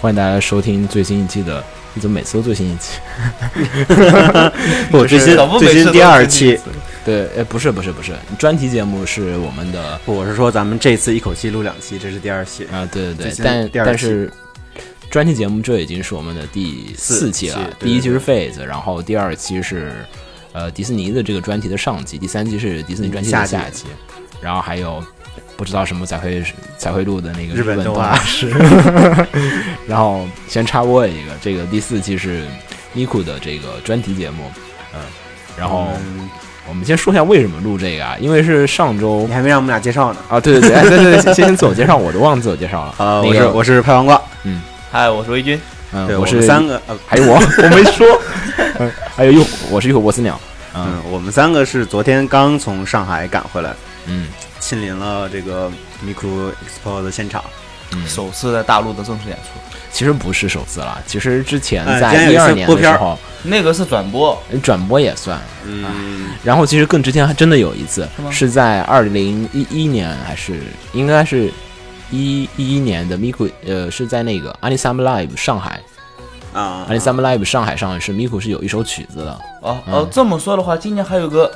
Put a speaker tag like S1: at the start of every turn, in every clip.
S1: 欢迎大家收听最新一期的。你怎么每次都最新一期？
S2: 我最新最新第二期，
S1: 对，哎，不是不是不是，专题节目是我们的，
S2: 我是说咱们这次一口气录两期，这是第二期
S1: 啊，对对对，但但是专题节目这已经是我们的第四期了，
S2: 第
S1: 一期是 Phase，然后第二期是呃迪士尼的这个专题的上集，第三期是迪士尼专题的
S2: 下
S1: 集，然后还有。不知道什么才会才会录的那个
S2: 嗯日
S1: 本
S2: 动
S1: 画师，然后先插播一个，这个第四期是 Miku 的这个专题节目，嗯，然后
S2: 嗯
S1: 我们先说一下为什么录这个啊，因为是上周
S2: 你还没让我们俩介绍呢。
S1: 啊，对对对，哎对对，先先自我介绍，我都忘了自啊我介绍了，
S2: 呃，
S1: 那
S2: 我是
S1: 个
S2: 我是拍黄瓜，
S3: 嗨，哎我是魏军。
S1: 嗯，
S2: 对
S1: 我
S2: 们
S1: 是
S2: 三，个，呃，
S1: 还有我，我没 说，嗯还有又我是浴火波斯鸟，嗯
S2: 嗯，我们三个是昨天刚从上海赶回来，
S1: 嗯
S2: 亲临了这个 Miku Expo 的现场。
S1: 嗯，
S3: 首次在大陆的正式演出，
S1: 其实不是首次了，其实之前
S2: 哎之前
S1: 在
S2: 有一
S1: 一
S2: 次
S1: 二年
S2: 播
S1: 的
S2: 片
S1: 时
S2: 儿
S1: 候哎
S3: 那个是转播，
S1: 转播也算。
S2: 嗯，
S1: 然后其实更之前还真的有一次
S3: 是，吗
S1: 是在二零一一年还是应该是一一年的 Miku，呃，是在那个 Anisam Live 上海
S2: 啊，
S1: ，Anisam Live 上海上海是 Miku 是有一首曲子的，
S3: 哦哦，这么说的话，今年还有个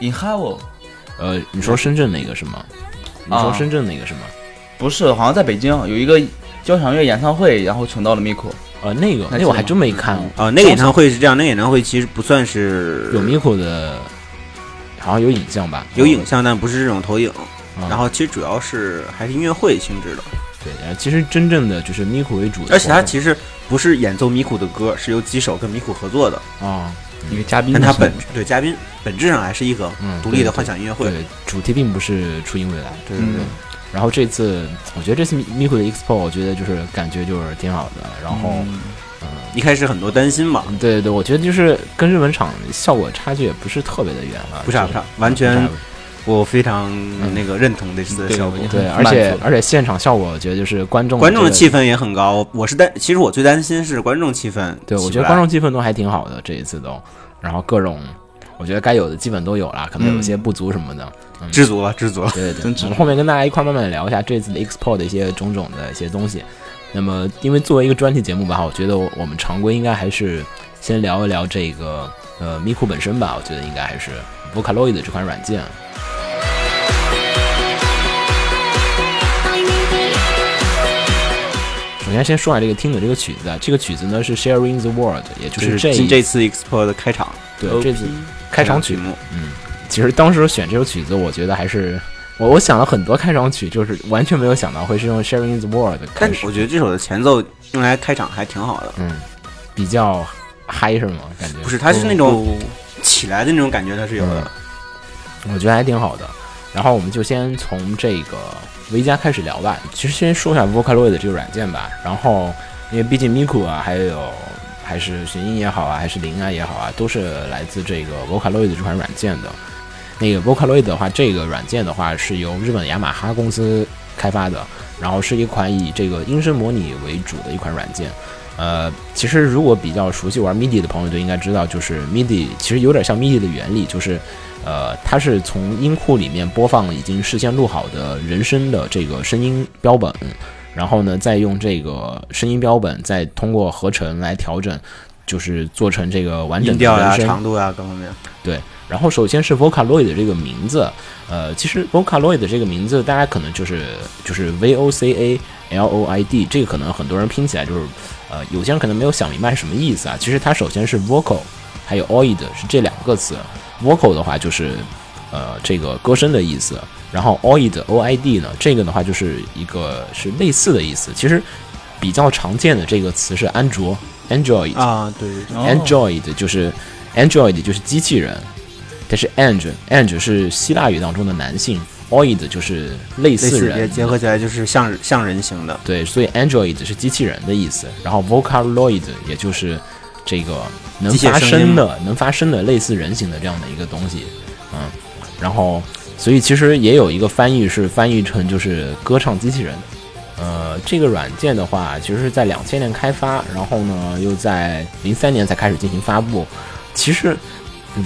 S3: In h a v
S1: 呃，你说深圳那个是吗？你说
S3: 啊
S1: 深圳那个是吗？
S3: 不是，好像在北京有一个交响乐演唱会，然后请到了 Miku。
S1: 呃，那个
S3: 那
S1: 那个我还
S3: 是吗
S1: 真没看过，
S2: 啊，那个演唱会是这样，那个演唱会其实不算是
S1: 有 Miku 的，好像有影像吧？
S2: 有影像，但不是这种投影。
S1: 嗯
S2: 然后其实主要是还是音乐会性质的，
S1: 对，呃其实真正的就是 Miku 为主的活动，
S2: 而且它其实不是演奏 Miku 的歌，是有几首跟 Miku 合作的。
S1: 啊，
S3: 因为嘉宾
S2: 但它
S3: 是
S2: 本对嘉宾本质上还是一个
S1: 嗯
S2: 独立
S1: 对
S2: 的
S1: 对
S2: 幻想音乐会。
S1: 对，主题并不是初音未来，
S2: 对
S3: 嗯
S1: 然后这次，我觉得这次 Miku 的 Expo，我觉得就是感觉就是挺好的。然后，嗯
S2: 一开始很多担心嘛，
S1: 对对对，我觉得就是跟日本场效果差距也不是特别的远了，
S2: 不差
S1: 就是
S2: 不差完全
S1: 不差
S2: 我非常那个认同这次的效果
S3: 对。
S1: 对，
S3: 很
S1: 而且
S3: 满足
S1: 而且现场效果，我觉得就是观众
S2: 观众的
S1: 这个
S2: 气氛也很高，我是担，其实我最担心是观众气氛起不来。
S1: 对，我觉得观众气氛都还挺好的，这一次都，然后各种，我觉得该有的基本都有了，可能有
S2: 嗯
S1: 些不足什么的。嗯
S2: 知足了，知足了。
S1: 对对对，
S3: 真值
S1: 我们后面跟大家一块儿慢慢聊一下这次的 Expo 的一些种种的一些东西。那么，因为作为一个专题节目吧，我觉得我我们常规应该还是先聊一聊这个呃 Miku 本身吧，我觉得应该还是 Vocaloid 这款软件。首先，先说下这个听的这个曲子啊，这个曲子呢是 Sharing the World，也就
S2: 就是
S1: 这一
S2: 进这次 Expo 的开场
S1: 对这次开场曲
S2: 曲目，
S1: 其实当时选这首曲子，我觉得还是我我想了很多开场曲，就是完全没有想到会是用《Sharing the World》
S2: 但
S1: 开始
S2: 我，觉得这首的前奏用来开场还挺好的。
S1: 嗯，比较嗨是吗？感觉
S2: 不是，，它是
S1: 哦
S2: 那种起来的那种感觉，它是有
S1: 嗯
S2: 的。
S1: 我觉得还挺好的。然后我们就先从这个维嘉开始聊吧。其实先说一下 Vocaloid 这个软件吧。然后，因为毕竟 Miku 啊，还有还是寻音也好啊，还是铃啊也好啊，都是来自这个 Vocaloid 这款软件的。那个 Vocaloid 的话，这个软件的话是由日本雅马哈公司开发的，然后是一款以这个音声模拟为主的一款软件。呃，其实如果比较熟悉玩 MIDI 的朋友就应该知道，就是 MIDI 其实有点像 MIDI 的原理，就是呃，它是从音库里面播放已经事先录好的人声的这个声音标本，然后呢，再用这个声音标本，再通过合成来调整，就是做成这个完整
S2: 音
S1: 的
S2: 调呀、
S1: 人声。
S2: 长度呀各方面，
S1: 对，然后首先是 Vocaloid 的这个名字，呃，其实 Vocaloid 的这个名字大家可能就是就是 V O C A L O I D，这个可能很多人拼起来就是，呃，有些人可能没有想明白是什么意思啊。其实它首先是 vocal，还有 oid 是这两个词，vocal 的话就是呃这个歌声的意思，然后 oid O I D 呢，这个的话就是一个是类似的意思。其实比较常见的这个词是安卓 Android
S2: 啊，对对对，
S3: 哦
S1: Android 就是 Android 就是机器人，但是 Ang Ang 是希腊语当中的男性，Oid 就是类
S2: 类
S1: 似
S2: 似
S1: 人，
S2: 结合起来就是像像人形的，
S1: 对，所以 Android 是机器人的意思，然后 Vocaloid 也就是这个能
S2: 机械
S1: 发
S2: 声音
S1: 声的、能发声的类似人形的这样的一个东西，嗯，然后所以其实也有一个翻译是翻译成就是歌唱机器人。呃，这个软件的话，其实是在两千年开发，然后呢又在零三年才开始进行发布。其实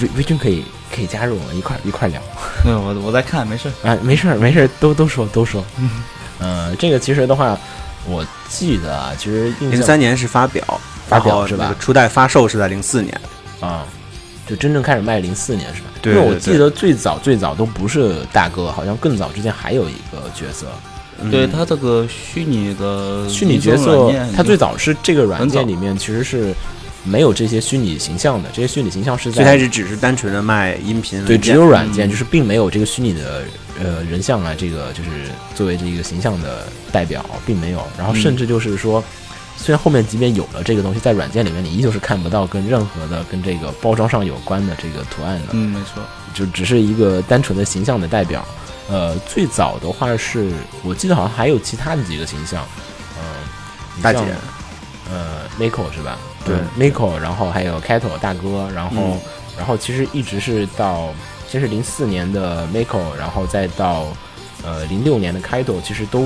S1: 微微君可以可以加入我们一块儿一块儿聊。
S3: 对，我我在看，没事。
S1: 啊，没事儿，没事儿，都都说都说。嗯，呃，这个其实的话，我记得啊，其实印
S2: 零
S1: 象
S2: 三年是发表，
S1: 发表
S2: 然后
S1: 是吧
S2: 那个初代发售是在零四年，
S1: 啊、就真正开始卖零四年是吧？
S2: 对
S1: 因为我
S2: 对
S1: 记
S2: 对
S1: 得最早最早都不是大哥，好像更早之前还有一个角色，
S2: 嗯
S3: 对他这个虚拟的
S1: 虚拟
S3: 嗯移
S1: 角
S3: 动
S1: 色
S3: 软件，
S1: 它
S3: 已
S1: 最
S3: 经
S1: 早是这个软
S3: 很早
S1: 件里面其实是没有这些虚拟形象的，这些虚拟形象是
S2: 最开
S1: 在
S2: 始只是单纯的卖音频文
S1: 对
S2: 件，
S1: 只有软件，
S3: 嗯
S1: 就是并没有这个虚拟的呃人像啊，这个就是作为这个形象的代表，并没有。然后
S2: 嗯
S1: 甚至就是说，虽然后面即便有了这个东西，在软件里面你依旧是看不到跟任何的跟这个包装上有关的这个图案的，
S3: 嗯，没错，
S1: 就只是一个单纯的形象的代表。呃，最早的话是我记得好像还有其他的几个形象，嗯、你
S2: 大姐
S1: 像呃 Miko 是吧？
S2: 对
S1: 嗯，Miko，然后还有 Kato 大哥，然后、
S2: 嗯
S1: 然后其实一直是到先是零四年的 Miko，然后再到呃零六年的 Kato，其实都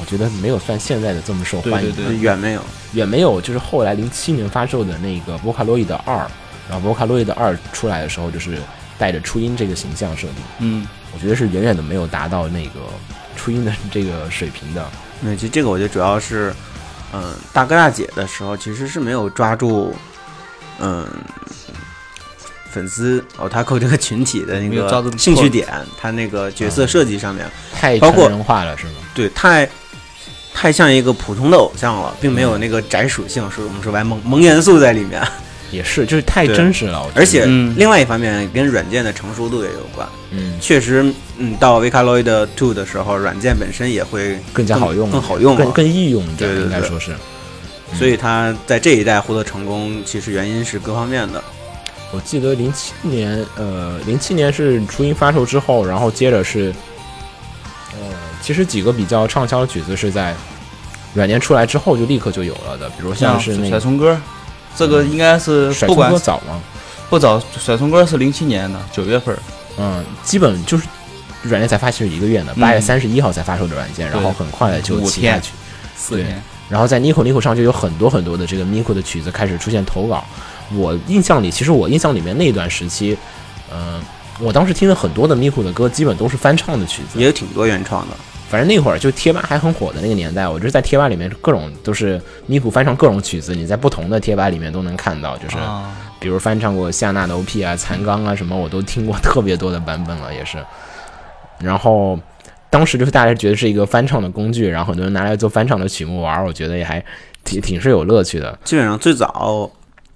S1: 我觉得没有算现在的这么受欢迎，
S3: 对
S2: 对远没有，
S1: 也没有就是后来零七年发售的那个 Vocaloid 二，然后 Vocaloid 二出来的时候就是带着初音这个形象设定，
S3: 嗯，
S1: 我觉得是远远的没有达到那个初音的这个水平的，
S2: 那其实这个我觉得主要是，嗯、大哥大姐的时候其实是没有抓住，嗯、粉丝 otaku 这个群体的那
S3: 没有抓住
S2: 个兴趣点，他那个角色设计上面，
S1: 太
S2: 包
S1: 成
S2: 括
S1: 人化了是吗？
S2: 对，太太像一个普通的偶像了，并没
S1: 嗯
S2: 有那个宅属性，是我们说白萌萌元素在里面。
S1: 也是，就是太
S2: 对
S1: 真实了，我觉得
S2: 而且
S3: 嗯
S2: 另外一方面跟软件的成熟度也有关，
S1: 嗯
S2: 确实，嗯，到 Vocaloid Two 的时候，软件本身也会
S1: 更加好用了
S2: 更好用了
S1: 更更易用一点，
S2: 对对对
S1: 应该说是。嗯
S2: 所以他在这一代获得成功，其实原因是各方面的。
S1: 我记得零七年，呃，零七年是初音发售之后，然后接着是，呃，其实几个比较畅销的曲子是在软件出来之后就立刻就有了的，比如像是那
S3: 甩
S1: 个嗯
S3: 葱歌，这个应该是
S1: 甩
S3: 不
S1: 葱
S3: 管
S1: 歌早嘛，
S3: 不早，甩葱歌是零七年的九月份儿，
S1: 嗯，基本就是软件才发售一个月呢，
S3: 嗯
S1: 八月三十一号才发售的软件，然后很快就
S3: 五
S1: 起下
S3: 天
S1: 去。
S3: 四
S1: 对
S3: 天，
S1: 然后在 Nico Nico 上就有很多很多的这个 Nico 的曲子开始出现投稿。我印象里，其实我印象里面那段时期，嗯、我当时听了很多的 Nico 的歌，基本都是翻唱的曲子。
S2: 也有挺多原创的。
S1: 反正那会儿就贴吧还很火的那个年代，我就是在贴吧里面各种都是 Nico 翻唱各种曲子，你在不同的贴吧里面都能看到，就是
S3: 啊，
S1: 比如翻唱过夏娜的 OP 啊、残钢啊什么，我都听过特别多的版本了，也是。然后当时就是大家觉得是一个翻唱的工具，然后很多人拿来做翻唱的曲目玩儿，我觉得也还挺挺是有乐趣的。
S2: 基本上最早，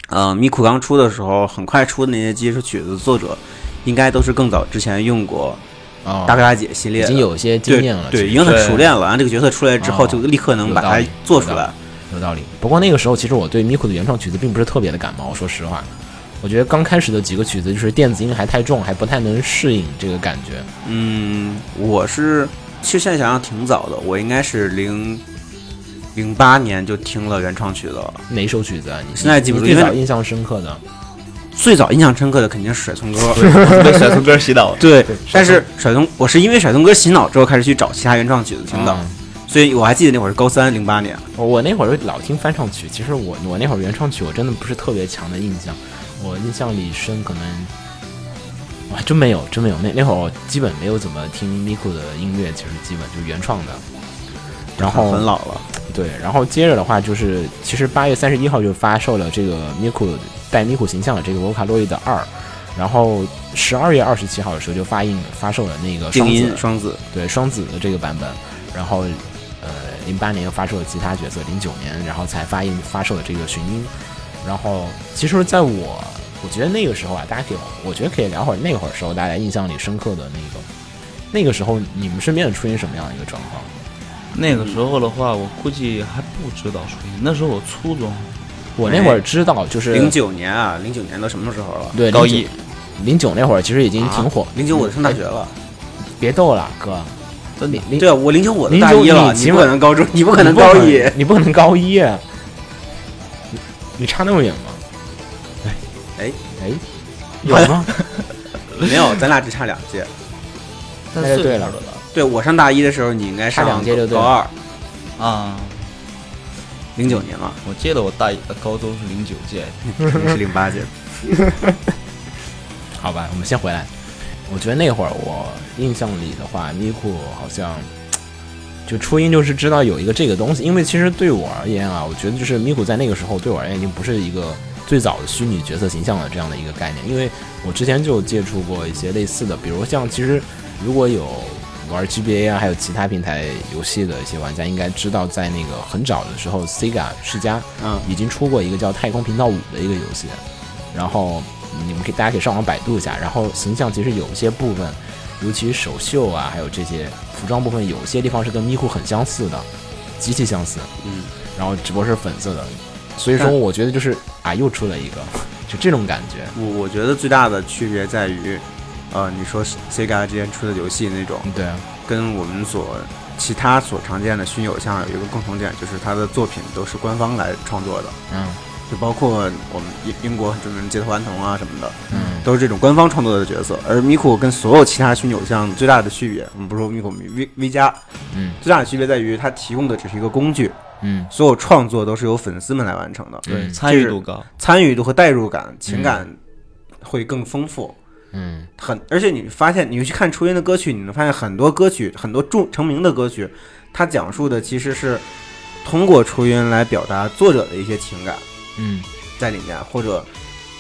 S2: 呃，咪库刚出的时候，很快出的那些技术曲子，作者应该都是更早之前用过
S1: 啊、
S2: 大哥大姐系列
S1: 已
S2: 的，
S1: 经有些经
S2: 对
S1: 验了，
S2: 哦对，已
S1: 其实
S2: 经很
S3: 对
S2: 熟练了。然后这个角色出来之后，
S1: 哦
S2: 就立刻能把
S1: 有道
S2: 它
S1: 理
S2: 做出来。
S1: 有道理。不过那个时候其实我对 Miku 的原创曲子并不是特别的感冒，说实话。我觉得刚开始的几个曲子就是电子音还太重，还不太能适应这个感觉。
S2: 嗯，我是其实现在想想挺早的，我应该是零零八年就听了原创曲子了。
S1: 哪一首曲子啊？你
S2: 现在记不住
S1: 你最
S2: 因为
S1: 早印象深刻的
S2: 最早印象深刻的肯定是甩葱歌，
S3: 我是被甩葱歌洗脑 的，
S2: 对，但
S1: 甩
S2: 是甩葱，我是因为甩葱歌洗脑之后开始去找其他原创曲子听的，
S1: 嗯
S2: 所以我还记得那会儿是高三，零八年。
S1: 我那会儿老听翻唱曲，其实我我那会儿原唱曲我真的不是特别强的印象，我印象里深可能，我还真没有真没有，那那会儿我基本没有怎么听 Miku 的音乐，其实基本就原创的。然后
S2: 很老了，
S1: 对，然后接着的话就是，其实八月三十一号就发售了这个 Miku 带 Miku 形象的这个 Vocaloid 二，然后十二月二十七号的时候就发印发售了那个
S2: 静
S1: 双子
S2: 音双子，
S1: 对双子的这个版本，然后呃零八年又发售了其他角色，零九年然后才发印发售了这个寻音，然后其实在我我觉得那个时候啊，大家可以我觉得可以聊会儿那会儿时候大家印象里深刻的那个那个时候你们身边的初音什么样的一个状况？
S3: 那个时候的话，我估计还不知道初音，那时候我初中，
S1: 我那会儿知道就是
S2: 零九年啊，零九年都什么时候了？
S1: 对
S3: 高一，
S1: 零九那会儿其实已经挺火，
S2: 零九我上大学了，
S1: 别逗了哥，
S3: 真的
S1: 零零
S2: 对啊，我零九我的
S1: 09
S2: 大一了，
S1: 你
S2: 你
S1: 起
S2: 不
S1: 码
S2: 可能高中，你不可能高一，
S1: 你不可能高一，你你差那么远吗？哎
S2: 哎
S1: 哎，有吗？
S2: 没有，咱俩只差两届，
S3: 但
S1: 那就
S3: 岁数
S1: 对
S3: 差
S1: 了
S3: 不多
S2: 对我上大一的时候，你应该
S1: 差
S2: 上
S1: 两届就对
S2: 高
S1: 了
S2: 二，
S3: 了啊。
S2: 零九年嘛，
S3: 我记得我大一高中是零九届，
S1: 嗯
S2: 你是零八届。
S1: 好吧，我们先回来。我觉得那会儿我印象里的话，咪咕好像就初音就是知道有一个这个东西，因为其实对我而言啊，我觉得就是咪咕在那个时候对我而言已经不是一个最早的虚拟角色形象的这样的一个概念，因为我之前就接触过一些类似的，比如像其实如果有玩 GBA 啊，还有其他平台游戏的一些玩家应该知道，在那个很早的时候，Sega 世嘉
S2: 嗯，
S1: 已经出过一个叫《太空频道五》的一个游戏，然后你们可以大家可以上网百度一下。然后形象其实有些部分，尤其手袖啊，还有这些服装部分，有些地方是跟咪咕很相似的，极其相似。
S2: 嗯，
S1: 然后只不过是粉色的，所以说
S2: 但
S1: 我觉得就是啊，又出了一个，就这种感觉。
S2: 我我觉得最大的区别在于，呃，你说 Sega 之前出的游戏那种，
S1: 嗯，对啊，
S2: 跟我们所其他所常见的虚拟偶像有一个共同点，就是它的作品都是官方来创作的，
S1: 嗯
S2: 就包括我们英英国很著名的街头顽童啊什么的，
S1: 嗯，
S2: 都是这种官方创作的角色。而 Miku 跟所有其他虚拟偶像最大的区别，我们不说 Miku，V V 加，
S1: 嗯
S2: 最大的区别在于它提供的只是一个工具，
S1: 嗯，
S2: 所有创作都是由粉丝们来完成的，
S1: 对
S3: 参与度高，
S2: 参与度和代入感、情感会更丰富。
S1: 嗯
S2: 很，而且你发现，你去看初音的歌曲，你能发现很多歌曲，很多著成名的歌曲，它讲述的其实是通过初音来表达作者的一些情感
S1: 嗯
S2: 在里面，或者，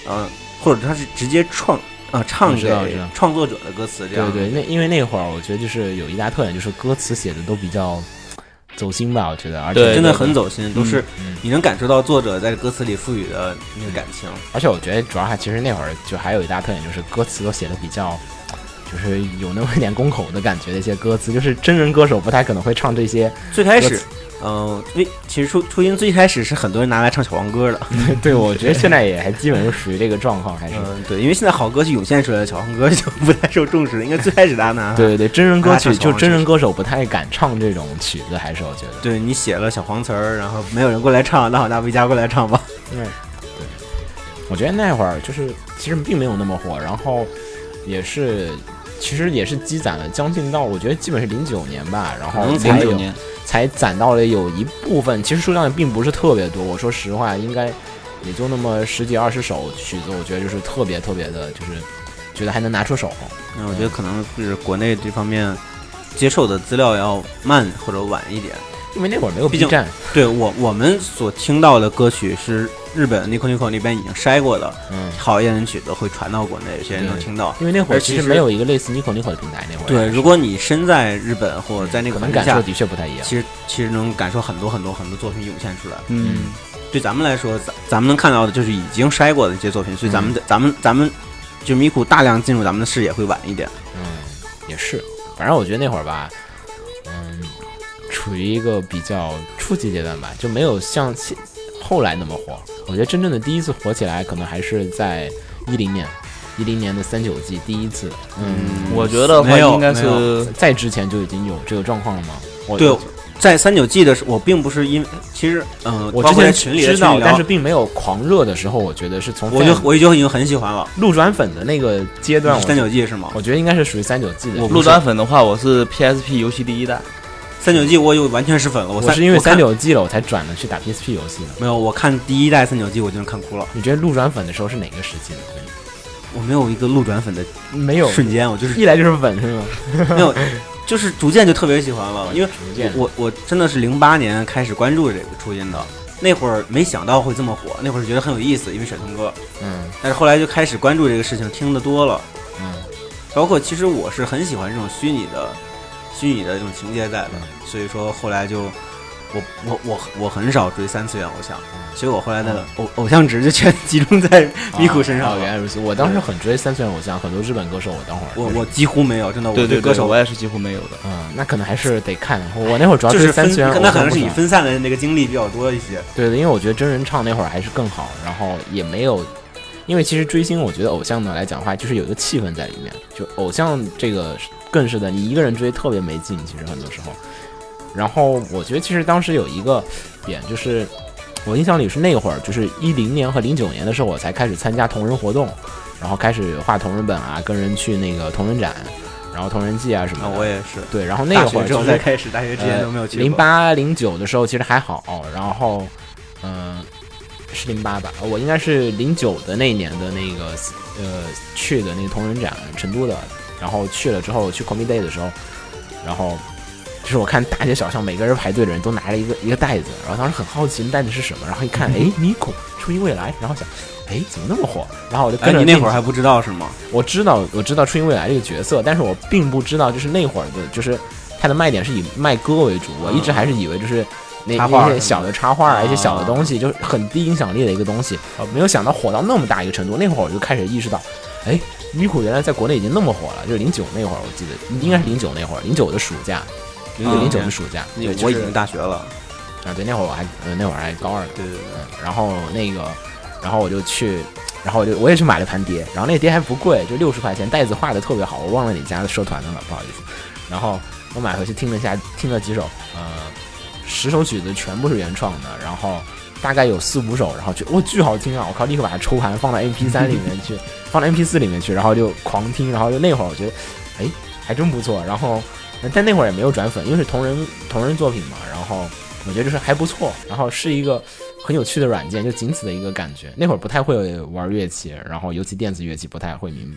S2: 呃，或者他是直接创啊、唱
S1: 我知
S2: 给
S1: 道我知道
S2: 创作者的歌词，这样
S1: 对对，那因为那会儿我觉得就是有一大特点，就是歌词写的都比较走心吧，我觉得，而且
S3: 对
S2: 真的很走心，都是
S1: 嗯
S2: 你能感受到作者在歌词里赋予的那个感情。
S1: 而且我觉得主要还其实那会儿就还有一大特点就是歌词都写的比较，就是有那么一点公口的感觉的一些歌词，就是真人歌手不太可能会唱这些。
S2: 最开
S1: 歌
S2: 始
S1: 词，
S2: 嗯、为其实初初音最开始是很多人拿来唱小黄歌的，
S1: 对，我觉得现在也还基本就属于这个状况，还是。
S2: 嗯，对，因为现在好歌曲涌现出来了，小黄歌就不太受重视了。应该最开始大家拿
S1: 对对对，真人歌曲
S2: 啊唱小
S1: 就
S2: 黄
S1: 真人歌手不太敢唱这种曲子，还是我觉得。
S2: 对你写了小黄词儿，然后没有人过来唱，那好，那维嘉过来唱吧。
S1: 我觉得那会儿就是其实并没有那么火，然后也是其实也是积攒了将近到我觉得基本是零九年吧，然后
S2: 嗯
S1: 啊才
S3: 零
S1: 有
S3: 九年
S1: 才攒到了有一部分，其实数量也并不是特别多。我说实话，应该也就那么十几二十首曲子，我觉得就是特别特别的，就是觉得还能拿出手。
S2: 那我觉得可能是国内这方面接受的资料要慢或者晚一点。
S1: 因为那会儿没有 B
S2: 毕竟
S1: 站，
S2: 对我我们所听到的歌曲是日本 Nico Nico 那边已经筛过的，
S1: 嗯，
S2: 好一点的曲子会传到国内，有些人能
S1: 对
S2: 听到。
S1: 因为那会
S2: 而
S1: 儿其
S2: 其
S1: 实
S2: 实
S1: 没有一个类似 Nico Nico 的平台，那会儿
S2: 对，如果你身在日本或者在那个
S1: 可能
S2: 环境
S1: 感受
S2: 下，
S1: 的确不太一样。
S2: 其实其实能感受很多很多很多作品涌现出来。
S3: 嗯，
S2: 对咱们来说，咱咱们能看到的就是已经筛过的一些作品，所以
S1: 嗯
S2: 咱们、咱们咱们就咪咕大量进入咱们的视野会晚一点。
S1: 嗯，也是，反正我觉得那会儿吧，嗯，处于一个比较初级阶段吧，就没有像现后来那么火。我觉得真正的第一次火起来，可能还是在一零年，一零年的三九季第一次。嗯，
S3: 我觉得的话
S2: 没有
S3: 应该是
S2: 没有
S1: 在之前就已经有这个状况了吗？我
S2: 对，在三九季的时候，我并不是因为其实，嗯、
S1: 我
S2: 包
S1: 之
S2: 括在
S1: 前
S2: 群里的
S1: 知道，
S2: 群里聊
S1: 但是并没有狂热的时候，我觉得是从
S2: 我就我就已经很喜欢了。
S1: 路转粉的那个阶段，
S2: 你
S1: 我
S2: 是三九季是吗？
S1: 啊我觉得应该是属于三九季的。
S3: 我路转粉的话，我是 PSP 游戏第一代，
S2: 三九季我有完全是粉了，我
S1: 我
S2: 三
S1: 是因为
S2: 我看
S1: 三九季了，我才转了去打 PSP 游戏的。
S2: 没有，我看第一代三九季我就能看哭了，
S1: 你觉得路转粉的时候是哪个时期呢？
S2: 我没有一个路转粉的
S1: 没有，
S2: 瞬间，我就是
S1: 一来就是粉是吗？
S2: 没有，就是逐渐就特别喜欢了，因为
S1: 哦逐渐
S2: 我我真的是零八年开始关注这个初音的，那会儿没想到会这么火，那会儿觉得很有意思，因为甩葱歌，
S1: 嗯
S2: 但是后来就开始关注这个事情，听得多了，
S1: 嗯
S2: 包括其实我是很喜欢这种虚拟的、虚拟的这种情节在的，
S1: 嗯
S2: 所以说后来就我我我我很少追三次元偶像，
S1: 嗯
S2: 所以我后来的偶偶像值就全 集中在咪咕身上
S1: 哦
S2: 了。
S1: 原来如此。我当时很追三次元偶像，很多日本歌手，我等会儿
S2: 我
S1: 就是
S2: 我几乎没有，真的，我
S3: 对对，
S2: 歌
S3: 对
S2: 手
S3: 我也是几乎没有的。
S1: 嗯，那可能还是得看。我那会儿主要
S2: 就是
S1: 三
S2: 分
S1: 次元偶，像，
S2: 那可能是你。分散的那个精力比较多一些。
S1: 对的，因为我觉得真人唱那会儿还是更好，然后也没有，因为其实追星，我觉得偶像呢来讲的话，就是有一个气氛在里面，就偶像这个更是的，你一个人追特别没劲，其实很多时候。然后我觉得其实当时有一个点就是。我印象里是那会儿，就是一零年和零九年的时候，我才开始参加同人活动，然后开始画同人本啊，跟人去那个同人展，然后同人记啊什么
S2: 那
S1: 的。
S2: 我也是，
S1: 对，然后那
S2: 大
S1: 个会
S2: 学
S1: 儿
S2: 之
S1: 就
S2: 后
S1: 是
S2: 才开始，大学之前都没有去过。
S1: 零八零九的时候其实还好，然后嗯、是零八吧，我应该是零九的那一年的那个呃去的那个同人展，成都的，然后去了之后去 Comi Day 的时候，然后。就是我看大街小巷每个人排队的人都拿了一个一个袋子，然后当时很好奇那袋子是什么，然后一看，哎，Miko 初音未来，然后想，哎，怎么那么火？然后我就
S2: 哎，
S1: 跟着
S2: 你那
S1: 进
S2: 会儿
S1: 去
S2: 还不知道是吗？
S1: 我知道我知道初音未来这个角色，但是我并不知道就是那会儿的，就是它的卖点是以卖歌为主，我一直还是以为就是那
S2: 插画
S1: 那
S2: 什么
S1: 些
S2: 的
S1: 小的嗯插画啊，
S2: 啊
S1: 一些小的东西，就是很低影响力的一个东西，没有想到火到那么大一个程度。那会儿我就开始意识到，哎，咪咕原来在国内已经那么火了，就是零九那会儿，我记得应该是零九那会儿，零九的暑假，
S2: 零
S1: 啊对，零九
S2: 年
S1: 的，暑假，
S2: 你
S1: 对就是
S2: 我已经大学了。
S1: 啊，对，那会儿我还呃那会儿还高二呢。
S2: 对对对，
S1: 嗯，然后那个，然后我就去，然后我就我也去买了盘碟，然后那碟还不贵，就六十块钱，袋子画的特别好，我忘了哪家的社团的了，不好意思。然后我买回去听了一下，听了几首，呃，十首曲子全部是原创的，然后大概有四五首，然后就哇巨好听啊！我靠，立刻把它抽盘放到 MP 3里面 去，放到 MP 4里面去，然后就狂听，然后就那会儿我觉得，哎，还真不错。然后但那会儿也没有转粉，因为是同人同人作品嘛，然后我觉得就是还不错，然后是一个很有趣的软件，就仅此的一个感觉。那会儿不太会玩乐器，然后尤其电子乐器不太会明，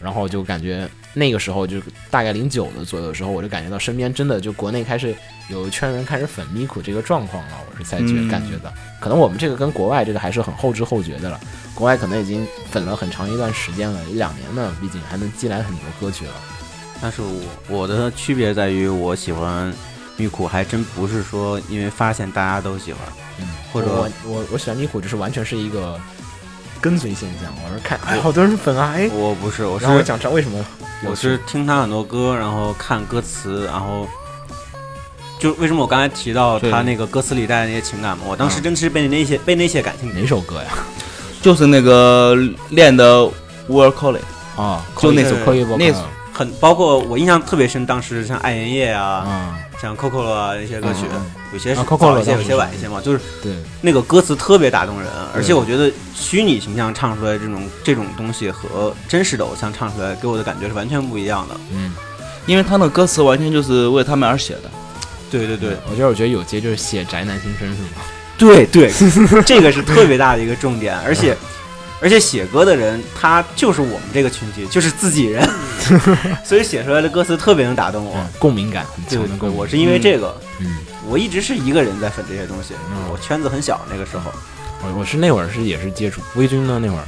S1: 然后就感觉那个时候就大概零九的左右的时候，我就感觉到身边真的就国内开始有一圈人开始粉咪咕这个状况了，我是才觉
S3: 嗯
S1: 感觉到，可能我们这个跟国外这个还是很后知后觉的了，国外可能已经粉了很长一段时间了，一两年呢，毕竟还能积攒很多歌曲了。
S2: 但是我我的区别在于，我喜欢咪咕，还真不是说因为发现大家都喜欢，
S1: 嗯，
S2: 或者
S1: 我我我喜欢咪咕，就是完全是一个跟随现象。我是看，哎，好多人粉啊，哎，
S2: 我不是，我是
S1: 然后我想知道为什么有
S2: 我是
S1: 趣
S2: 听他很多歌，然后看歌词，然后就为什么我刚才提到
S3: 对
S2: 他那个歌词里带的那些情感嘛，我当时
S1: 嗯
S2: 真是被那些被那些感情
S1: 哪首歌呀？
S3: 就是那个练的 World Calling，
S1: 啊，
S3: 就那首
S1: 科一波
S3: 那首
S2: 很，包括我印象特别深，当时像爱莲叶啊，
S1: 啊，
S2: 像 Coco 啊那些歌曲
S1: 嗯嗯，
S2: 有些
S1: 啊
S2: 是
S1: Coco
S2: 早一些，
S1: 当
S2: 有
S1: 时
S2: 些晚
S1: 是
S2: 一些嘛，就是
S1: 对，
S2: 那个歌词特别打动人，而且
S1: 对
S2: 我觉得虚拟形象唱出来这种这种东西和真实的偶像唱出来给我的感觉是完全不一样的。
S1: 嗯，
S3: 因为他那歌词完全就是为他们而写的。
S2: 对对对，
S1: 我觉得我觉得有节就是写宅男心声是吗？
S2: 嗯对对， 这个是特别大的一个重 点，而且而且写歌的人他就是我们这个群体，就是自己 人，所以写出来的歌词特别能打动我。
S1: 嗯，共鸣感很
S2: 对
S1: 强
S2: 对
S1: 的
S2: 对，
S1: 共鸣。
S2: 我是因为这个，
S1: 嗯，
S2: 我一直是一个人在粉这些东西，
S1: 嗯
S2: 我圈子很小那个时候，
S1: 我我是那会儿是也是接触微军呢，那会儿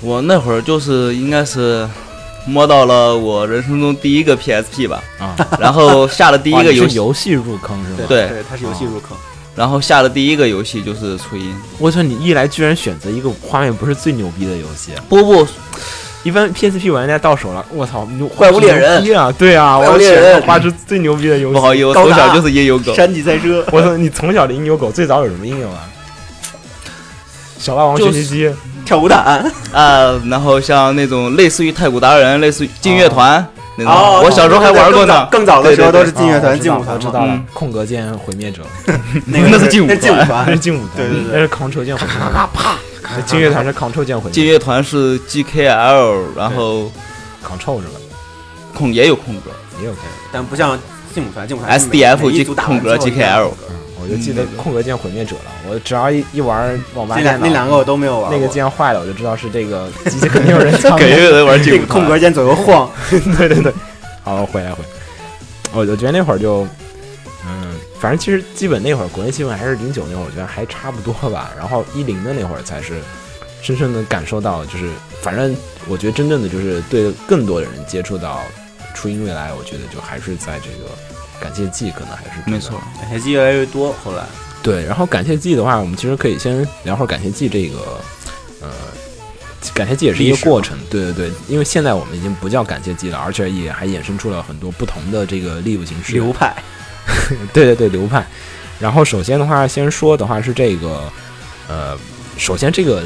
S3: 我那会儿就是应该是摸到了我人生中第一个 PSP 吧，
S1: 啊，
S3: 然后下了第一
S1: 哇
S3: 个
S1: 你
S3: 游
S1: 是
S3: 戏，
S1: 游戏入坑是吗？
S3: 对
S2: 对，哦他是游戏入坑，
S3: 然后下了第一个游戏就是初音。
S1: 我操，你一来居然选择一个画面不是最牛逼的游戏，
S3: 不不，
S1: 一般 PSP 玩家到手了，我操，牛
S3: 怪物猎人
S1: 牛逼啊，对啊，
S3: 怪物
S1: 我
S3: 猎人
S1: 选花枝最牛逼的游戏。
S3: 不好意思，我
S2: 高
S3: 从
S2: 达
S3: 小就是野有 狗。
S2: 山地赛车，
S1: 我说你从小的音游狗最早有什么应用啊？小霸王
S3: 就
S1: 学
S3: 是
S1: 习机，
S2: 跳舞毯，
S3: 啊，然后像那种类似于太鼓达人，类似于劲乐团、那种、
S2: 哦，
S3: 我小时候还玩过呢。
S2: 更早更早的时候都
S3: 对对对
S2: 是劲乐团、劲
S1: 哦
S2: 舞团
S1: 我知道我知
S2: 嘛，
S1: 道了
S3: 嗯。
S1: 空格键毁灭者，
S2: 那个
S3: 那是劲舞
S2: 那劲舞
S3: 团
S1: 那是
S2: 团，
S1: 劲舞团，
S2: 对对对
S1: 那是 Ctrl 键毁灭者，啪啪， 劲乐团是 Ctrl 键毁
S3: 劲
S1: 灭
S3: 乐团是 GKL，然后
S1: ，Ctrl 是吧？
S3: 空也有空格，
S1: 也 OK，
S2: 但不像劲舞团，劲舞团是每哎
S3: SDF
S2: 每一
S3: G
S2: 组打完
S3: 空格
S2: 之后一样
S3: GKL，
S1: 我就记得
S3: 嗯
S1: 空格键毁灭者了。我只要一一玩网吧
S2: 那
S1: 电
S2: 两
S1: 脑，
S2: 那两个我都没有玩
S1: 那
S2: 过。
S1: 个键坏了，我就知道是这个机器肯定有人操
S3: 肯定有人玩
S2: 这
S3: 劲
S2: 个
S3: 舞
S2: 空
S3: 团。
S2: 格键左右晃，
S1: 对对对，好，回来回来，我我觉得那会儿就，嗯，反正其实基本那会儿国内基本还是零九那会儿，我觉得还差不多吧。 然后一零的那会儿才是深深的感受到，就是反正我觉得真正的就是对更多的人接触到初音未来，我觉得就还是在这个感谢季，可能还是比较
S3: 没错，
S2: 感谢越来越多。后来
S1: 对，然后感谢季的话，我们其实可以先聊会儿感谢季这个，呃，感谢季也是一个
S2: 历史
S1: 过程，对对对，因为现在我们已经不叫感谢季了，而且也还衍生出了很多不同的这个业务形式，
S2: 流派，
S1: 对对对流派。然后首先的话，先说的话是这个，呃，首先这个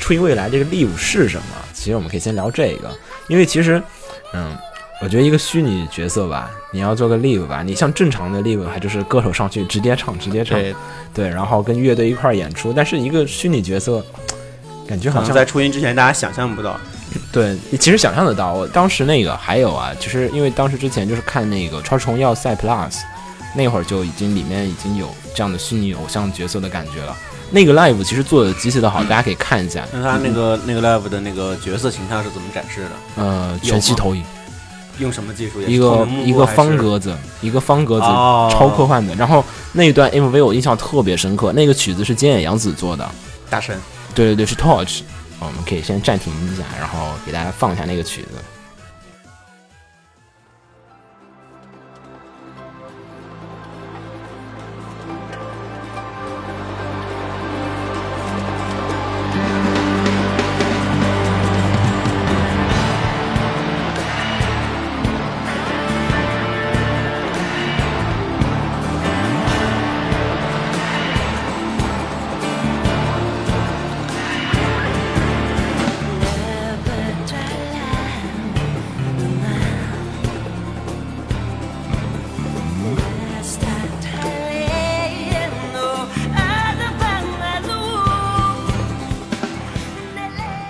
S1: 初音未来这个猎物是什么？其实我们可以先聊这个，因为其实，嗯，我觉得一个虚拟角色吧，你要做个 live 吧，你像正常的 live 还就是歌手上去直接唱直接唱，
S3: 对，
S1: 对，然后跟乐队一块儿演出。但是一个虚拟角色，感觉
S2: 可
S1: 好
S2: 能
S1: 像
S2: 在初音之前大家想象不到，
S1: 对，其实想象得到，我当时那个还有啊，其实因为当时之前就是看那个《超时空要塞 Plus》，那会儿就已经里面已经有这样的虚拟偶像角色的感觉了。那个 live 其实做的极其的好，大家可以看一下。
S2: 那他那个那个 live 的那个角色形象是怎么展示的？
S1: 呃，
S2: 有
S1: 全息
S2: 吗
S1: 投影，
S2: 用什么技术？也是
S1: 一
S2: 透
S1: 个
S2: 明幕
S1: 一
S2: 布
S1: 个
S2: 还
S1: 方
S2: 是
S1: 格子，一个方格子，
S2: 哦
S1: 超科幻的。然后那一段 MV 我印象特别深刻，那个曲子是菅野洋子做的，
S2: 大神。
S1: 对对对，是 Torch。我哦们可以先暂停一下，然后给大家放一下那个曲子。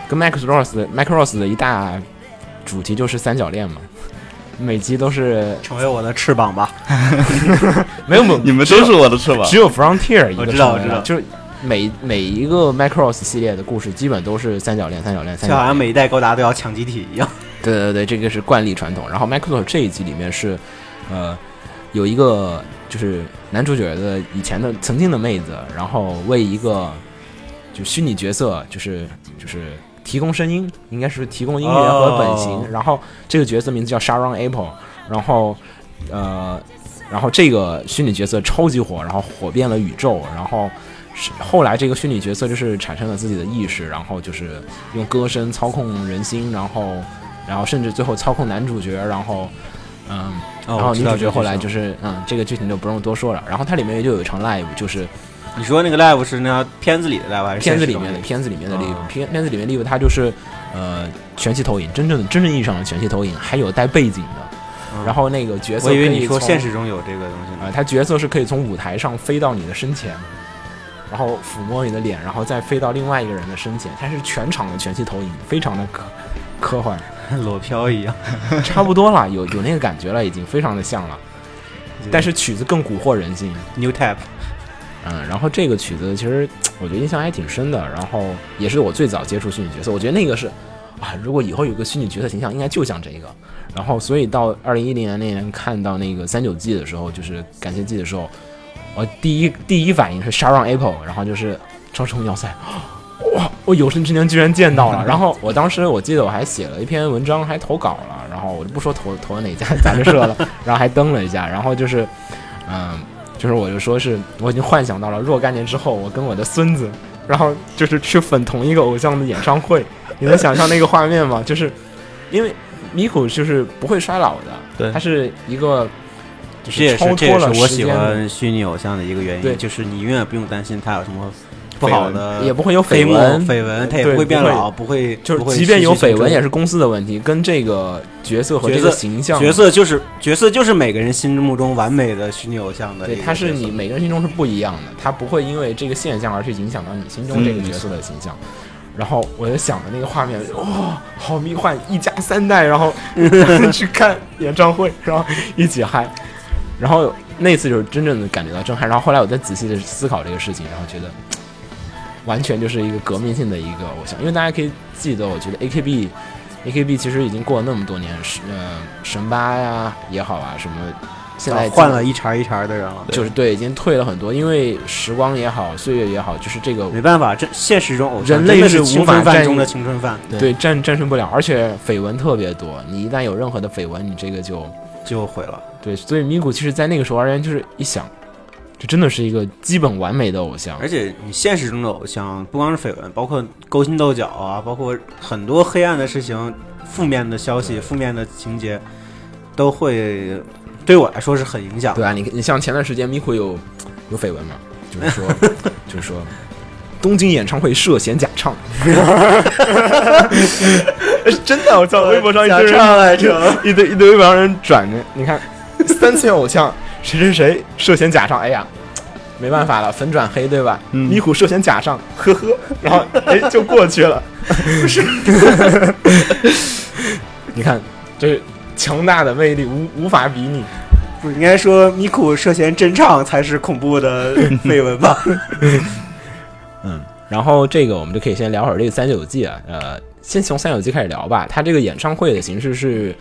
S1: 跟 Max Ross 的 Max Ross 的一大主题就是三角恋嘛，每集都是
S2: 成为我的翅膀吧。
S1: 没有没有
S3: 你们都是我的翅 膀
S1: 只有 Frontier 一个
S2: 我知
S1: 成为
S2: 道我知道
S1: 了就是每每一个 Macross 系列的故事基本都是三角恋、三角恋、三
S2: 就
S1: 角
S2: 好像
S1: 恋。
S2: 每一代高达都要抢集体一样。
S1: 对对对，这个是惯例传统。然后 Macross 这一集里面是，呃，有一个就是男主角的以前的曾经的妹子，然后为一个就虚拟角色，就是就是。提供声音，应该是提供音乐和本型。
S2: 哦
S1: 然后这个角色名字叫 Sharon Apple，然后呃，然后这个虚拟角色超级火，然后火遍了宇宙，然后是后来这个虚拟角色就是产生了自己的意识，然后就是用歌声操控人心，然后然后甚至最后操控男主角，然后嗯，
S2: 哦
S1: 然后女主角后来就是是嗯，这个剧情就不用多说了。然后它里面就有一场 live，就是
S2: 你说那个 live 是那片子里的 live 还是
S1: 片
S2: 现
S1: 子
S2: 实
S1: 里
S2: 中
S1: 面的
S2: 那个？
S1: 片子里面的 live，
S2: 哦
S1: 片片子里面 live 它就是呃全息投影，真正的真正意义上的全息投影，还有带背景的。
S2: 嗯
S1: 然后那个角色
S2: 我以为
S1: 可以
S2: 你说
S1: 从
S2: 现实中有这个东西
S1: 啊，
S2: 呢。
S1: 它角色是可以从舞台上飞到你的身前，然后抚摸你的脸，然后再飞到另外一个人的身前，它是全场的全息投影，非常的科科幻，
S2: 裸漂 一样。
S1: 差不多了，有有那个感觉了，已经非常的像了。但是曲子更蛊惑人心，
S2: New Type
S1: 嗯，然后这个曲子其实我觉得印象还挺深的，然后也是我最早接触虚拟角色，我觉得那个是啊，如果以后有个虚拟角色形象，应该就像这个。然后所以到二零一零年那年看到那个三九季的时候，就是感谢季的时候，我第一第一反应是 Sharon Apple，然后就是超时空要塞。 哇！我有生之年居然见到 了。然后我当时我记得我还写了一篇文章，还投稿了。然后我就不说投投的哪家杂志社 了，然后还登了一下。然后就是，嗯，就是我就说是我已经幻想到了若干年之后，我跟我的孙子，然后就是去粉同一个偶像的演唱 会，你能想象那个画面吗？就是因为米谷就是不会衰老的，
S3: 对
S1: 他是一个就
S2: 这也
S1: 是
S2: 是
S1: 超
S2: 这也
S1: 脱
S2: 是
S1: 了
S2: 我
S1: 时
S2: 喜
S1: 间的，
S2: 欢虚拟偶像的一个原
S1: 对
S2: 因，就是你永远不用担心他有什么不好的
S1: 也不会有
S2: 黑
S1: 绯
S2: 幕
S1: 闻，
S2: 绯闻，他也
S1: 对
S2: 不会变
S1: 不会
S2: 老，不会
S1: 就
S2: 不会
S1: 是即便有
S2: 失去
S1: 绯
S2: 青
S1: 闻，
S2: 春
S1: 也是公司的问题，跟这个角色和
S2: 角
S1: 这个
S2: 色
S1: 形象
S2: 角色就是角色就是每个人心目中完美的虚拟偶像的一
S1: 对，
S2: 个角色。啊
S1: 他是你每个人心中是不一样的，他不会因为这个现象而去影响到你心中这个
S3: 嗯
S1: 角
S3: 没
S1: 色
S3: 错
S1: 的形象。然后我就想的那个画面，哇、好迷幻，一家三代，然 后去看演唱会，然后一起嗨，然后那次就是真正的感觉到震撼。然后后来我再仔细的思考这个事情，然后觉得完全就是一个革命性的一个偶像，因为大家可以记得，我觉得 A K B A K B 其实已经过了那么多年，是呃神八呀也好啊，什么现在
S2: 啊
S1: 基
S2: 换
S1: 本
S2: 了一茬一茬的人了。
S1: 就是对，已经退了很多，因为时光也好，岁月也好，就是这个
S2: 没办法，这现实中偶像
S1: 人类
S2: 真的是
S1: 是无
S2: 青
S1: 法
S2: 春
S1: 战
S2: 饭中
S1: 胜
S2: 的青春饭，
S1: 对战战胜不了，而且绯闻特别多，你一旦有任何的绯闻，你这个就
S2: 就毁了。
S1: 对，所以米谷其实，在那个时候而言，就是一想，这真的是一个基本完美的偶像
S2: 而，且你现实中的偶像，不光是绯闻，包括勾心斗角啊，包括很多黑暗的事情、负面的消息、负面的情节，都会对我来说是很影响
S1: 对
S2: 的。
S1: 啊，你你像前段时间米谷有有绯闻嘛，就是 说就是说。东京演唱会涉嫌假唱， 真的，我操！微博上一堆人
S2: 来着，
S1: 一堆一堆微博上人转的，你看三千偶像谁谁谁涉嫌假唱，哎呀，没办法了，粉转黑对吧？
S3: 嗯
S1: 咪咕涉嫌假账，呵呵，然后哎就过去了，不是？你看，这强大的魅力无无法比拟。
S2: 不是应该说米库涉嫌真唱才是恐怖的绯闻吧？
S1: 嗯，然后这个我们就可以先聊会儿这个三九季啊，呃，先从三九季开始聊吧。它这个演唱会的形式是，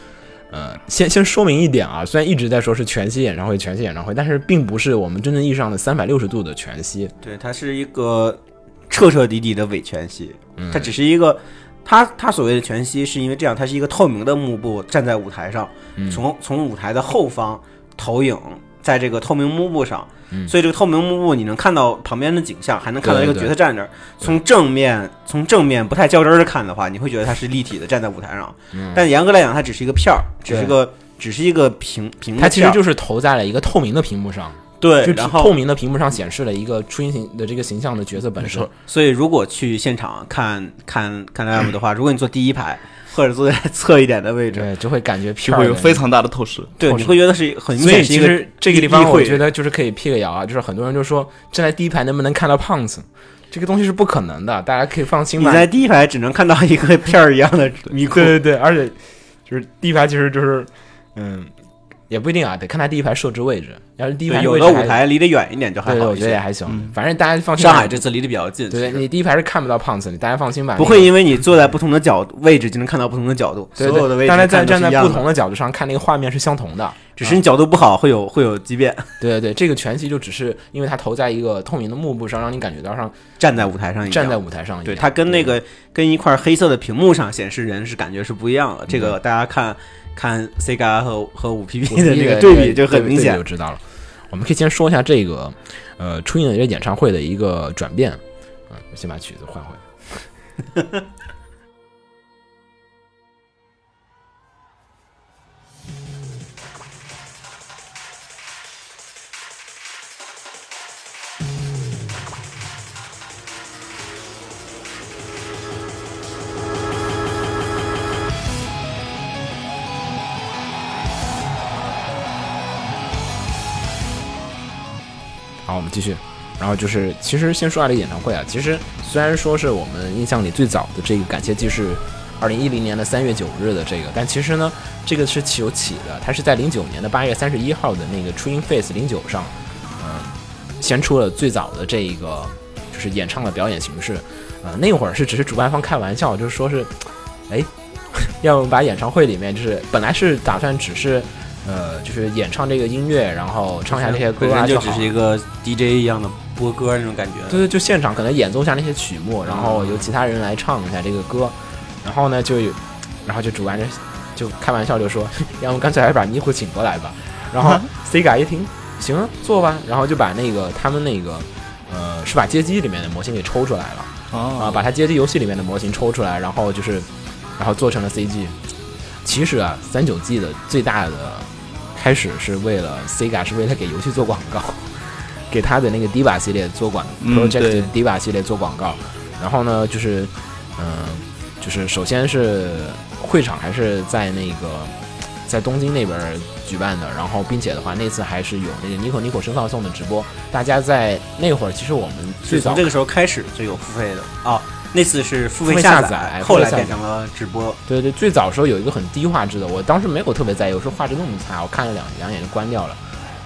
S1: 呃，先先说明一点啊，虽然一直在说是全息演唱会，全息演唱会，但是并不是我们真正意义上的三百六十度的全息。
S2: 对，它是一个彻彻底底的伪全息，
S1: 嗯，
S2: 它只是一个。它它所谓的全息，是因为这样，它是一个透明的幕布站在舞台上，
S1: 嗯
S2: 从从舞台的后方投影在这个透明幕布上，
S1: 嗯
S2: 所以这个透明幕布你能看到旁边的景象，还能看到一
S1: 对
S2: 个
S1: 对
S2: 角色站那儿。从正面从正面不太较真儿的看的话，你会觉得它是立体的站在舞台上，
S1: 嗯
S2: 但严格来讲，它只是一个片儿，只是
S1: 对
S2: 个只是一个屏屏幕片儿，
S1: 它其实就是投在了一个透明的屏幕上，
S2: 对，
S1: 就
S2: 然
S1: 透
S2: 后
S1: 明的屏幕上显示了一个初音形的这个形象的角色本身。
S2: 所以如果去现场看看看 live 的话，如果你坐第一排或者坐在 侧一点的位置，
S1: 对，就会感觉
S3: 就
S1: 片儿
S3: 会有
S1: 的
S3: 非常大的透视。
S2: 对，
S1: 或
S2: 你
S1: 者
S2: 会觉得是很明
S1: 所以
S2: 显是
S1: 其
S2: 一个
S1: 实这个地
S2: 例
S1: 方，我
S2: 会
S1: 觉得就是可以辟个谣啊，就是很多人就说站在第一排能不能看到胖子，这个东西是不可能的，大家可以放心
S2: 你
S1: 吧。
S2: 在第一排只能看到一个片儿一样的迷
S1: 对
S2: 窟。
S1: 对对，而且就是第一排其实就是，嗯，也不一定啊，得看他第一排设置位置。要是第一排
S2: 对，有
S1: 位置
S2: 的
S1: 还
S2: 舞，台离得远一点就还
S1: 对对，
S2: 好
S1: 我
S2: 一
S1: 觉得也
S2: 些。
S1: 还行，
S3: 嗯
S1: 反正大家放心吧。
S2: 上海这次离得比较近，
S1: 对
S2: 其实
S1: 你第一排是看不到胖子，你大家放心吧。
S2: 不会因为你坐在不同的角位置就能看到不同的角度，
S1: 对
S2: 所有的
S1: 对，
S2: 位置
S1: 大家在
S2: 看都
S1: 站
S2: 是
S1: 在
S2: 一样
S1: 不
S2: 的
S1: 同的角度上看那个画面是相同的。
S2: 只是你角度不好会有会有畸 变。
S1: 对对对，这个全息就只是因为它投在一个透明的幕布上，让你感觉到上
S2: 站在舞台上一样，
S1: 站在舞台上一样。
S2: 对它跟那个跟一块黑色的屏幕上显示人是感觉是不一样的。
S1: 嗯
S2: 这个大家看看 Sega 和和五 PP
S1: 我
S2: 的
S1: 第一
S2: 这个
S1: 个
S2: 对
S1: 对
S2: 比就很明
S1: 对比
S2: 显
S1: 就。知道了。我们可以先说一下这个，呃，初音的这个演唱会的一个转变。嗯，我先把曲子换回来。好，我们继续。然后就是，其实先说下这个演唱会啊，其实虽然说是我们印象里最早的这个感谢祭是二零一零年的三月九日的这个，但其实呢，这个是起有起的，它是在零九年的八月三十一号的那个初音 Face 零九上，嗯、先出了最早的这一个就是演唱的表演形式，呃，那会儿是只是主办方开玩笑，就是说是，哎， 要把演唱会里面就是本来是打算只是。呃，就是演唱这个音乐，然后唱一下这些歌
S2: 本
S1: 啊，
S2: 身就
S1: 就
S2: 只
S1: 好
S2: 是一个 DJ 一样的播歌那种感觉。
S1: 对对，就现场可能演奏一下那些曲目，然后由其他人来唱一下这个歌，然后呢就有，然后就主办人就开玩笑就说， 要不干脆还是把迷糊请过来吧。然 后 Sega 一听，行啊，做吧，然后就把那个他们那个呃是把街机里面的模型给抽出来了。
S2: 哦
S1: 啊，
S3: 啊，
S1: 把它街机游戏里面的模型抽出来，然后就是，然后做成了 CG。其实啊，三九 G 的最大的开始是为了 Sega 是为了给游戏做广告， 给它的那个 DIBA 系列做广、
S3: 嗯
S1: Project
S3: 对
S1: DIBA 系列做广告。然后呢，就是嗯、就是首先是会场还是在那个在东京那边儿举办的，然后并且的话，那次还是有那个 Nico Nico 声放送的直播，大家在那会儿其实我们最
S2: 是
S1: 早
S2: 从这个时候开始就有付费的哦，那次是付
S1: 付费
S2: 费
S1: 下
S2: 下
S1: 载
S2: 载，后来
S1: 付费下载
S2: 变成了直播。
S1: 对对，最早时候有一个很低画质的，我当时没有特别在意，我说画质那么差，我看了两两眼就关掉了。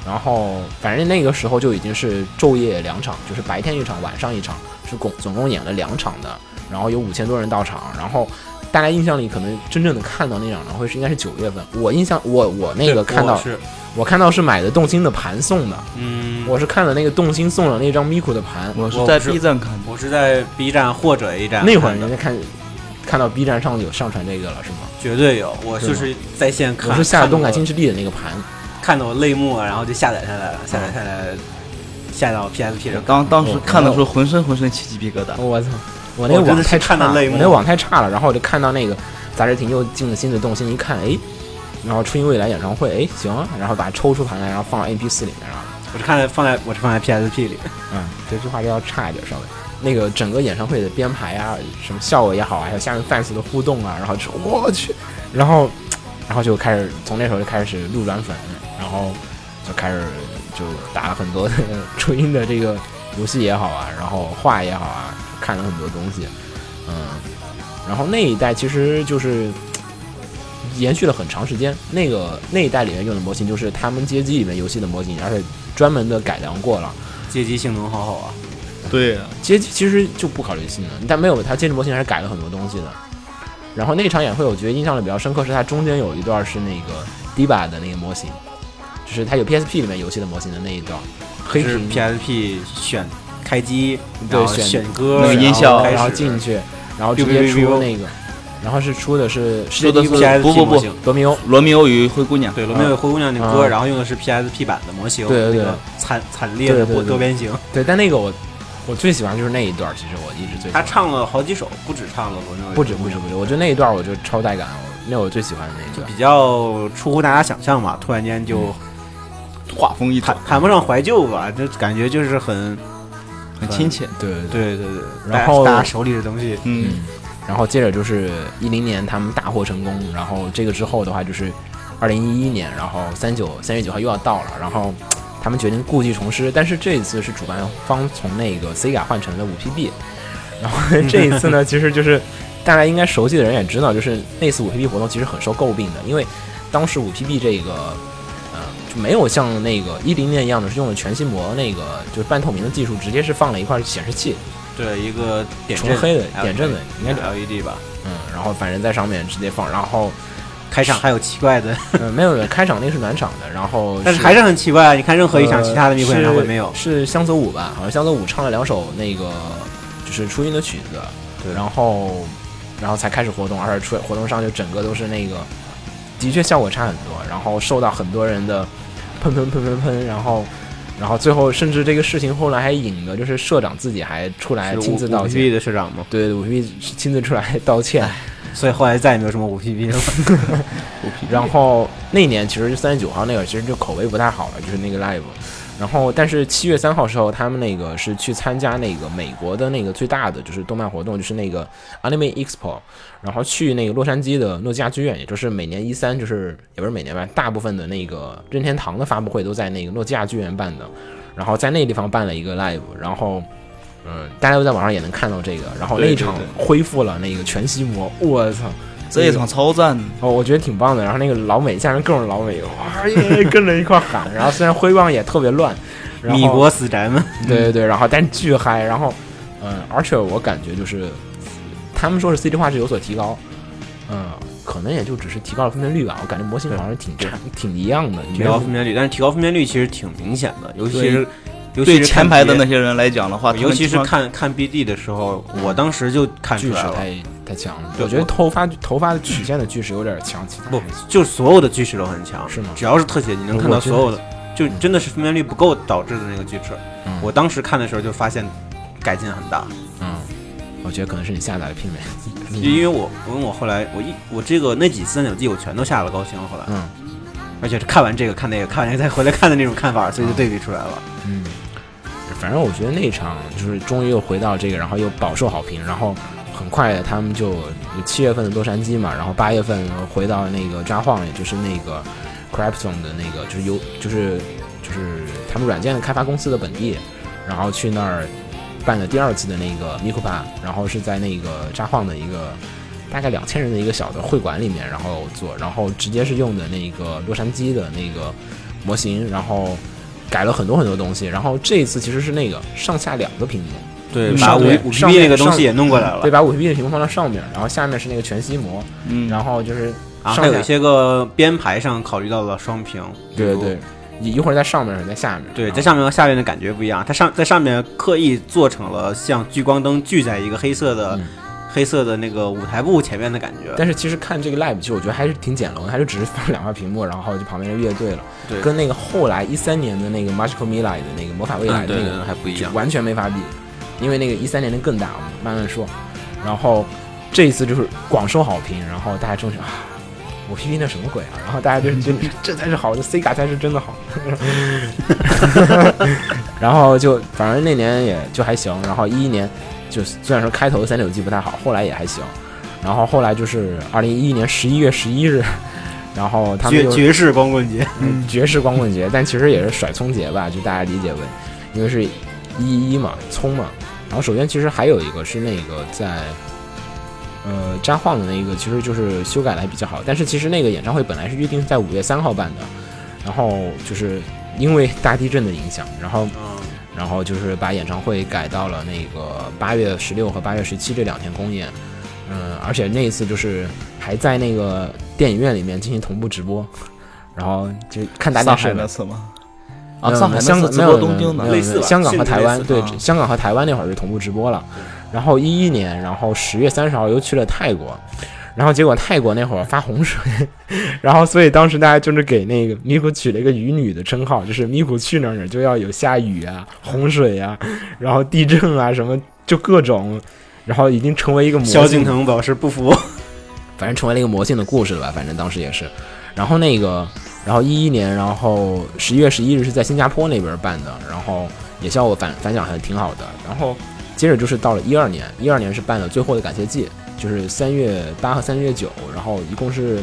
S1: 然后反正那个时候就已经是昼夜两场，就是白天一场，晚上一场，是共总共演了两场的，然后有五千多人到场，然后。大家印象里可能真正的看到那场晚会是应该是九月份，我印象我我那个
S2: 对
S1: 看到
S2: 我是
S1: 我看到是买的动心的盘送的，
S2: 嗯，
S1: 我是看了那个动心送了那张咪咕的盘，
S3: 我是
S2: 我
S3: 在
S2: 不是
S3: B 站看的，
S2: 我是在 B 站或者 A 站
S1: 那会儿
S2: 看的
S1: 人家看看到 B 站上有上传这个了是吗？
S2: 绝对有，我
S1: 是
S2: 就
S1: 吗
S2: 是在线看，
S1: 我是下了
S2: 看
S1: 动感
S2: 我
S1: 新之力的那个盘，
S2: 看到我泪目啊，然后就下载下来了，下
S1: 嗯
S2: 载下来，下到 PSP 上。
S3: 当当时
S1: 我
S3: 看的时候浑身浑身起鸡皮疙瘩。
S1: 哦我操！我那个
S2: 我哦真
S1: 网
S2: 的是
S1: 太差
S2: 看
S1: 了，
S2: 得泪目
S1: 我那个网太差了。然后我就看到那个杂志亭又进了新的动心，一看，哎，然后初音未来演唱会，哎，行啊，然后把它抽出盘来，然后放到 MP 四里面，然后，
S2: 我是看在放在我是放在 PSP 里，
S1: 嗯，这句话就要差一点，稍微。那个整个演唱会的编排啊，什么效果也好，啊还有下面 fans 的互动啊，然后就我去，然后，然后就开始从那时候就开始路转粉，然后就开始就就打了很多的初音的这个游戏也好啊，然后画也好啊，看了很多东西，嗯，然后那一代其实就是延续了很长时间。那个那一代里面用的模型就是他们街机里面游戏的模型，而且专门的改良过了。
S2: 街机性能好好啊，
S3: 对呀、
S1: 街机其实就不考虑性能，但没有它街机模型还是改了很多东西的。然后那场演会，我觉得印象里比较深刻是它中间有一段是那个 DIBA 的那个模型，就是它有 PSP 里面游戏的模型的那一段，黑
S2: 就
S1: 屏
S2: 是 PSP 选开机，
S1: 对
S2: 然后
S1: 选
S2: 选歌，
S3: 那个音效
S2: 然后开始
S1: 然后进去，然后直
S2: 哔哔
S1: 接
S2: 哔哔
S1: 出
S2: 哔
S1: 那个，然后是出的是世界
S3: 说的
S1: 第一部
S3: 是
S2: PSP
S3: 不不
S2: 模型
S3: 不，
S1: 罗密欧，
S3: 罗密欧与灰姑娘，
S2: 对，罗密欧与灰姑娘那
S1: 啊
S2: 歌，然后用的是 PSP 版的模型，
S1: 对对对
S2: 那个惨惨烈的
S1: 对对
S2: 多
S1: 对
S2: 多边形，
S1: 对，但那个我我最喜欢就是那一段，其实我一直最喜
S2: 他
S1: 欢
S2: 唱了好几首，不止唱了罗密欧与
S1: 不止
S2: 灰姑
S1: 不止
S2: 娘
S1: 不止，我觉得那一段我就超带感，我那我最喜欢的那一段
S2: 比。较出乎大家想象嘛，突然间
S1: 嗯
S2: 就
S3: 画风一
S2: 谈
S3: 转，
S2: 谈不上怀旧吧，就感觉就是很
S3: 很亲切。
S1: 对对对，
S2: 对对对，
S1: 然
S2: 大家
S1: 后
S2: 大家手里的东西，
S3: 嗯，
S1: 嗯，然后接着就是一零年他们大获成功，然后这个之后的话就是二零一一年，然后三九三月九号又要到了，然后他们决定故技重施，但是这一次是主办方从那个 Sega 换成了五 PB，然 后这一次呢，其实就是大家应该熟悉的人也知道，就是那次五 PB 活动其实很受诟病的，因为当时五 PB 这个。呃就没有像那个一零年一样的，是用了全息膜那个就是半透明的技术，直接是放了一块显示器，
S2: 对一个点
S1: 纯
S2: 阵
S1: 黑的
S2: LED
S1: 点阵的，应该
S2: LED 吧。
S1: 嗯，然后反正在上面直接放，然 后
S2: 开场还有奇怪的，
S1: 呃没有人开场那是暖场的，然后
S2: 但是还是很奇怪啊！你看任何一场
S1: 呃
S2: 其他的迷惑演唱会没有，
S1: 是是香泽舞吧？好像香泽舞唱了两首那个就是初音的曲子，
S2: 对
S1: 然后然后才开始活动，而且出活动上就整个都是那个，的确效果差很多，然后受到很多人的喷喷喷喷喷，然后。然后最后，甚至这个事情后来还引得就是社长自己还出来亲自道
S2: 五
S1: 歉，
S2: PB 的社长嘛，
S1: 对，五 P 亲自出来道歉，
S2: 所以后来再也没有什么五 PB 了。
S1: 然后那年其实三十九号那会儿，其实就口碑不太好了，就是那个 live。然后，但是七月三号时候，他们那个是去参加那个美国的那个最大的就是动漫活动，就是那个 Anime Expo，然后去那个洛杉矶的诺基亚剧院，也就是每年一三，就是也不是每年吧，大部分的那个任天堂的发布会都在那个诺基亚剧院办的，然后在那个地方办了一个 live，然后。嗯，大家都在网上也能看到这个，然后那一
S3: 对对
S1: 场恢复了那个全息模，我操，
S3: 这一场超赞，
S1: 哦，我觉得挺棒的。然后那个老美，加上各种老美，哇耶，哎跟着一块儿喊。 然后虽然挥棒也特别乱， 然后嗯
S2: 米国死宅们，
S1: 对对对，然后但巨嗨。然后，嗯，而且我感觉就是，他们说是 CG 画质有所提高，嗯，可能也就只是提高了分辨率吧。我感觉模型好像挺差，挺一样的。
S2: 提高分辨率，但是提高分辨率其实挺明显的，尤其
S3: 对
S2: 是尤其
S3: 对
S2: 是
S3: 前
S2: 看
S3: 排的
S2: 别
S3: 那些人来讲的话，他们
S2: 尤其
S3: 基
S2: 是
S3: 本上
S2: 看看 BD 的时候，我当时就看出
S1: 锯
S2: 来
S1: 齿
S2: 了，
S1: 太太强了，
S2: 对
S1: 我觉得
S2: 我
S1: 头发头发的曲线的锯齿有点强，其他
S2: 不
S1: 还行
S2: 就是所有的锯齿都很强，
S1: 是吗
S2: 只要是特写，你能看到
S1: 我觉得
S2: 所有的，就真的是分辨率不够导致的那个锯齿。
S1: 嗯
S2: 我当时看的时候就发现改进很大，
S1: 嗯，我觉得可能是你下载的媲美。
S2: 因为我我因为我后来我一我这个那几次三角记我全都下了高清了，后来
S1: 嗯。
S2: 而且是看完这个看那个，看完那个再回来看的那种看法，所以就对比出来了。
S1: 嗯，反正我觉得那场就是终于又回到这个，然后又饱受好评，然后很快他们就七月份的洛杉矶嘛，然后八月份回到那个札幌，也就是那个 Crapson 的那个就是有就是就是他们软件的开发公司的本地，然后去那儿办了第二次的那个 Mikupa，然后是在那个札幌的一个。大概两千人的一个小的会馆里面，然后做，然后直接是用的那个洛杉矶的那个模型，然后改了很多很多东西。然后这一次其实是那个上下两个屏幕，
S2: 对
S1: 嗯
S2: 把
S1: 上
S2: 五
S1: 面
S2: 五
S1: 上
S2: GB
S1: 面
S2: 那个东西也弄过来了
S1: 对，，把五 P 的屏幕放到上面，然后下面是那个全息膜，
S3: 嗯，
S1: 然后就是
S2: 啊，
S1: 上
S2: 还有
S1: 下
S2: 一些个编排上考虑到了双屏，比
S1: 对
S2: 如
S1: 对，啊一一会儿在上面，一会儿在下面，
S2: 对，
S1: 然后
S2: 在上面和下面的感觉不一样。它上在上面刻意做成了像聚光灯聚在一个黑色的、
S1: 嗯
S2: 黑色的那个舞台布前面的感觉。
S1: 但是其实看这个 live，其实我觉得还是挺简陋的，它就只是放两块屏幕，然后就旁边的乐队了，
S2: 对
S1: 跟那个后来一三年的那个 Magical Mila 的那个魔法未
S2: 啊嗯
S1: 来的那个
S2: 还不一
S1: 就。完全没法比，因为那个一三年的更大，我们慢慢说。然后这一次就是广受好评，然后大家争取啊，我 P P 那什么鬼啊？然后大家就觉得这才是好的，C 卡才是真的好。 然后就反正那年也就还行，然后一一年就虽然说开头三六 G 不太好，后来也还行。然后后来就是二零一一年十一月十一日，然后他们
S2: 爵
S1: 又
S2: 爵士光棍节，
S1: 嗯爵士光棍节，但其实也是甩葱节吧，就大家理解为，因为是一一嘛，葱嘛。然后首先其实还有一个是那个在。呃，札幌的那一个其实就是修改的还比较好，但是其实那个演唱会本来是预定在五月三号办的，然后就是因为大地震的影响，然后
S2: 嗯，
S1: 然后就是把演唱会改到了那个八月十六和八月十七这两天公演。嗯，而且那一次就是还在那个电影院里面进行同步直播，然后就看大家
S3: 上
S1: 是
S3: 海那次吗？
S1: 没
S3: 啊，
S1: 有
S3: 上海那
S1: 香
S3: 次
S1: 港
S3: 直
S1: 没
S3: 播
S1: 有
S3: 东京
S1: 没有，
S3: 的
S1: 没有
S2: 类似吧
S1: 香港
S2: 性
S1: 和
S2: 质
S1: 台
S2: 类
S1: 湾
S2: 似
S1: 对
S3: 啊，嗯
S1: 香港和台湾那会儿是同步直播了。然后一一年，然后十月三十号又去了泰国，然后结果泰国那会儿发洪水， 然后所以当时大家就是给那个咪咕取了一个雨女的称号，就是咪咕去哪儿哪儿就要有下雨啊、洪水啊，然后地震啊什么，就各种，然后已经成为一个魔
S2: 萧
S1: 镜
S2: 敬腾表示不服，
S1: 反正成为了一个魔性的故事了吧，反正当时也是。然后那个，然后一一年，然后十一月十一日是在新加坡那边办的，然后也效果反反响还挺好的。然后接着就是到了一二年，一二年是办了最后的感谢季，就是三月八和三月九，然后一共是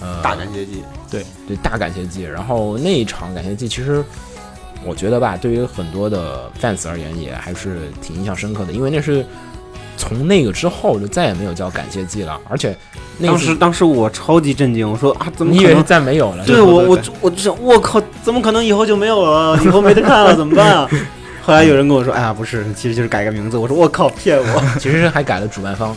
S1: 呃
S2: 大感谢祭，
S1: 对大感谢祭。然后那一场感谢祭，其实我觉得吧，对于很多的 fans 而言，也还是挺印象深刻的，因为那是从那个之后就再也没有叫感谢祭了，而且那
S2: 当
S1: 次
S2: 时当时我超级震惊，我说啊，怎么
S1: 你以
S2: 可
S1: 为
S2: 能
S1: 是再没有了？
S2: 对
S3: 对
S2: 我我
S3: 对对
S2: 就我就想，我靠，怎么可能以后就没有了？以后没得看了，怎么 办啊？后来有人跟我说，哎呀，不是，其实就是改个名字。我说我靠，骗我！
S1: 其实还改了主办方。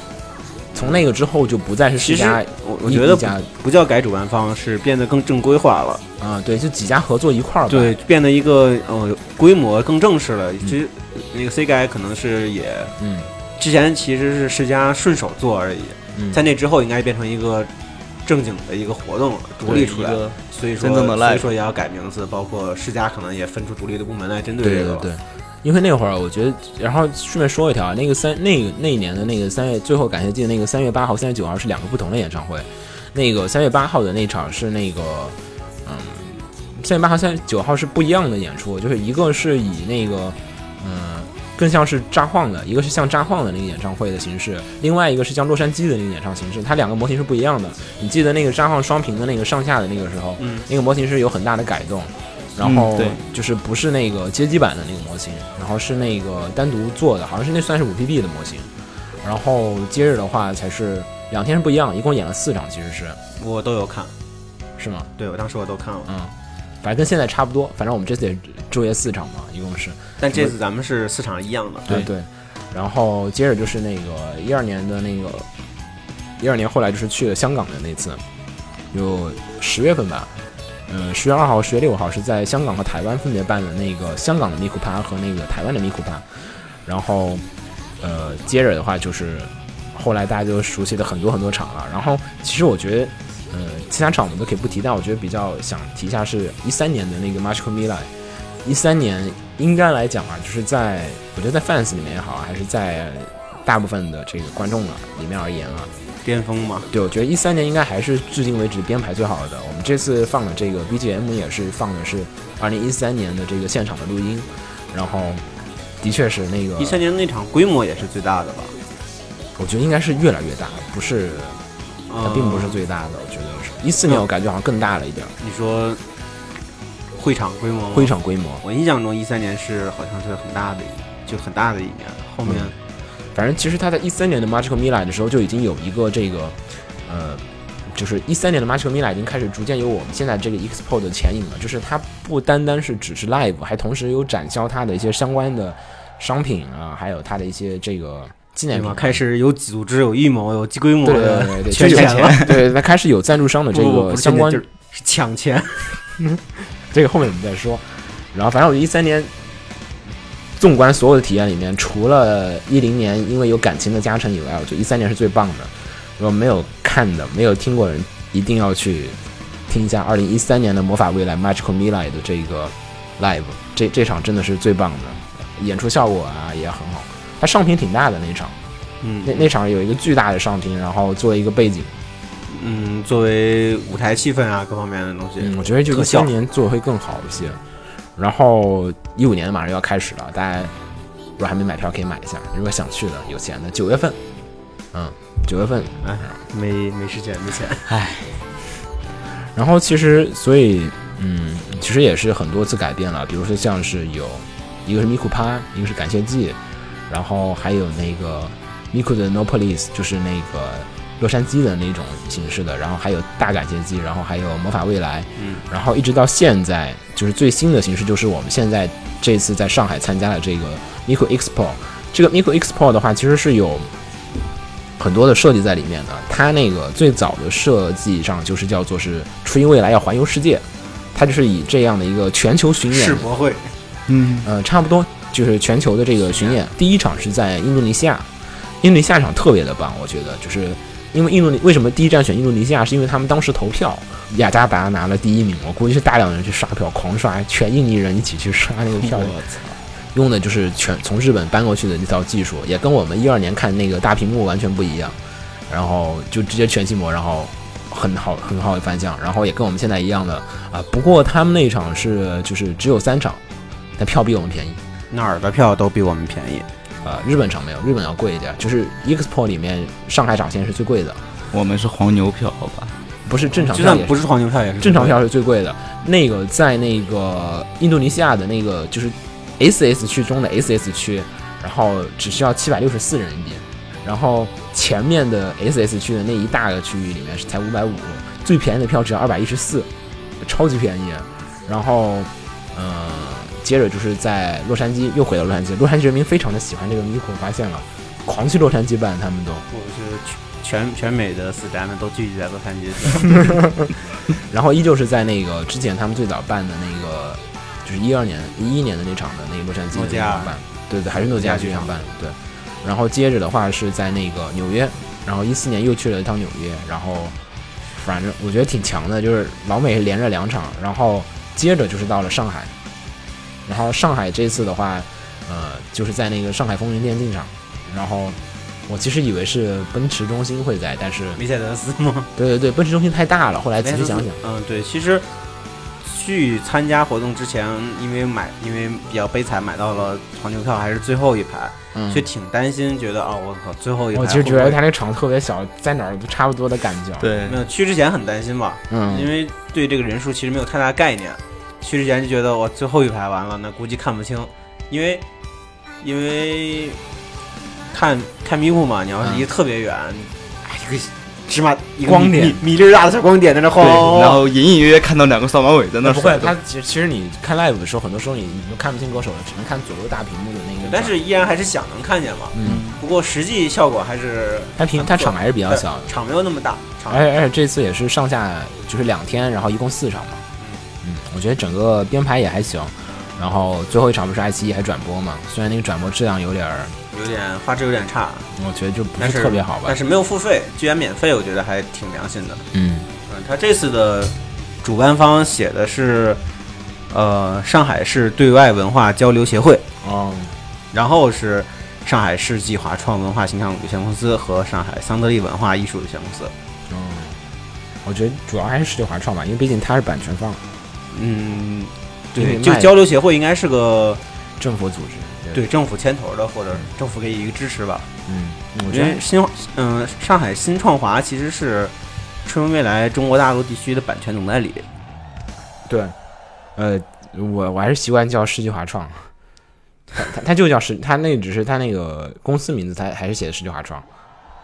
S1: 从那个之后就不再是
S2: 其
S1: 世
S2: 实
S1: 家，
S2: 我我觉得
S1: 一家
S2: 不不叫改主办方，是变得更正规化了，
S1: 啊、对，就几家合作一块儿吧。
S2: 对，变得一个呃规模更正式了。其实那个 C 改可能是也
S1: 嗯，
S2: 之前其实是世嘉顺手做而已，
S1: 嗯
S2: 在那之后应该变成一个正经的一个活动了，独立出来
S3: 对一
S2: 了。
S3: 个
S2: 所以说
S3: 真正的 live
S2: 所以说也要改名字，包括世嘉可能也分出独立的部门来针
S1: 对
S2: 这
S1: 对
S2: 个。
S1: 对，因为那会儿我觉得，然后顺便说一条啊，那个三那个那一年的那个三月最后感谢季的那个三月八号、三月九号是两个不同的演唱会。那个三月八号的那场是那个，嗯，三月八号、三月九号是不一样的演出，就是一个是以那个，嗯，更像是札幌的，一个是像札幌的那个演唱会的形式，另外一个是像洛杉矶的那个演唱形式，它两个模型是不一样的。你记得那个札幌双屏的那个上下的那个时候，
S2: 嗯，
S1: 那个模型是有很大的改动，然后
S3: 嗯对
S1: 就是不是那个街机版的那个模型，然后是那个单独做的，好像是那算是五 PB 的模型，然后接着的话才是两天是不一样，一共演了四场，其实是
S2: 我都有看，
S1: 是吗？
S2: 对我当时我都看了，
S1: 嗯，反正跟现在差不多，反正我们这次也昼夜四场嘛，一共是
S2: 但这次咱们是四场一样的，
S1: 对对。然后接着就是那个一二年的那个，一二年后来就是去了香港的那次，有十月份吧，嗯，十月二号、十月六号是在香港和台湾分别办的那个香港的咪咕趴和那个台湾的咪咕趴。然后，呃，接着的话就是后来大家就熟悉的很多很多场了。然后其实我觉得，呃，其他场我们都可以不提，但我觉得比较想提一下是一三年的那个 Magical Mila。一三年应该来讲啊，就是在我觉得在 fans 里面也好啊，还是在大部分的这个观众啊里面而言啊，
S2: 巅峰嘛，
S1: 对，我觉得一三年应该还是至今为止编排最好的。我们这次放的这个 BGM 也是放的是二零一三年的这个现场的录音，然后的确是那个
S2: 一三年那场规模也是最大的吧？
S1: 我觉得应该是越来越大，不是它
S2: 呃
S1: 并不是。最大的，我觉得是一四
S2: 哦
S1: 年我感觉好像更大了一点儿，
S2: 你说会场规模吗？
S1: 会。场规模。
S2: 我印象中一三年是好像是很大的一，就很大的一年，后面
S1: 嗯反正其实他在一三年的 Magical Mila 的时候就已经有一个这个，呃，就是一三年的 Magical Mila 已经开始逐渐有我们现在这个 Expo 的前引了，就是它不单单是只是 live，还同时有展销它的一些相关的商品啊，还有它的一些这个纪念
S2: 对
S1: 品
S2: 吧？。开始有组织、有预谋、有规模
S1: 对对
S2: 的
S1: 对 对，
S2: 圈钱了，
S1: 了，对，它开始有赞助商的这
S2: 不不不
S1: 个
S2: 不是
S1: 相关
S2: 这个劲儿是抢钱。
S1: 这个后面我们再说。然后，反正我觉得一三年，纵观所有的体验里面，除了一零年因为有感情的加成以外，我觉得一三年是最棒的。如果没有看的、没有听过的人，一定要去听一下二零一三年的《魔法未来 Magical Mila》的这个 live，这这场真的是最棒的，演出效果啊也很好。它上屏挺大的 那场，
S2: 嗯
S1: 那那场有一个巨大的上屏，然后做一个背景，
S2: 嗯，作为舞台气氛啊各方面的东西，
S1: 嗯，我觉得就
S2: 特
S1: 一
S2: 效
S1: 三年做得会更好一些。然后一五年马上要开始了，大家如果还没买票可以买一下，如果想去的有钱的，九月份，嗯，九月份，
S2: 哎，没没时间，没钱。
S1: 然然后其实所以嗯，其实也是很多次改变了，比如说像是有一个是咪咕趴，一个是感谢祭，然后还有那个咪咕的 No Police，就是那个洛杉矶的那种形式的，然后还有大感谢祭，然后还有魔法未来，
S2: 嗯，
S1: 然后一直到现在，就是最新的形式，就是我们现在这次在上海参加了这个 Mico Expo。这个 Mico Expo 的话，其实是有很多的设计在里面的。它那个最早的设计上就是叫做是初音未来要环游世界，它就是以这样的一个全球巡演
S2: 世，博会，
S3: 嗯，
S1: 呃，差不多就是全球的这个巡演。第一场是在印度尼西亚，印度尼西亚场特别的棒，我觉得就是。因为印度尼为什么第一站选印度尼西亚，是因为他们当时投票，雅加达拿了第一名，我估计是大量人去刷票，狂刷，全印尼人一起去刷那个票，用的就是全从日本搬过去的那套技术，也跟我们一二年看那个大屏幕完全不一样，然后就直接全息模，然后很好很好的反响，然后也跟我们现在一样的啊、不过他们那场是就是只有三场，但票比我们便宜。
S2: 哪儿的票都比我们便宜。
S1: 呃，日本场没有，日本要贵一点，就是 Expo 里面上海场现在是最贵的，
S3: 我们是黄牛票，好吧？
S1: 不是正常
S2: 就
S1: 票
S2: 算
S1: 也是
S2: 不是黄牛票也是
S1: 正常票是最贵的。那个在那个印度尼西亚的那个就是 S S 区中的 S S 区，然后只需要七百六十四人民币，然后前面的 S S 区的那一大个区域里面是才五百五，最便宜的票只要二百一十四，超级便宜。然后，呃，接着就是在洛杉矶又回到洛杉矶，洛杉矶人民非常的喜欢这个迷糊，发现了，狂去洛杉矶办，他们都。
S2: 我是全全美的死宅们都聚集在洛杉矶，
S1: 然后依旧是在那个之前他们最早办的那个，就是一二年、一一年的那场的那个洛杉矶的
S2: 诺
S1: 那
S2: 基亚
S1: 场办，对对，还是诺基亚
S2: 诺基
S1: 剧
S2: 亚剧
S1: 场
S2: 场
S1: 办，对。然后接着的话是在那个纽约，然后一四年又去了一趟纽约，然后反正我觉得挺强的，就是老美连着两场，然后接着就是到了上海，然后上海这次的话，呃，就是在那个上海风云电竞场，然后我其实以为是奔驰中心会在，但是
S2: 梅赛德斯吗？
S1: 对对对，奔驰中心太大了，后哎来仔
S2: 梅赛
S1: 细
S2: 德
S1: 想
S2: 斯
S1: 想。
S2: 嗯，对，其实去参加活动之前，因为买因为比较悲惨，买到了黄牛票还是最后一排，
S1: 嗯。
S2: 就挺担心，觉得啊、我靠，最后一排
S1: 我
S2: 会不
S1: 其
S2: 会。
S1: 实觉得他那个场特别小，在哪儿都差不多的感觉。，
S3: 对
S2: 没有去之前很担心吧，因
S1: 嗯，
S2: 为对这个人数其实没有太大概念。去之前就觉得我最后一排完了，那估计看不清，因为因为看看迷雾嘛，你
S1: 嗯
S2: 要是离得特别远，哎一个芝麻一个
S1: 光
S2: 米
S1: 点
S2: 米米粒儿大的小光点在那晃晃晃
S3: 对，
S2: 晃，
S3: 然后隐隐约约看到两个扫马尾在那
S1: 哎不会
S3: 甩，动
S1: 他其实其实你看 live 的时候，很多时候你你都看不清歌手了，只能看左右大屏幕的那个。
S2: 但是，依然还是想能看见嘛。
S1: 嗯，
S2: 不过实际效果还是
S1: 他屏他场还是比较小的，哎
S2: 场没有那么大，场
S1: 而且而且这次也是上下就是两天，然后一共四场嘛。嗯，我觉得整个编排也还行。然后最后一场不是爱奇艺还转播嘛？虽然那个转播质量有点儿，
S2: 有点画质有点差，
S1: 我觉得就不
S2: 但
S1: 特别好吧
S2: 但。是没有付费，居然免费，我觉得还挺良心的。
S1: 嗯，
S2: 嗯，他这次的主办方写的是，呃，上海市对外文化交流协会，
S1: 哦，
S2: 然后是上海世纪华创文化形象有限公司和上海桑德利文化艺术有限公司。
S1: 嗯，我觉得主要还是世界华创吧，因为毕竟它是版权方，
S2: 嗯，
S1: 因为
S2: 对，就
S1: 卖
S2: 交流协会应该是个
S1: 政府组织。
S2: 对政府牵头的，或者政府给予一个支持吧。
S1: 嗯，我觉
S2: 因
S1: 得
S2: 为新华嗯、上海新创华其实是春未来中国大陆地区的版权总代理。
S1: 对，呃，我我还是习惯叫世纪华创，他他他就叫世，他那只是他那个公司名字，他还是写的世纪华创，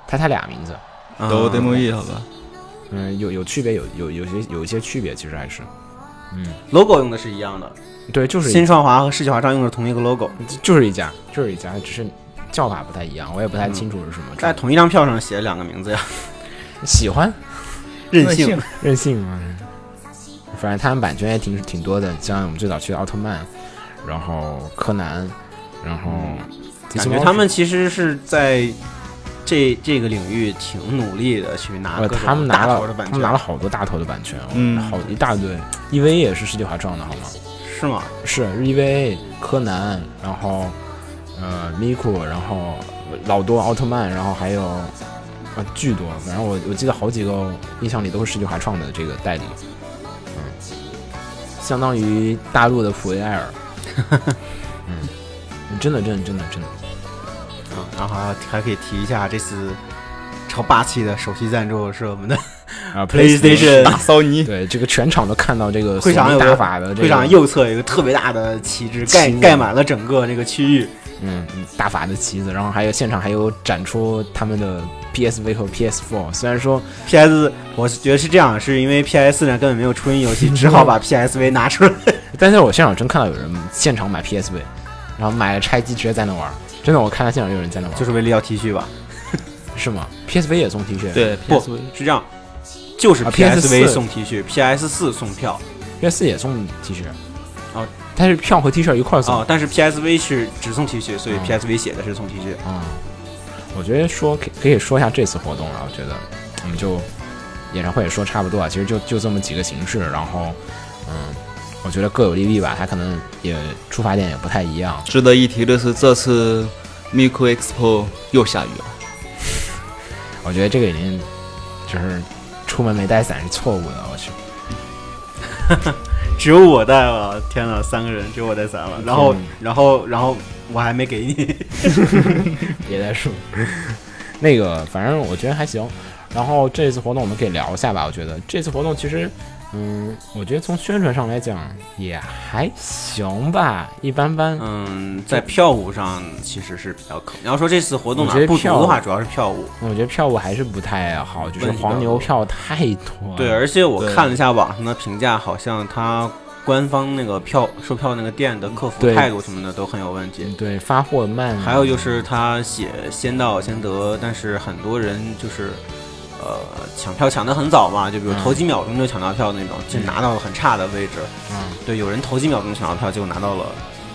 S1: 他他俩名字，
S2: 嗯
S3: 都 demo e 好吧？
S1: 嗯，有有区别，有有有些有一些区别，其实还是，嗯，
S2: logo 用的是一样的，
S1: 对，就是
S2: 新
S1: 一
S2: 创华和世纪华创用的是同一个 logo，
S1: 就是一家，就是一家，只是叫法不太一样，我也不
S2: 嗯
S1: 太清楚是什么。
S2: 在同一张票上写了两个名字呀，
S1: 喜欢
S2: 任性。
S1: 任性嘛，反正他们版权也挺挺多的，像我们最早去的奥特曼，然后柯南，然后机
S2: 嗯感
S1: 器
S2: 觉
S1: 猫
S2: 他们其实是在这这个领域挺努力的去拿
S1: 呃，
S2: 各种
S1: 他们拿
S2: 大头
S1: 了
S2: 的，版
S1: 他们拿了
S2: 权，
S1: 好多大头的版权，哦
S3: 嗯
S1: 好一大堆。EVA 也是世纪华创的，好吗？
S2: 是吗？
S1: 是 EVA、柯南，然后呃 Miku，然后老多奥特曼，然后还有啊、呃巨多，反正我我记得好几个印象里都是世纪华创的这个代理，嗯，相当于大陆的普威埃 尔，嗯，真的真的真的真的，
S2: 啊，然后还可以提一下，这次超霸气的首席赞助是我们的
S1: 啊
S2: PlayStation
S3: 打扫你，
S1: 对，这个全场都看到这个
S2: 会场
S1: 索
S2: 有
S1: 尼
S2: 个
S1: 大法的这个
S2: 会场右侧有一个特别大的旗帜，盖
S1: 旗子
S2: 盖满了整个这个区域。
S1: 嗯大法的旗子，然后还有现场还有展出他们的 PSV 和 PS4，虽然说
S2: PS，我是觉得是这样，是因为 PS 呢根本没有出音游 戏，只好把 PSV 拿出来。
S1: 但是我现场真看到有人现场买 PSV，然后买了拆机直接在那玩儿，真的，我看到现场有人在那玩儿，
S2: 就是为了要 T 恤吧？
S1: 是吗？PSV 也送 T 恤，
S3: 对
S2: 不
S3: PSV
S2: 是这样，就是
S1: 啊，PS4
S2: PSV 送 T 恤，PS 四送票
S1: ，PS4 也送 T 恤，
S2: 哦，
S1: 但是票和 T 恤一块儿送
S2: 啊，但是 PSV 是只送 T 恤，所以
S1: 嗯
S2: PSV 写的是送 T 恤。
S1: 啊、我觉得说可以可以说一下这次活动了，我觉得我们就演唱会也说差不多啊，其实就就这么几个形式，然后嗯，我觉得各有利弊吧，它可能也出发点也不太一样，
S3: 值得一提的是，这次 Miku Expo 又下雨了。
S1: 我觉得这个已经就是出门没带伞是错误的，我 去，
S2: 只有我带了，天哪，三个人只有我带伞了。然后
S1: 天，
S2: 然后，然后我还没给 你。
S1: 别再说， 那个反正我觉得还行，然后这次活动我们可以聊一下吧，我觉得这次活动其实。嗯，我觉得从宣传上来讲也还行吧，一般般。
S2: 嗯，在票务上其实是比较坑。你要说这次活动
S1: 我
S2: 哪
S1: 觉得
S2: 不足
S1: 票务
S2: 的话，主要是票务。
S1: 我觉得票务还是不太好，就是
S2: 问题
S1: 黄
S2: 比较
S1: 牛
S2: 多
S1: 票太多了。
S2: 对，而且我
S3: 对
S2: 看了一下网上的评价，好像他官方那个票售票那个店的客服
S1: 对
S2: 态度什么的都很有问题。
S1: 对发货慢，啊
S2: 还有就是他写先到先得，但是很多人就是。呃，抢票抢得很早嘛，就比如
S1: 嗯
S2: 头几秒钟就抢到票那种，就拿到了很差的位置。
S1: 嗯，
S2: 对，有人头几秒钟抢到票，结果拿到了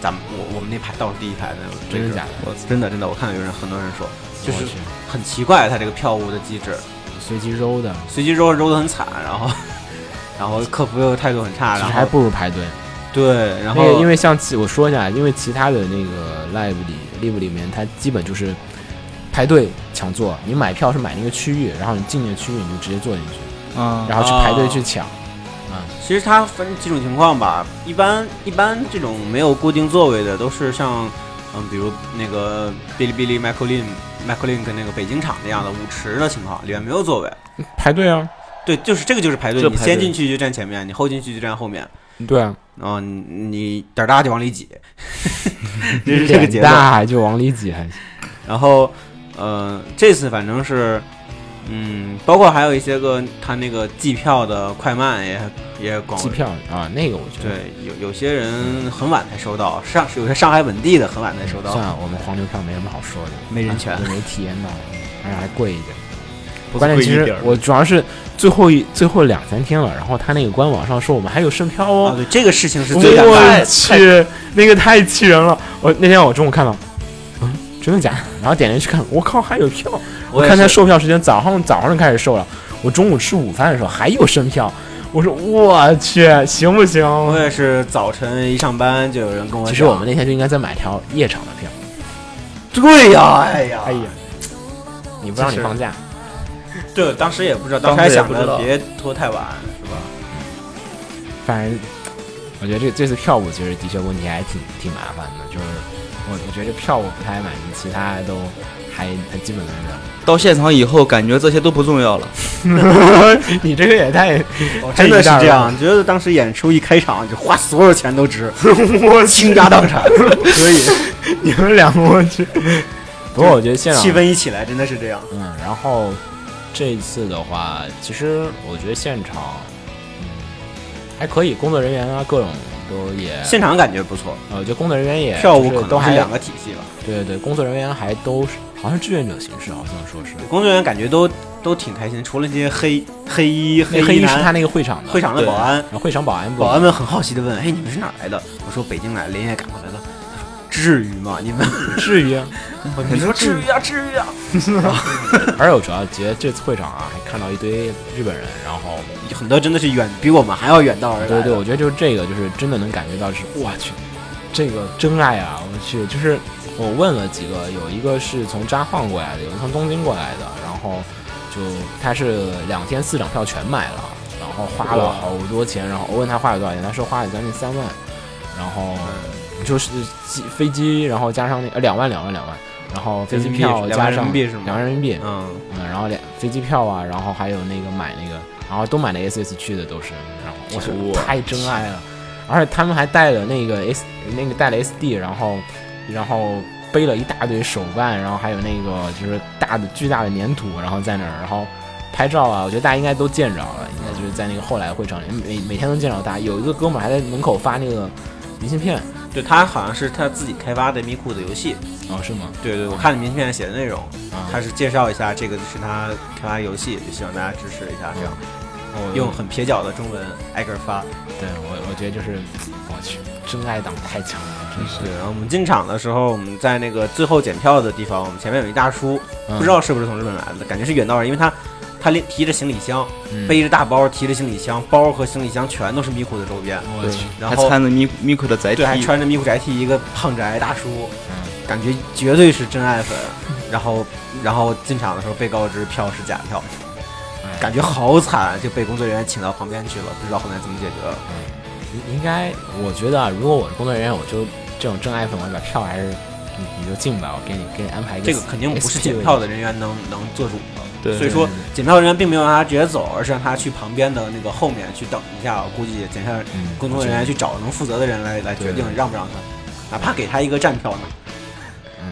S2: 咱们我我们那排倒数第一排的那种位置。
S1: 真的假的
S2: 我真的真的，我看到有人很多人说，就
S1: 我
S2: 是
S1: 去
S2: 很奇怪，他这个票务的机制，
S1: 随机揉的，
S2: 随机揉揉得很惨，然后 然后客服又态度很差，
S1: 其实
S2: 然
S1: 还
S2: 后
S1: 不如排队。
S2: 对，然
S1: 那
S2: 后
S1: 个因为像其我说一下，因为其他的那个 live 里 live 里面，它基本就是排队抢座，你买票是买那个区域，然后你进那个区域你就直接坐进去，
S3: 嗯
S1: 然后去排队
S2: 哦
S1: 去抢。
S2: 其实它分几种情况吧，一般一般这种没有固定座位的都是像嗯，比如那个哔哩哔哩 MacLin MacLin 跟那个北京场那样的舞池的情况，里面没有座位。
S1: 排队啊，
S2: 对，就是这个就是排队，
S3: 这
S2: 你
S3: 排
S2: 先
S3: 队
S2: 进去就站前面，你后进去就站后面。
S1: 对啊，
S2: 然后你你胆儿大就往里挤， 这是 这个
S1: 脸
S2: 节奏。
S1: 大就往里挤还行。
S2: 然后，呃，这次反正是，嗯，包括还有一些个他那个计票的快慢也也广
S1: 机票啊，那个我觉得。
S2: 对，有有些人很晚才收到，上有些上海本地的很晚才收
S1: 算
S2: 到，
S1: 了，我们黄牛票没什么好说的，
S2: 没人
S3: 哎
S2: 权
S1: 也没体验到，而且还贵一点。
S3: 不
S1: 关键
S3: 贵
S1: 其
S3: 一
S1: 实
S3: 点儿
S1: 我主要是最后一最后两三天了，然后他那个官网上说我们还有剩票
S2: 啊，
S1: 哦，
S2: 对，这个事情是最尴尬
S1: 我
S2: 的。
S1: 去，那个太气人了！我那天我中午看到，嗯，真的假的？然后点进去看，我靠，还有票！
S2: 我也
S1: 看他
S2: 是
S1: 售票时间，早上早上就开始售了，我中午吃午饭的时候还有剩票，我说我去，行不行？
S2: 我也是早晨一上班就有人跟我
S1: 其实我
S2: 讲
S1: 们那天就应该再买条夜场的票。
S2: 对呀，哎呀，
S1: 哎呀，，你不让你
S2: 其实
S1: 放假，
S2: 对，当时也不知道，
S3: 当
S2: 当
S3: 时
S2: 时还想
S3: 也不知
S2: 着
S3: 道
S2: 别拖太晚，是吧？
S1: 反正我觉得这这次票务其实的确问题还挺挺麻烦的，就是我我觉得票务不太满意，其他都还还基本能忍。
S3: 到现场以后，感觉这些都不重要了。
S1: 你这个也太
S2: 哦
S1: 这
S2: 真的
S1: 一
S2: 是
S1: 大人
S2: 这样，觉得当时演出一开场就花所有钱都值，我倾家荡产， 可以，
S1: 你们两个我去。 不过我觉得现场
S2: 气氛一起来真的是这样。
S1: 嗯，然后这一次的话，其实我觉得现场嗯还可以，工作人员啊各种都也，
S2: 现场感觉不错，
S1: 呃我觉得工作人员也
S2: 票务
S1: 就是
S2: 可
S1: 都
S2: 能
S1: 还
S2: 是两个体系吧。
S1: 对对对，工作人员还都是好像是志愿者形式，好像说是。
S2: 工作人员感觉都都挺开心，除了那些黑黑衣
S1: 那黑
S2: 衣
S1: 衣是他
S2: 男
S1: 那个会场的，
S2: 会场的保安，
S1: 然后会场保安不
S2: 保安们很好奇的问：“哎，你们是哪儿来的？”我说：“北京来，连夜赶过来的。”至于吗？你们
S1: 至于啊。
S2: 你说至于啊，至于啊！
S1: 而且我主要觉得这次会场啊，还看到一堆日本人，然后
S2: 很多真的是远比我们还要远道而来
S1: 对
S2: 的。
S1: 对，我觉得就是这个，就是真的能感觉到是，我去，这个真爱啊！我去，就是我问了几个，有一个是从札幌过来的，有一个从东京过来的，然后就他是两天四张票全买了，然后花了
S2: 哇
S1: 好多钱，然后我问他花了多少钱，他说花了将近三万，然后
S2: 嗯
S1: 就是机飞机，然后加上那呃两万两万两万，然后飞机
S2: 人民币
S1: 票
S2: 是两
S1: 加
S2: 万人
S1: 上
S2: 民币是吗
S1: 两万人民币，
S2: 嗯，
S1: 嗯，然后两飞机票啊，然后还有那个买那个然后都买了 SS 区的都是，然后我觉得
S3: 哇
S1: 太真爱了，而且他们还带了那个 S 那个带了 SD，然后然后背了一大堆手办，然后还有那个就是大的巨大的粘土，然后在那儿，然后拍照啊，我觉得大家应该都见着了，应该就是在那个后来会场里每每天都见着大家，有一个哥们儿还在门口发那个明信片，
S2: 对他好像是他自己开发的咪酷的游戏，
S1: 哦是吗？
S2: 对对，我看了明信片写的内容，
S1: 啊，
S2: 他是介绍一下这个是他开发游戏，就希望大家支持一下，这样
S1: 我
S2: 用很蹩脚的中文挨个儿发。
S1: 对我我觉得就是我去真爱党太强了，真是
S2: 对，然后我们进场的时候，我们在那个最后检票的地方，我们前面有一大叔，
S1: 嗯
S2: 不知道是不是从日本来的，感觉是远道人，因为他他拎提着行李箱，
S1: 嗯
S2: 背着大包，提着行李箱，包和行李箱全都是咪咕的周边，
S1: 我去，
S2: 然
S3: 还
S2: 后
S3: 穿着咪咪库的宅 T，
S2: 对还穿着咪咕宅 T 一个胖宅大叔，
S1: 嗯
S2: 感觉绝对是真爱粉。然后然后进场的时候被告知票是假票，
S1: 哎
S2: 感觉好惨，就被工作人员请到旁边去了，不知道后面怎么解决了。
S1: 应应该，我觉得啊，如果我是工作人员，我就这种真爱粉，我把票还是你你就进吧，我给你给你安排一个
S2: 这个肯定不是检票的人员能能做主的。
S3: 对
S2: 所以说检票人员并没有让他直接走，而是让他去旁边的那个后面去等一下。我估计检票
S1: 嗯
S2: 工作人员去找能负责的人来来决定
S1: 对
S2: 让不让他，哪怕给他一个站票呢，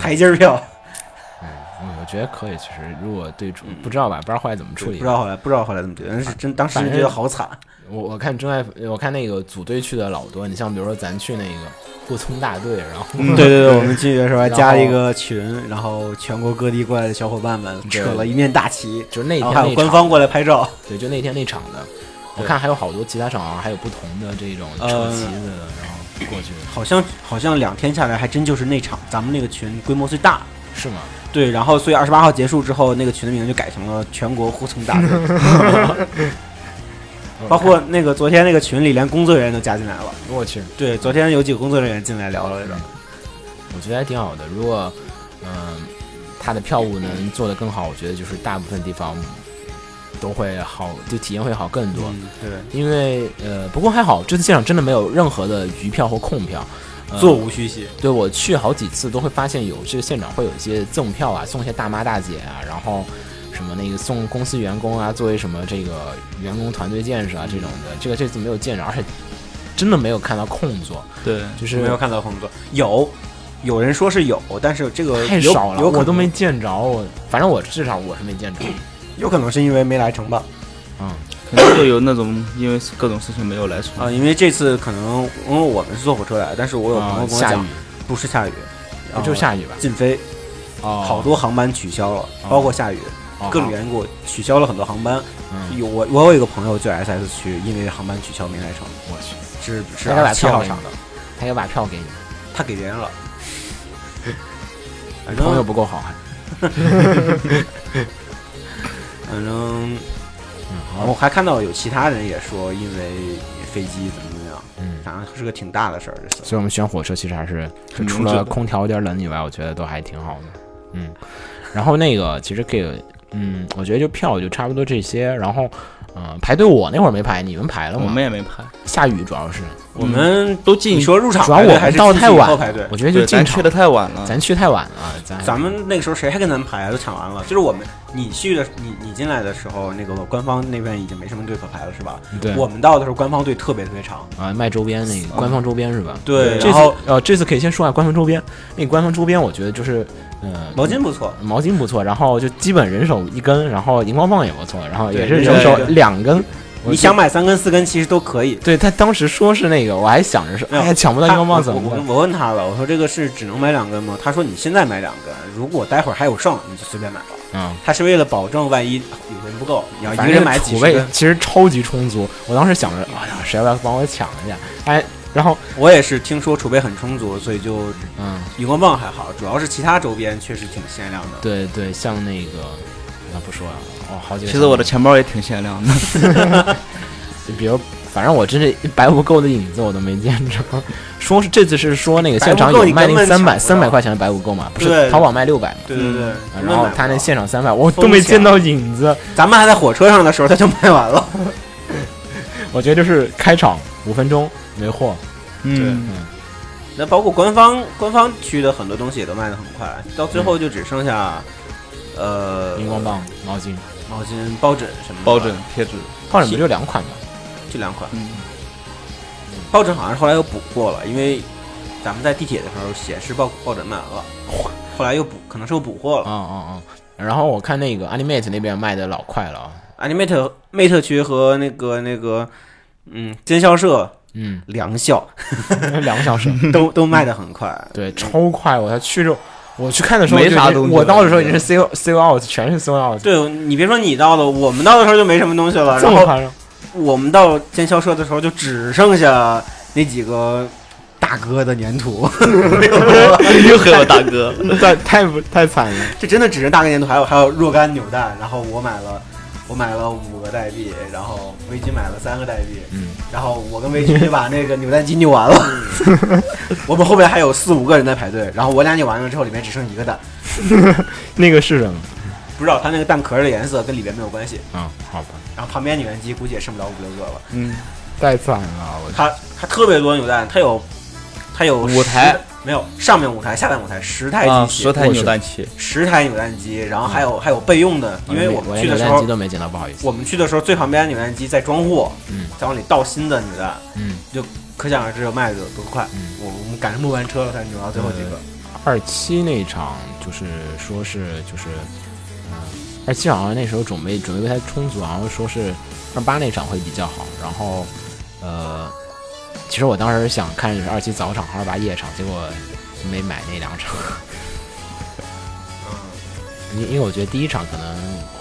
S2: 台阶儿票。
S1: 嗯，我觉得可以。其实如果对主不知道吧，不知道后来怎么处
S2: 嗯不
S1: 理。
S2: 知道后来不知道后来怎么决定，但是真当时
S1: 反正
S2: 觉得好惨。
S1: 我我看真爱，我看那个组队去的老多。你像比如说咱去那个护聪大队，然后、
S2: 对对对，我们进去的时候还
S1: 然后
S2: 加了一个群，然后全国各地过来的小伙伴们
S1: 对
S2: 扯了一面大旗，
S1: 就是那天
S2: 然哦后还有
S1: 那
S2: 官
S1: 场
S2: 方过来拍照。
S1: 对，就那天那场的，我
S2: 对
S1: 看还有好多其他场好像还有不同的这种扯
S2: 呃
S1: 旗子的，然后过去
S2: 好像好像两天下来，还真就是那场咱们那个群规模最大，
S1: 是吗？
S2: 对，然后所以二十八号结束之后，那个群的名字就改成了全国护 送大队，
S1: 嗯
S2: 包括那个昨天那个群里连工作人员都加进来了。
S1: 我去，
S2: 对，昨天有几个工作人员进来聊了来着。
S1: 我觉得还挺好的。如果嗯、他的票务能做得更好，我觉得就是大部分地方都会好，就体验会好更多。
S2: 嗯，对，
S1: 因为呃，不过还好，这次现场真的没有任何的余票或空票。呃、
S2: 座无虚席。
S1: 对我去好几次都会发现有这个现场会有一些赠票啊，送一些大妈大姐啊，然后什么那个送公司员工啊，作为什么这个员工团队建设啊这种的，这个这次没有见着，而且真的没有看到空座，
S3: 对，
S1: 就是
S2: 没有看到工作，有有人说是有，但是这个
S1: 太
S2: 有
S1: 少了，
S2: 有可
S1: 我
S2: 能
S1: 都没见着。我反正我至少我是没见着。
S2: 有可能是因为没来成吧。
S1: 嗯，
S3: 可能就有那种因为各种事情没有来成
S2: 啊、因为这次可能因为我们是坐火车来，但是我有朋友
S1: 啊
S2: 跟我
S1: 下雨
S2: 讲，不是下雨，
S1: 不
S2: 啊
S1: 就下雨吧？
S2: 禁飞，
S1: 哦，
S2: 好多航班取消了，包括下雨，
S1: 哦
S2: 各种缘故取消了很多航班。
S1: 嗯，
S2: 有我我有一个朋友就 SS 区，因为航班取消没来成，
S1: 我去，啊
S2: 是是
S1: 大概
S2: 二
S1: 把
S2: 十七
S1: 票
S2: 号
S1: 给你
S2: 场的，，
S1: 他要把票给你，
S2: 他给别 人了。
S1: 哎
S2: 反
S1: 朋友
S2: 正
S1: 不够好还。
S2: 反正，
S1: 嗯，
S2: 我还看到有其他人也说，因为飞机怎么怎么样，
S1: 嗯，
S2: 反正是个挺大的事儿。这次
S1: 所以我们选火车其实还是
S3: 很
S1: 除
S3: 明智
S1: 了
S3: 的
S1: 空调有点冷以外，我觉得都还挺好的。嗯，然后那个其实这个，嗯，我觉得就票就差不多这些。然后，嗯，排队我那会儿没排，你们排了
S3: 我
S1: 吗？
S3: 们也没拍，
S1: 下雨主要是，
S2: 我们
S3: 都进
S2: 你说入场
S1: 嗯主要
S2: 排队
S1: 我
S2: 还
S1: 们
S2: 是
S1: 到
S2: 进去
S1: 太
S2: 以
S1: 晚
S2: 后排队
S1: 了，，我觉得就
S3: 对，咱
S1: 进
S3: 去
S1: 场
S3: 的，太晚了，
S1: 咱去太晚了，咱还
S2: 咱们那个时候谁还跟咱们排啊？都抢完了。就是我们你去的你你进来的时候，那个官方那边已经没什么队可排了，是吧？
S1: 对
S2: 我们到的时候，官方队特别特别长。
S1: 啊，卖周边那个官方周边是吧？
S2: 对
S1: 这
S2: 然
S1: 次
S2: 后
S1: 呃，这次可以先说下官方周边。那官方周边我觉得就是，呃，
S2: 毛巾不错，
S1: 毛巾不错，然后就基本人手一根，然后荧光棒也不错，然后也
S2: 对
S1: 是
S2: 人
S3: 手
S1: 人手
S3: 一
S2: 根
S1: 两根。我
S2: 你
S1: 就
S2: 想？买三根四根其实都可以。
S1: 对他当时说是那个，我还想着是，
S2: 没有
S1: 哎呀，抢不到荧
S2: 他
S1: 光棒怎
S2: 我
S1: 么
S2: 我
S1: 办？
S2: 我问他了，我说这个是只能买两根吗？他说你现在买两根，如果待会儿还有剩，你就随便买了。
S1: 嗯，
S2: 他是为了保证万一有人不够，你要一
S1: 反
S2: 个
S1: 正
S2: 人买几
S1: 储
S2: 十
S1: 备
S2: 根。
S1: 其实超级充足。我当时想着，哎呀，谁要不要帮我抢一下？哎，然后
S2: 我也是听说储备很充足，所以就
S1: 嗯，
S2: 荧光棒还好，主要是其他周边确实挺限量的。
S1: 对对，像那个，那不说了，哦，好几个
S3: 其
S1: 想法。
S3: 实我的钱包也挺限量的，
S1: 就比如，反正我真是一白无垢的影子我都没见着。说是这次是说那个现场有卖那三百
S2: 白无垢你根本抢
S1: 三
S2: 不
S1: 百
S2: 到
S1: 块钱的白无垢嘛，不
S2: 对
S1: 是淘宝卖六百嘛？
S2: 对对对，
S1: 啊
S2: 根本
S1: 然后
S2: 买不
S1: 他那
S2: 到
S1: 现场三百，我都没见到影子。
S2: 咱们还在火车上的时候他就卖完了。
S1: 我觉得就是开场五分钟没货，
S3: 嗯，
S2: 那包括官方官方区的很多东西也都卖的很快，到最后就只剩下、呃
S1: 荧光棒、毛巾、
S2: 毛巾、抱枕什么的吧。
S3: 抱枕、贴纸，
S1: 抱枕不就两款吗？
S2: 这两款，
S3: 嗯，
S2: 抱枕好像是后来又补过了，因为咱们在地铁的时候显示抱抱枕满了，后来又补，可能是又补货了。
S1: 嗯嗯嗯。然后我看那个 Animate 那边卖的老快了啊，
S2: Animate Mate 区和那个那个，嗯，尖校社、，
S1: 嗯
S2: 良 校
S1: 两个小 时，
S2: 都都卖的很快。
S1: 对，超快！我才去着，我去看的时候
S3: 没
S1: 就已
S3: 啥
S1: 经
S3: 东西
S1: 我
S3: 了
S1: 到的时候已经是 sale sale out，全是 sale out，
S2: 对你别说你到了，我们到的时候就没什么东西了，
S1: 这
S2: 然
S1: 么
S2: 后
S1: 夸张？
S2: 我们到尖校社的时候就只剩下那几个大哥的粘土，
S3: 又黑我大哥，
S1: 太太不太惨了。
S2: 这真的只是大概粘土，还有还有若干扭蛋，然后我买了。我买了五个代币，然后微君买了三个代币，
S1: 嗯，
S2: 然后我跟微君就把那个扭蛋机扭完了。 我们后面还有四五个人在排队，然后我俩扭完了之后，里面只剩一个蛋，
S1: 那个是什么？
S2: 不知道它那个蛋壳的颜色跟里面没有关系。
S1: 啊，好吧，
S2: 然后旁边扭蛋机估计也剩不了五六个了。
S3: 嗯，
S1: 太惨了，我
S2: 它它特别多扭蛋，它有它有十
S3: 舞台
S2: 没有上面舞台，下面舞台十台
S3: 啊，
S2: 机器，
S3: 十台扭蛋器，
S2: 十台扭蛋机，然后还有、还有备用的，因为我
S1: 我
S2: 们
S1: 连
S2: 去
S1: 扭
S2: 的时
S1: 蛋
S2: 候
S1: 机，都没捡到，不好意思。
S2: 我们去的时候最旁边扭蛋机在装货，
S1: 嗯
S2: 在往里倒新的扭蛋，
S1: 嗯，
S2: 可想而知有卖的有多快。
S1: 嗯
S2: 我我们赶上末班车了才扭到最后几个，
S1: 二七那场就是说是就是，嗯、二七好像那时候准备准备不太充足，然后说是二八那场会比较好，然后呃，其实我当时想看是二七早场和二八夜场，结果没买那两场，
S2: 嗯
S1: 因因为我觉得第一场可能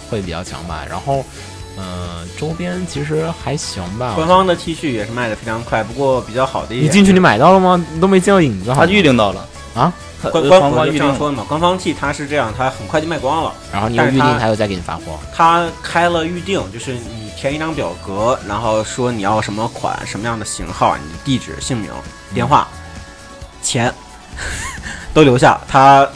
S1: 会比较强吧，然后呃周边其实还行吧，
S2: 官方的 T 恤也是卖的非常快，不过比较好的一
S1: 你
S2: 点
S1: 进去你买到了吗？你都没见到影子，好
S3: 他
S1: 吗
S3: 预定到了
S1: 啊，
S3: 他
S2: 官呃官
S3: 黄瓜
S2: 方就这
S3: 预定
S2: 样
S3: 了，
S2: 说的嘛，官方 T 它是这样，它很快就卖光了。
S1: 然后你又
S2: 但是
S1: 预定
S2: 他
S1: 他又再给你发货，
S2: 他开了预定，就是你填一张表格，然后说你要什么款、什么样的型号、你的地址、姓名、电话、嗯钱 都留下。他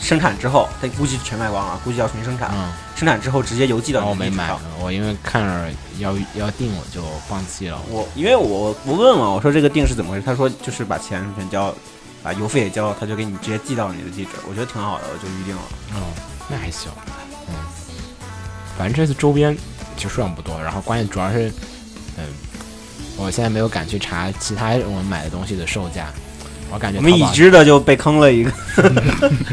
S2: 生产之后，他估计全卖光了，估计要重新生产。
S1: 嗯。
S2: 生产之后直接邮寄到
S1: 然
S2: 啊你
S1: 后哦我
S2: 的
S1: 没
S2: 地址
S1: 买
S2: 上。，
S1: 我因为看着要要定，我就放弃了。
S2: 我因为我我问嘛，我说这个定是怎么回事？他说就是把钱全交了，把邮费也交了，他就给你直接寄到你的地址。我觉得挺好的，我就预定了。
S1: 哦，那还行。嗯，反正这次周边其实数量不多，然后关键主要是，嗯，我现在没有敢去查其他我们买的东西的售价。我感觉
S2: 我们
S1: 淘
S2: 已
S1: 宝
S2: 知的就被坑了一个。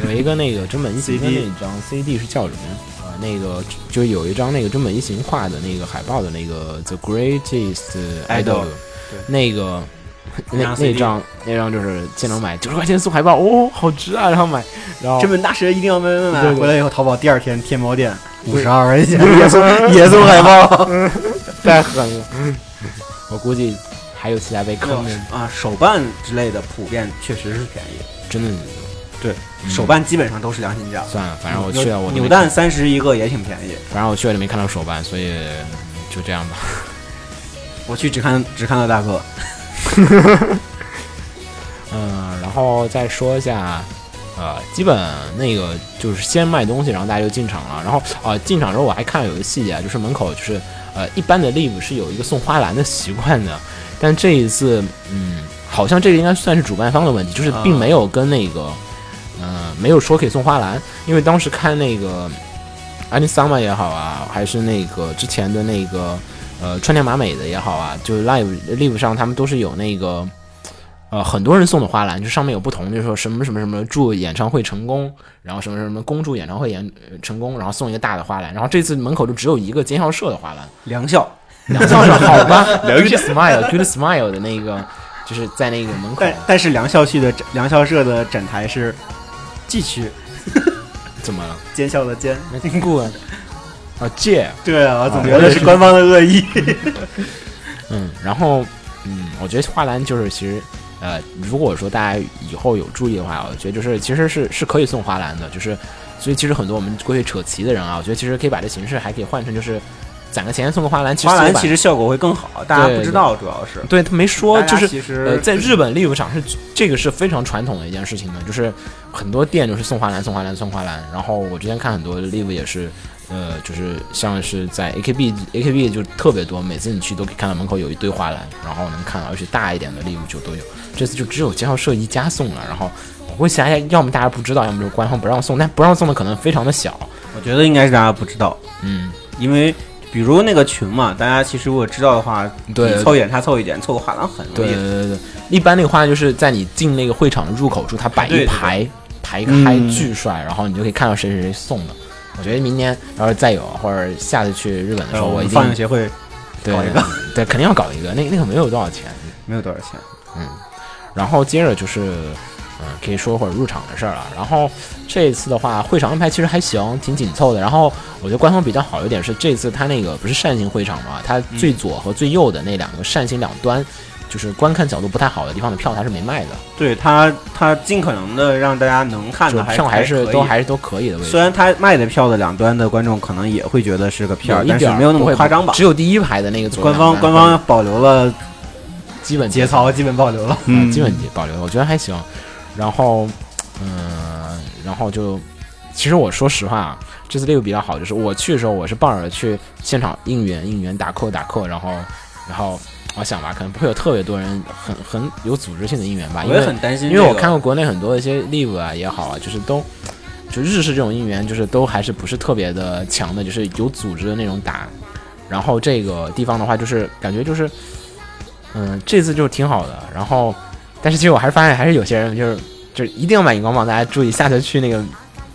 S1: 有一个那个真本一行
S2: CD
S1: 的那张 CD 是叫什么呀？呃，那个就有一张那个真本一行画的那个海报的那个 The Greatest
S2: Idol
S1: Idol，
S2: 对
S1: 那个那
S2: 那张 CD
S1: 那张那张就是现场买九十块钱送海报，哦，好值啊！然后买，然后
S2: 这本大师一定要慢
S1: 对
S2: 慢买。
S1: 对
S2: 回来以后，淘宝第二天天猫店五
S1: 对
S2: 十二块钱也送也送海报，
S1: 太狠了。 我估计还有其他被坑的，
S2: 啊！手办之类的普遍确实是便宜，
S1: 真的
S2: 对
S1: 嗯
S2: 手办基本上都是良心价。
S1: 算了，反正我去啊了我就
S2: 扭
S1: 没
S2: 蛋三十一个也挺便宜，
S1: 反正我去了就没看到手办，所以嗯就这样吧。
S2: 我去只看只看到大哥。
S1: 嗯，然后再说一下，呃，基本那个就是先卖东西，然后大家就进场了。然后呃，进场之后我还看到有一个细节啊，就是门口就是呃，一般的 live 是有一个送花篮的习惯的，但这一次，嗯，好像这个应该算是主办方的问题，就是并没有跟那个，嗯、没有说可以送花篮，因为当时看那个安妮桑玛也好啊，还是那个之前的那个呃川田麻美的也好啊，就是 live live 上他们都是有那个。呃，很多人送的花篮，就上面有不同，就是说什么什么什么祝演唱会成功，然后什么什么恭祝演唱会演呃成功，然后送一个大的花篮，然后这次门口就只有一个尖校社的花篮，
S2: 良校，
S1: 两校社好吧，Good Smile，Good Smile 的那个，就是在那个门口
S2: 但，但是良校系的良校社的展台是 G 区，
S1: 怎么了？
S2: 尖校的尖。
S1: 那 Good 啊，借，
S2: 对啊，我总
S1: 啊
S2: 觉得是官方的恶意。
S1: 嗯，然后嗯，我觉得花篮就是其实。呃，如果说大家以后有注意的话，我觉得就是其实是是可以送花篮的，就是所以其实很多我们过去扯旗的人啊，我觉得其实可以把这形式还可以换成就是攒个钱送个花篮，其实
S2: 花篮
S1: 送个
S2: 其实效果会更好，大家
S1: 对
S2: 不知道，主要是
S1: 对他没说，
S2: 大家
S1: 就是
S2: 其
S1: 呃，
S2: 实
S1: 在日本 live 场是这个是非常传统的一件事情的，就是很多店就是送花篮、送花篮、送花篮。然后我之前看很多 live 也是，呃，就是像是在 AKB AKB 就特别多，每次你去都可以看到门口有一堆花篮，然后能看到，而且大一点的 live 就都有。这次就只有街号社一家送了，然后我估计大家要么大家不知道，要么就是官方不让送，但不让送的可能非常的小。
S2: 我觉得应该是大家不知道。
S1: 嗯，
S2: 因为比如那个群嘛，大家其实如果知道的话，
S1: 对
S2: 你凑一点他凑一点，凑个画廊很容
S1: 对
S2: 易
S1: 对。对对，一般那个画就是在你进那个会场的入口处，它摆
S2: 对
S1: 一
S2: 对对
S1: 排排开，
S3: 嗯
S1: 巨帅，然后你就可以看到谁谁谁送的。我觉得明年要是再有，或者下次去日本的时
S2: 呃
S1: 候，
S2: 我
S1: 我一
S2: 们
S1: 定
S2: 放映协会
S1: 对
S2: 搞一个，
S1: 对，肯定要搞一个。那那个没有多少钱，
S2: 没有多少钱，
S1: 然后接着就是，嗯，可以说会儿入场的事儿了。然后这一次的话，会场安排其实还行，挺紧凑的。然后我觉得官方比较好一点是，这次它那个不是扇形会场嘛，它最
S2: 嗯
S1: 左和最右的那两个扇形两端，就是观看角度不太好的地方的票它是没卖的，
S2: 对他他尽可能的让大家能看
S1: 就
S2: 的还
S1: 票还是
S2: 可以
S1: 都还是都可以的位置
S2: 虽。然他卖的票的两端的观众可能也会觉得是个片
S1: 有
S2: 儿，
S1: 一
S2: 但是
S1: 点儿
S2: 没有那
S1: 不会
S2: 么夸张吧？
S1: 只有第一排的那个左右
S2: 官方
S1: 两
S2: 官
S1: 端
S2: 方保留了
S1: 基本
S2: 节操，基本保留了。
S1: 嗯，基本保留，我觉得还行。然后，嗯，然后就，其实我说实话，啊，这次这个比较好，就是我去的时候，我是抱着去现场应援、应援、打 call、打 call，然后，然后我想吧，可能不会有特别多人很很有组织性的应援吧，因
S2: 我也
S1: 为
S2: 啊很担心
S1: 因
S2: 这
S1: 为
S2: 个，
S1: 我看过国内很多的一些 live 啊也好啊，就是都就日式这种应援，就是都还是不是特别的强的，就是有组织的那种打。然后这个地方的话，就是感觉就是，嗯，这次就是挺好的。然后，但是其实我还是发现，还是有些人就是就是一定要买荧光棒，大家注意下次去那个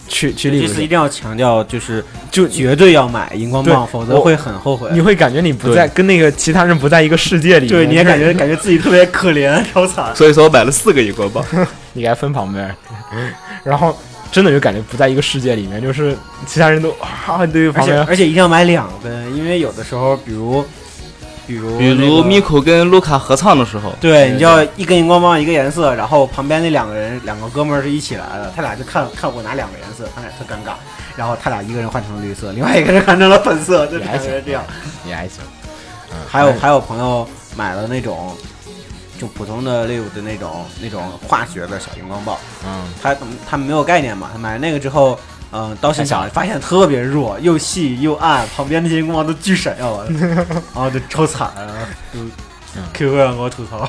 S1: 去去
S2: 这
S1: live 的
S2: 次一
S1: 时
S2: 定要强调，就是
S1: 候就
S2: 绝对要买荧光棒，
S1: 对
S2: 否则
S1: 我
S2: 会很后悔
S1: 你。会感觉你不在跟那个其他人不在一个世界里面，
S2: 对，你也
S1: 就是
S2: 感觉感觉自己特别可怜，超惨。
S3: 所以说我买了四个荧光棒。
S1: 你给他分旁边儿， 然后真的就感觉不在一个世界里面，就是其他人都啊对
S2: 而
S1: 旁
S2: 且
S1: 边
S2: 而且一定要买两根，因为有的时候，比如比如
S3: 比
S2: 那
S3: 如
S2: 个
S3: Miko 跟卢卡合唱的时候，
S2: 对你就要一根荧光棒一个颜色，然后旁边那两个人两个哥们儿是一起来的，他俩就看看我拿两个颜色，他俩特尴尬。然后他俩一个人换成了绿色，另外一个人换成了粉色，就
S1: 也还
S2: 两个
S1: 行
S2: 人这样。
S1: 也还行。嗯，
S2: 还有还有朋友买了那种就普通的 live 的那种那种化学的小荧光棒，
S1: 嗯，
S2: 他他们没有概念嘛，他买了那个之后。嗯，到现
S1: 太小了
S2: 场发现特别弱，又细又暗，旁边那些荧光棒都巨 闪耀，然后就超惨啊！就
S1: 嗯
S2: QQ 上给我吐槽，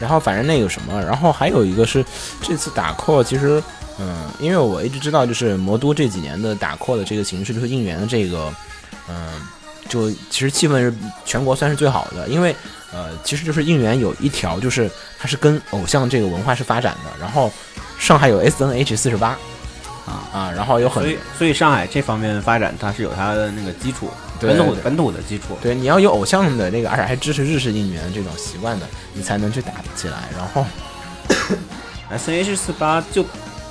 S1: 然后反正那个什么，然后还有一个是这次打 call，其实嗯，因为我一直知道就是魔都这几年的打 call 的这个形式，就是应援的这个嗯，就其实气氛是全国算是最好的，因为呃，其实就是应援有一条就是它是跟偶像这个文化是发展的，然后上海有 S N H 四十八。啊啊，然后有很
S2: 所以所以上海这方面发展它是有它的那个基础，
S1: 对
S2: 本土
S1: 对
S2: 本土的基础。
S1: 对，你要有偶像的那个，而且还支持日式应援这种习惯的，你才能去打起来。然后
S2: S H 四八就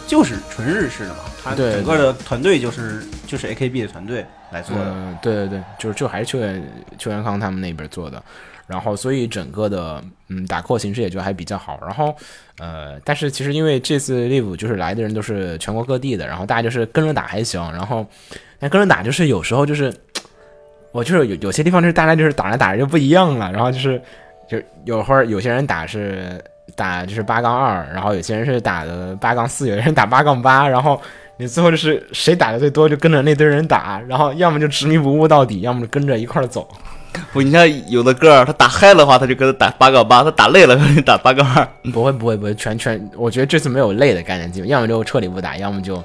S2: 就是纯日式的嘛，它
S1: 对
S2: 整个的团队就是就是 A K B 的团队来做的。
S1: 嗯，对对对，就是就还是邱元邱元康他们那边做的，然后所以整个的嗯打扣形式也就还比较好。然后呃，但是其实因为这次 live 就是来的人都是全国各地的，然后大家就是跟着打还行，然后但跟着打就是有时候就是我就是有有些地方就是大家就是打着打着就不一样了，然后就是就是有会儿有些人打是。打就是八杠二，然后有些人是打的八杠四，有些人打八杠八，然后你最后就是谁打的最多就跟着那堆人打，然后要么就执迷不悟到底，要么就跟着一块儿走。
S3: 不，你像有的歌儿，他打嗨的话，他就跟他打八杠八；他打累了，他就打八杠 二。
S1: 不会不会不会，全全，我觉得这次没有累的概念，基本要么就彻底不打，要么就，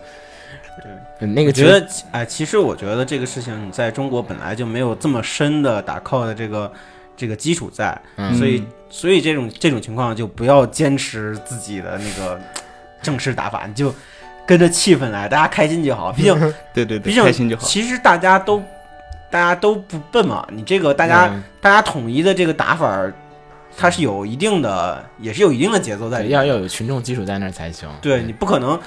S1: 嗯，那个
S2: 我
S1: 其
S2: 觉
S1: 实
S2: 得，哎，其实我觉得这个事情在中国本来就没有这么深的打 call 的这个这个基础在，
S1: 嗯
S2: 所以所以这种这种情况就不要坚持自己的那个正式打法，你就跟着气氛来，大家开心就好。毕
S1: 嗯
S2: 竟
S3: 对对
S2: 毕
S3: 对，
S2: 竟
S3: 开心就好。
S2: 其实大家都大家都不笨嘛，你这个大家、
S1: 嗯
S2: 大家统一的这个打法儿，它是有一定的，也是有一定的节奏在
S1: 对
S2: 里
S1: 要
S2: 面。
S1: 要有群众基础在那儿才行。
S2: 对
S1: 嗯
S2: 你不可能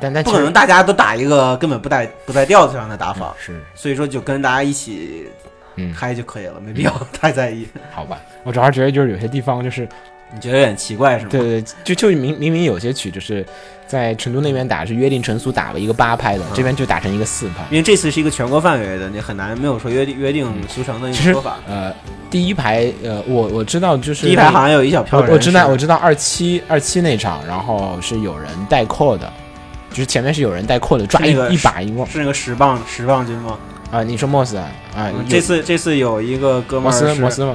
S1: 但但
S2: 不
S1: 其
S2: 可
S1: 实
S2: 能大家都打一个根本不带不在调子上的打法，
S1: 是
S2: 所以说就跟大家一起
S1: 嗯，
S2: 嗨就可以了，没必要太在意。
S1: 好吧，我主要觉得就是有些地方就是
S2: 你觉得有点奇怪是吗？
S1: 对对，就就明明明有些曲就是在成都那边打是约定成俗打了一个八拍
S2: 嗯
S1: 的，这边就打成一个四拍。
S2: 因为这次是一个全国范围的，你很难没有说约定约定俗成的一
S1: 其
S2: 个
S1: 实
S2: 说法。
S1: 呃，第一排呃，我我知道就是
S2: 第一排好像有一小票
S1: 我
S2: 人
S1: 我知道
S2: 是
S1: 我知道二七二七那场，然后是有人带扣的，就是前面是有人带扣的，抓
S2: 是那
S1: 一
S2: 个
S1: 一把荧光
S2: 是那个十磅十磅军吗？
S1: 啊！你说莫斯啊？啊
S2: 嗯，
S1: 有
S2: 这次这次有一个哥
S1: 摩
S2: 们
S1: 斯摩
S2: 儿是
S1: 斯嘛，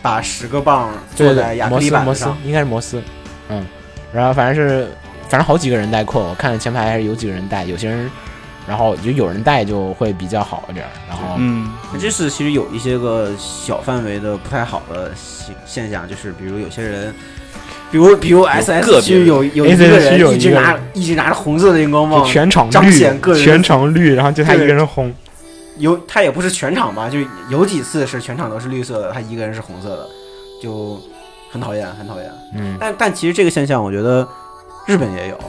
S2: 把十个磅
S1: 对
S2: 坐
S1: 对
S2: 在
S1: 对，
S2: 亚克
S1: 摩
S2: 力
S1: 斯
S2: 板
S1: 摩
S2: 子
S1: 斯
S2: 上，
S1: 应该是摩斯，嗯，然后反正是反正好几个人带扣，我看前排还是有几个人带，有些人然后就有人带就会比较好一点儿。然后
S3: 嗯，
S2: 这次其实有一些个小范围的不太好的现现象，就是比如有些人，比如比如 S
S3: 个
S2: S
S3: 别
S2: 区
S3: 人
S2: 有
S1: SS
S2: 有一个
S1: 区有
S2: 人一直
S1: 一个人
S2: 拿着一直拿着红色的荧光
S1: 就
S2: 棒，
S1: 全场
S2: 哦彰
S1: 绿
S2: 显个，人
S1: 全场绿，然后就他一个
S2: 对
S1: 人轰。
S2: 有他也不是全场吧，就有几次是全场都是绿色的，他一个人是红色的，就很讨厌，很讨厌。
S1: 嗯，
S2: 但但其实这个现象，我觉得日本也有。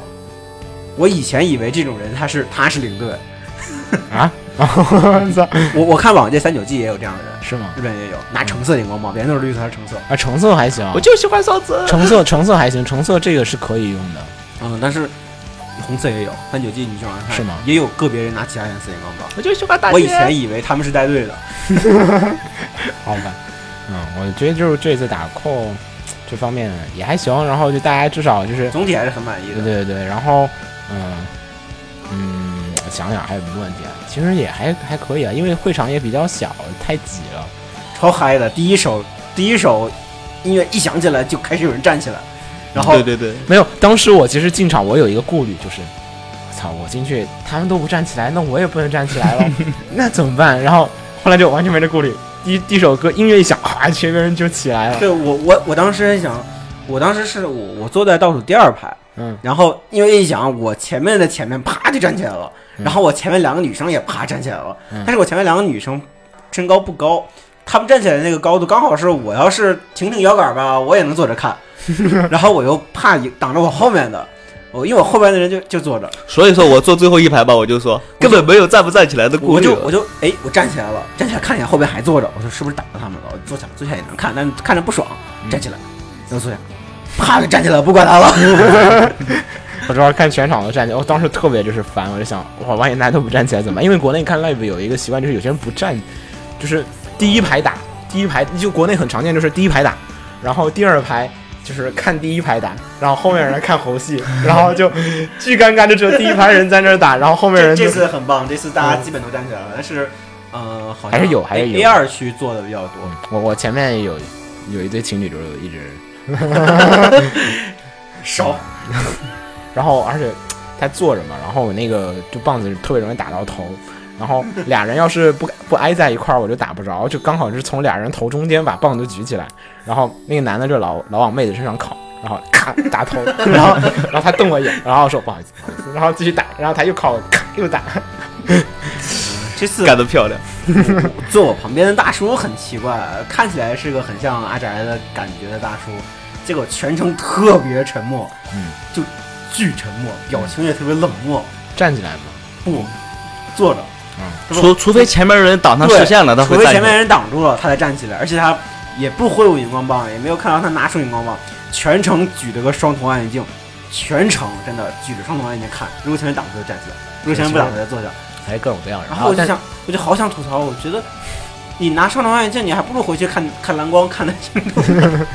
S2: 我以前以为这种人他是他是领队，
S1: 啊，操
S2: 我我看往届三九季也有这样的人，
S1: 是吗？
S2: 日本也有拿橙色荧光棒，别人都是绿色，他是橙色。
S1: 啊，橙色还行，
S3: 我就喜欢哨子。
S1: 橙色橙色还行，橙色这个是可以用的。
S2: 嗯，但是红色也有，三九季你去往上看
S1: 是吗
S2: 也有个别人拿其他颜色荧光棒。
S3: 我就喜欢打
S2: 我以前以为他们是带队的，
S1: 好吧，嗯，我觉得就是这次打扣这方面也还行，然后就大家至少就是
S2: 总体还是很满意
S1: 对
S2: 的。
S1: 对对，然后嗯嗯，想想还有什么问题啊？其实也还还可以啊，因为会场也比较小，太挤了。
S2: 超嗨的，第一首第一首音乐一响起来就开始有人站起来，然后
S3: 对对对，
S1: 没有，当时我其实进场我有一个顾虑，就是我操，我进去他们都不站起来，那我也不能站起 来了，那怎么办？然后后来就完全没这顾虑。第第一首歌音乐一响，啊，全个人就起来 了。
S2: 对我我我当时想，我当时是我我坐在倒数第二排，
S1: 嗯，
S2: 然后因为一响，我前面的前面啪就站起来了，
S1: 嗯
S2: 然后我前面两个女生也啪站起来了，
S1: 嗯
S2: 但是我前面两个女生身高不高，她们站起来的那个高度刚好是我要是挺挺腰杆吧，我也能坐着看，然后我又怕挡着我后面的，我因为我后面的人就就坐着，
S3: 所以说我坐最后一排吧，我就说根本没有站不站起来的顾
S2: 我
S3: 虑
S2: 就。我就哎，我站起来了，站起来看一眼后边还坐着，我说是不是挡着他们了？我坐下坐下也能看，但是看着不爽，站起来，然后坐下，啪就站起来了不管他了。
S1: 我主要是看全场都站起来，我当时特别就是烦，我就想，哇，万一大家都不站起来怎么办？因为国内看 live 有一个习惯，就是有些人不站，就是第一排打，第一排就国内很常见，就是第一排打，然后第二排。就是看第一排打，然后后面人看猴戏，然后就巨尴尬，就只有第一排人在那儿打，然后后面人就
S2: 很棒，这次大
S1: 嗯
S2: 基本都站起来了，但是呃，好
S1: 还是有还是有
S2: A 二区坐的比较多。
S1: 我我前面有有一对情侣，就是一直，
S2: 少，
S1: 然后而且他坐着嘛，然后我那个就棒子特别容易打到头，然后俩人要是不不挨在一块儿，我就打不着，就刚好是从俩人头中间把棒子举起来，然后那个男的就老老往妹子身上靠。然后咔打 头，然后 然后他瞪我一眼，然后说不好意思，不好意思然后继续打，然后他又靠我，咔又打，
S2: 这次
S3: 干得漂亮！
S2: 坐我旁边的大叔很奇怪，看起来是个很像阿宅的感觉的大叔，结果全程特别沉默，
S1: 嗯，
S2: 就巨沉默，表情也特别冷漠，
S1: 站起来嘛，
S2: 不坐着。
S3: 除除非前面人挡他
S2: 对
S3: 视线了，他
S2: 除
S3: 会
S2: 非
S3: 站起
S2: 前面
S3: 来。
S2: 人挡住了，他才站起来，而且他也不挥舞荧光棒，也没有看到他拿出荧光棒，全程举着个双筒望远镜，全程真的举着双筒望远镜看，如果前面挡住就站起来，如果前面不挡住就坐下。
S1: 还哎是各种各样的。
S2: 然后我就
S1: 但
S2: 想，我就好想吐槽，我觉得你拿双筒望远镜，你还不如回去看看蓝光，看那些。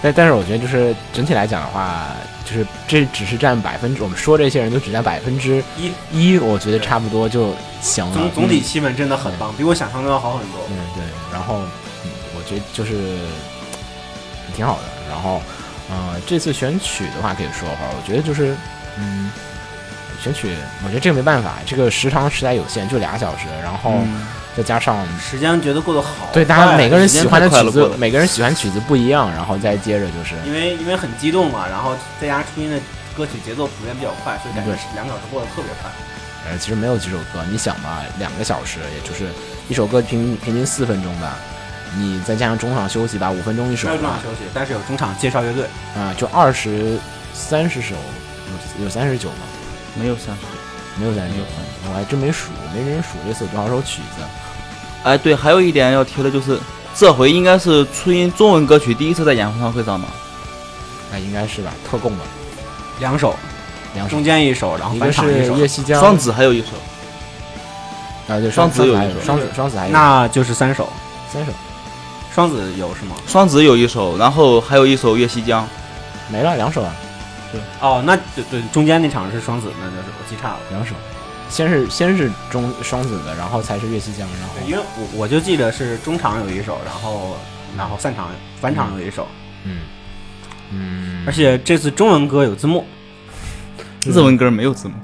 S1: 但但是我觉得就是整体来讲的话，就是这只是占百分之，我们说这些人都只占百分之
S2: 一
S1: 一，我觉得差不多就行了
S2: 总。总体气氛真的很棒，比我想象中要好很多。
S1: 嗯，对。然后，嗯，我觉得就是嗯挺好的。然后，呃，这次选曲的话可以说的话，我觉得就是，嗯，选曲，我觉得这个没办法，这个时长实在有限，就俩小时，然后
S3: 嗯，哎
S1: 再加上
S2: 时间觉得过得好快，
S1: 对大家每个人
S3: 时间
S1: 喜欢的
S3: 太快
S1: 曲
S3: 了
S1: 子
S3: 过，得
S1: 每个人喜欢曲子不一样，然后再接着就是，
S2: 因为因为很激动嘛，然后再加上初音的歌曲节奏普遍比较快，所以感觉
S1: 对
S2: 是两个小时过得特别快。
S1: 呃，其实没有几首歌，你想吧，两个小时，也就是一首歌平平均四分钟吧，你再加上中场休息吧，五分钟一首
S2: 没有中
S1: 吧
S2: 场，休息，但是有中场介绍乐队。
S1: 啊、就二十三十首，有有三十九吗？
S3: 没有三十。
S1: 没有三十九，嗯我还真没数，没人数这次有多少首曲子。
S3: 哎，对，还有一点要提的就是，这回应该是初音中文歌曲第一次在演唱会上吧？
S1: 那应该是吧，特供吧，
S2: 两首，
S1: 两首
S2: 中，间一首，然后
S1: 啊嗯一
S2: 返
S1: 个
S2: 场
S1: 是
S2: 首，
S1: 叶西江
S3: 双子还有一首，
S1: 啊，对，
S3: 双子
S1: 子
S3: 有
S1: 还
S3: 一
S1: 有
S3: 首
S1: 双子双子还有
S2: 那就是三首。
S1: 三首
S2: 双子有是吗？
S3: 双子有一首，然后还有一首《月西江》。
S1: 没了两首啊，
S2: 哦，那对对，中间那场是双子，那就是我记差了。
S1: 两首，先是先是中双子的，然后才是叶西江，然后
S2: 对，因为我我就记得是中场有一首，然后然后散场返场有一首，
S1: 嗯嗯，嗯
S2: 而且这次中文歌有字幕，嗯
S3: 日文歌没有字幕，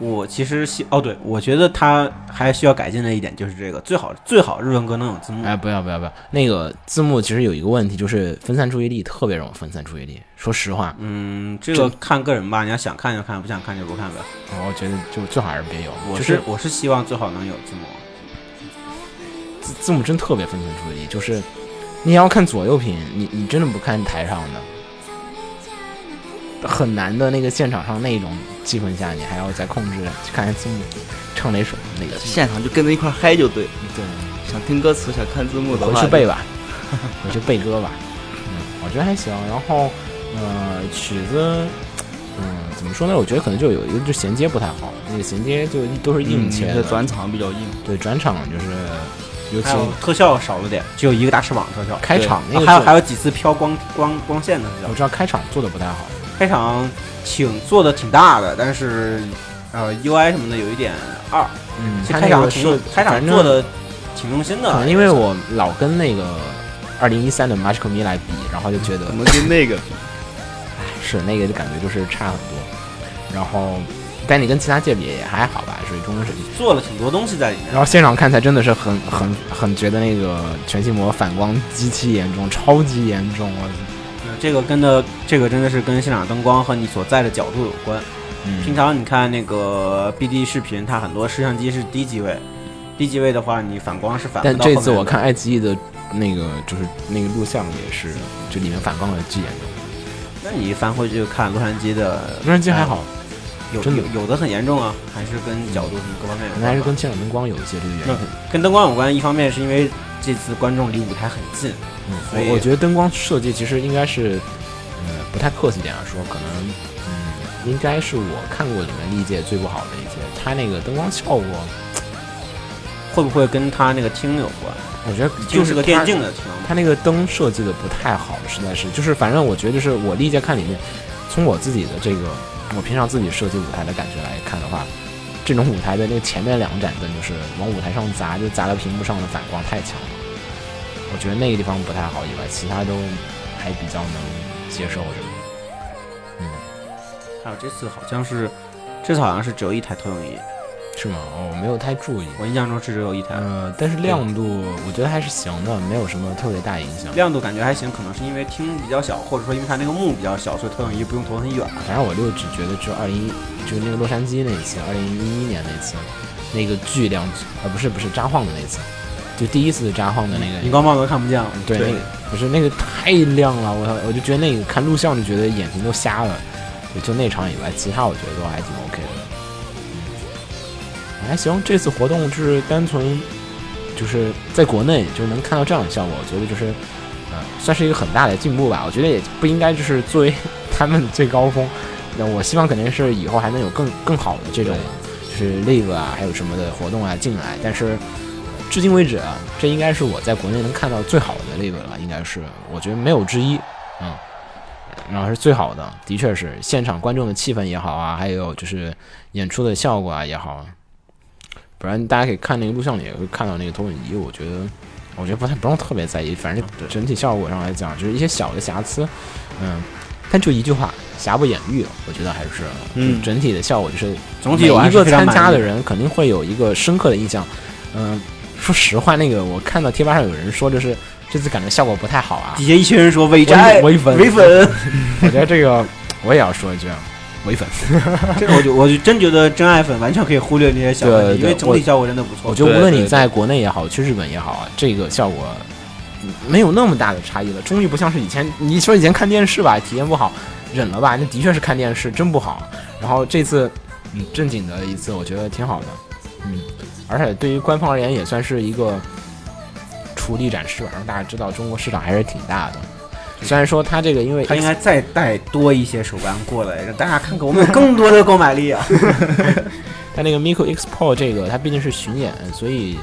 S2: 我其实希哦，对，我觉得它还需要改进的一点就是这个，最好最好日文歌能有字幕。
S1: 哎，不要不要不要，那个字幕其实有一个问题，就是分散注意力，特别容易分散注意力。说实话，
S2: 嗯，这个看个人吧，你要想看就看，不想看就不看呗。
S1: 哦我觉得就最好还是别有。
S2: 我
S1: 就是是
S2: 我是希望最好能有字幕。
S1: 字字幕真特别分散注意力，就是你要看左右屏，你你真的不看台上的，很难的那个现场上那种气氛下，你还要再控制去看字幕，唱哪首哪个
S3: 现场就跟着一块儿嗨就对。
S1: 对。
S3: 想听歌词，想看字幕的
S1: 回
S3: 话，
S1: 去背吧，回去背歌吧。嗯，我觉得还行。然后，呃，曲子，嗯，怎么说呢？我觉得可能就有一个就衔接不太好，那个衔接就都是
S3: 就
S1: 硬切的。
S3: 嗯转场比较硬。
S1: 对转场就是，尤其
S2: 还有特效少了点，只有一个大翅膀特效。
S1: 开场那个
S2: 啊还有
S1: 做
S2: 还有几次飘光光光线的特效
S1: 我。知道开场做的不太好。
S2: 开场挺做的挺大的，但是呃 UI 什么的有一点二。
S1: 嗯，
S2: 其实
S1: 他
S2: 开
S1: 那
S2: 场
S1: 个
S2: 挺
S1: 是
S2: 用开场
S1: 反正
S2: 做的挺用心的，
S1: 可能因为我老跟那个二零一三的 Magic Me 来比，然后就觉得
S3: 怎么跟那个比？
S1: 是那个就感觉就是差很多。然后，但你跟其他界比也还好吧，属于中等水平。
S2: 做了挺多东西在里面。
S1: 然后现场看才真的是很很很觉得那个全息膜反光极其严重，超级严重，啊我
S2: 呃这个跟的这个真的是跟现场灯光和你所在的角度有关。
S1: 嗯，
S2: 平常你看那个 BD 视频，它很多摄像机是低机位，低机位的话你反光是反不
S1: 但
S2: 到
S1: 这
S2: 后
S1: 次
S2: 面
S1: 我
S2: 的
S1: 看爱奇艺的那个就是那个录像也是，就里面反光的巨严
S2: 嗯
S1: 重，
S2: 那你翻回去看洛杉矶的
S1: 无人机还好，
S2: 有
S1: 真的
S2: 有有的很严重啊，还是跟角度什么各方面有
S1: 可能
S2: 关吧。
S1: 还是跟现场灯光有一些这个
S2: 嗯
S1: 原因。
S2: 跟灯光有关，一方面是因为这次观众离舞台很近，
S1: 嗯，
S2: 所以
S1: 我我觉得灯光设计其实应该是，呃，不太客气点儿说，可能嗯，应该是我看过里面历届最不好的一届，它那个灯光效果，
S2: 会不会跟他那个厅有关？
S1: 我觉得
S2: 就
S1: 就是
S2: 个
S1: 它
S2: 电竞的厅，
S1: 它那个灯设计的不太好，实在是就是反正我觉得就是我历届看里面，从我自己的这个我平常自己设计舞台的感觉来看的话，这种舞台的那个前面两盏灯就是往舞台上砸，就砸到屏幕上的反光太强了，我觉得那个地方不太好以外，其他都还比较能接受，我觉得。
S2: 还有这次好像是，这次好像是只有一台投影仪，
S1: 是吗？哦，我没有太注意。
S2: 我印象中是只有一台，
S1: 呃，但是亮度我觉得还是行的，没有什么特别大影响。
S2: 亮度感觉还行，可能是因为厅比较小，或者说因为它那个幕比较小，所以投影仪不用投很远。啊
S1: 反正我就只觉得只有二零一，就是那个洛杉矶那一次，二零一一年那次，那个巨量，呃，不是不是札幌的那次，就第一次札幌的那个，
S2: 荧光棒都看不见了，
S1: 对那个不是那个太亮了，我我就觉得那个看录像就觉得眼睛都瞎了，就就那场以外，其他我觉得都还挺 OK 的。嗯还行，这次活动就是单纯就是呃在国内就能看到这样的效果，我觉得就是呃算是一个很大的进步吧。我觉得也不应该就是作为他们最高峰，那我希望肯定是以后还能有更更好的这种就是 live 啊，还有什么的活动啊进来，但是。至今为止啊，这应该是我在国内能看到最好的 live 了，应该是我觉得没有之一，嗯，然后是最好的，的确是现场观众的气氛也好啊，还有就是演出的效果啊也好啊，不然大家可以看那个录像里也会看到那个投影仪，我觉得我觉得不太不用特别在意，反正
S2: 对
S1: 整体效果上来讲，就是一些小的瑕疵，嗯，但就一句话，瑕不掩瑜，我觉得还是
S3: 嗯
S1: 就整体的效果就是
S2: 总体我
S1: 每
S2: 还
S1: 一
S2: 是
S1: 个
S2: 非常
S1: 参
S2: 满
S1: 加
S2: 意
S1: 的，人肯定会有一个深刻的印象。嗯、说实话，那个我看到贴吧上有人说，就是这次感觉效果不太好啊。
S2: 底下一群人说伪
S1: 伪
S2: 宅、
S1: 伪粉
S2: 伪粉，
S1: 我觉得这个我也要说一句，啊，伪粉。
S2: 这个我就我就真觉得真爱粉完全可以忽略这些小问题，因
S1: 对对
S2: 为整体效果真的不错。
S1: 我觉得无论你
S3: 对对
S1: 在国内也好，去日本也好啊，这个效果没有那么大的差异了。终于不像是以前，你说以前看电视吧，体验不好，忍了吧，那的确是看电视真不好。然后这次，嗯，正经的一次，我觉得挺好的，嗯，而且对于官方而言也算是一个出力展示吧，让大家知道中国市场还是挺大的。虽然说它这个因为
S2: 他应该再带多一些手办过来，让大家看看我们有更多的购买 力啊！
S1: 但那个 Miku Expo 这个，它毕竟是巡演，所以，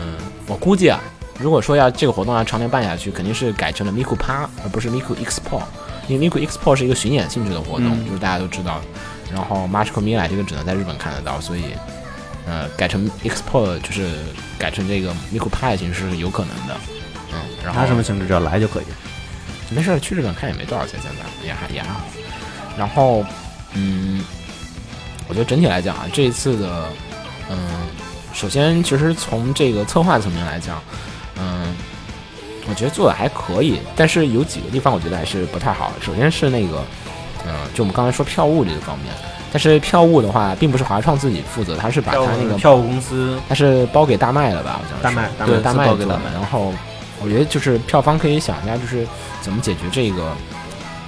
S1: 嗯，我估计啊，如果说要这个活动要常年办下去，肯定是改成了 Miku 趴，而不是 Miku Expo，因为 Miku Expo 是一个巡演性质的活动，
S3: 嗯
S1: 就是大家都知道。然后 Magical Mila 这个只能在日本看得到，所以，呃，改成 Expo 就是改成这个 Miku 趴的形式是有可能的。嗯，然后
S2: 性质只要来就可以。
S1: 没事儿，去日本看也没多少钱，现在也还也还好。然后，嗯，我觉得整体来讲啊，这一次的，嗯，首先其实从这个策划层面来讲，嗯，我觉得做的还可以，但是有几个地方我觉得还是不太好。首先是那个，嗯，就我们刚才说票务这个方面，但是票务的话，并不是华创自己负责，他是把
S2: 票
S1: 他
S2: 务
S1: 那个
S2: 票务公司
S1: 它是包给大麦了吧？好像是
S2: 大麦大麦
S1: 对
S2: 是
S1: 大麦
S3: 包给
S1: 做的
S3: 大麦
S1: 然后我觉得就是票方可以想一下，就是怎么解决这个，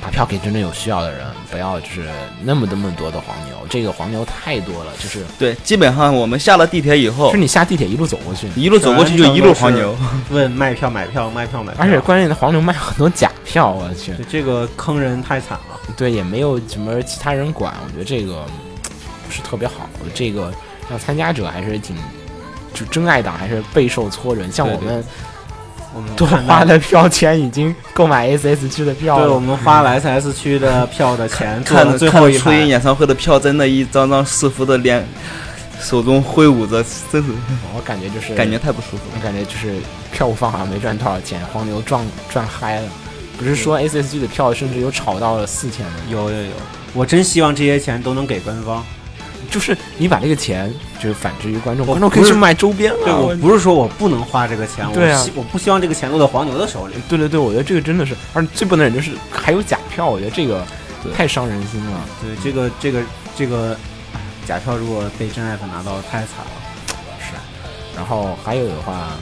S1: 把票给真正有需要的人，不要就是那么那么多的黄牛，这个黄牛太多了，就是
S3: 对，基本上我们下了地铁以后
S1: 是，你下地铁一路走过去，
S3: 一路走过去就一路黄牛。
S2: 问卖票买票卖票买票，
S1: 而且关键的黄牛卖很多假票，我去，
S2: 对这个坑人太惨了。
S1: 对，也没有什么其他人管，我觉得这个不是特别好，这个让参加者还是挺。就真爱党还是备受挫折，像
S2: 对
S1: 我
S2: 对
S1: 们
S2: 我们
S1: 多
S2: 看到
S1: 花的票钱已经购买 S S 区的票了，
S2: 对我们花了 SS 区的票的钱，做
S3: 看
S2: 了最
S3: 看
S2: 后一
S3: 初音
S2: 排。
S3: 演唱会的票，真的一张张四幅的脸，手中挥舞着，真是
S1: 我感觉就是
S3: 感觉太不舒服了。
S1: 我感觉就是票务方好像没赚多少钱，黄牛赚赚嗨了。不是说 S S G 的票甚至有炒到了四千的，
S2: 有有有，我真希望这些钱都能给官方。
S1: 就是你把这个钱就是反之于观众，
S2: 我
S1: 观众可以
S2: 不
S1: 去
S2: 是
S1: 买周边
S2: 对
S1: 了。
S2: 我
S1: 我
S2: 不是说我不能花这个钱，
S1: 对
S2: 我
S1: 啊
S2: 希我不希望这个钱落到黄牛的手里。
S1: 对对对，我觉得这个真的是，而且最不能忍就是还有假票，我觉得这个
S3: 对
S1: 太伤人心了。
S2: 对，这个这个这个哎假票如果被真爱粉拿到，太惨了。
S1: 是，然后还有的话，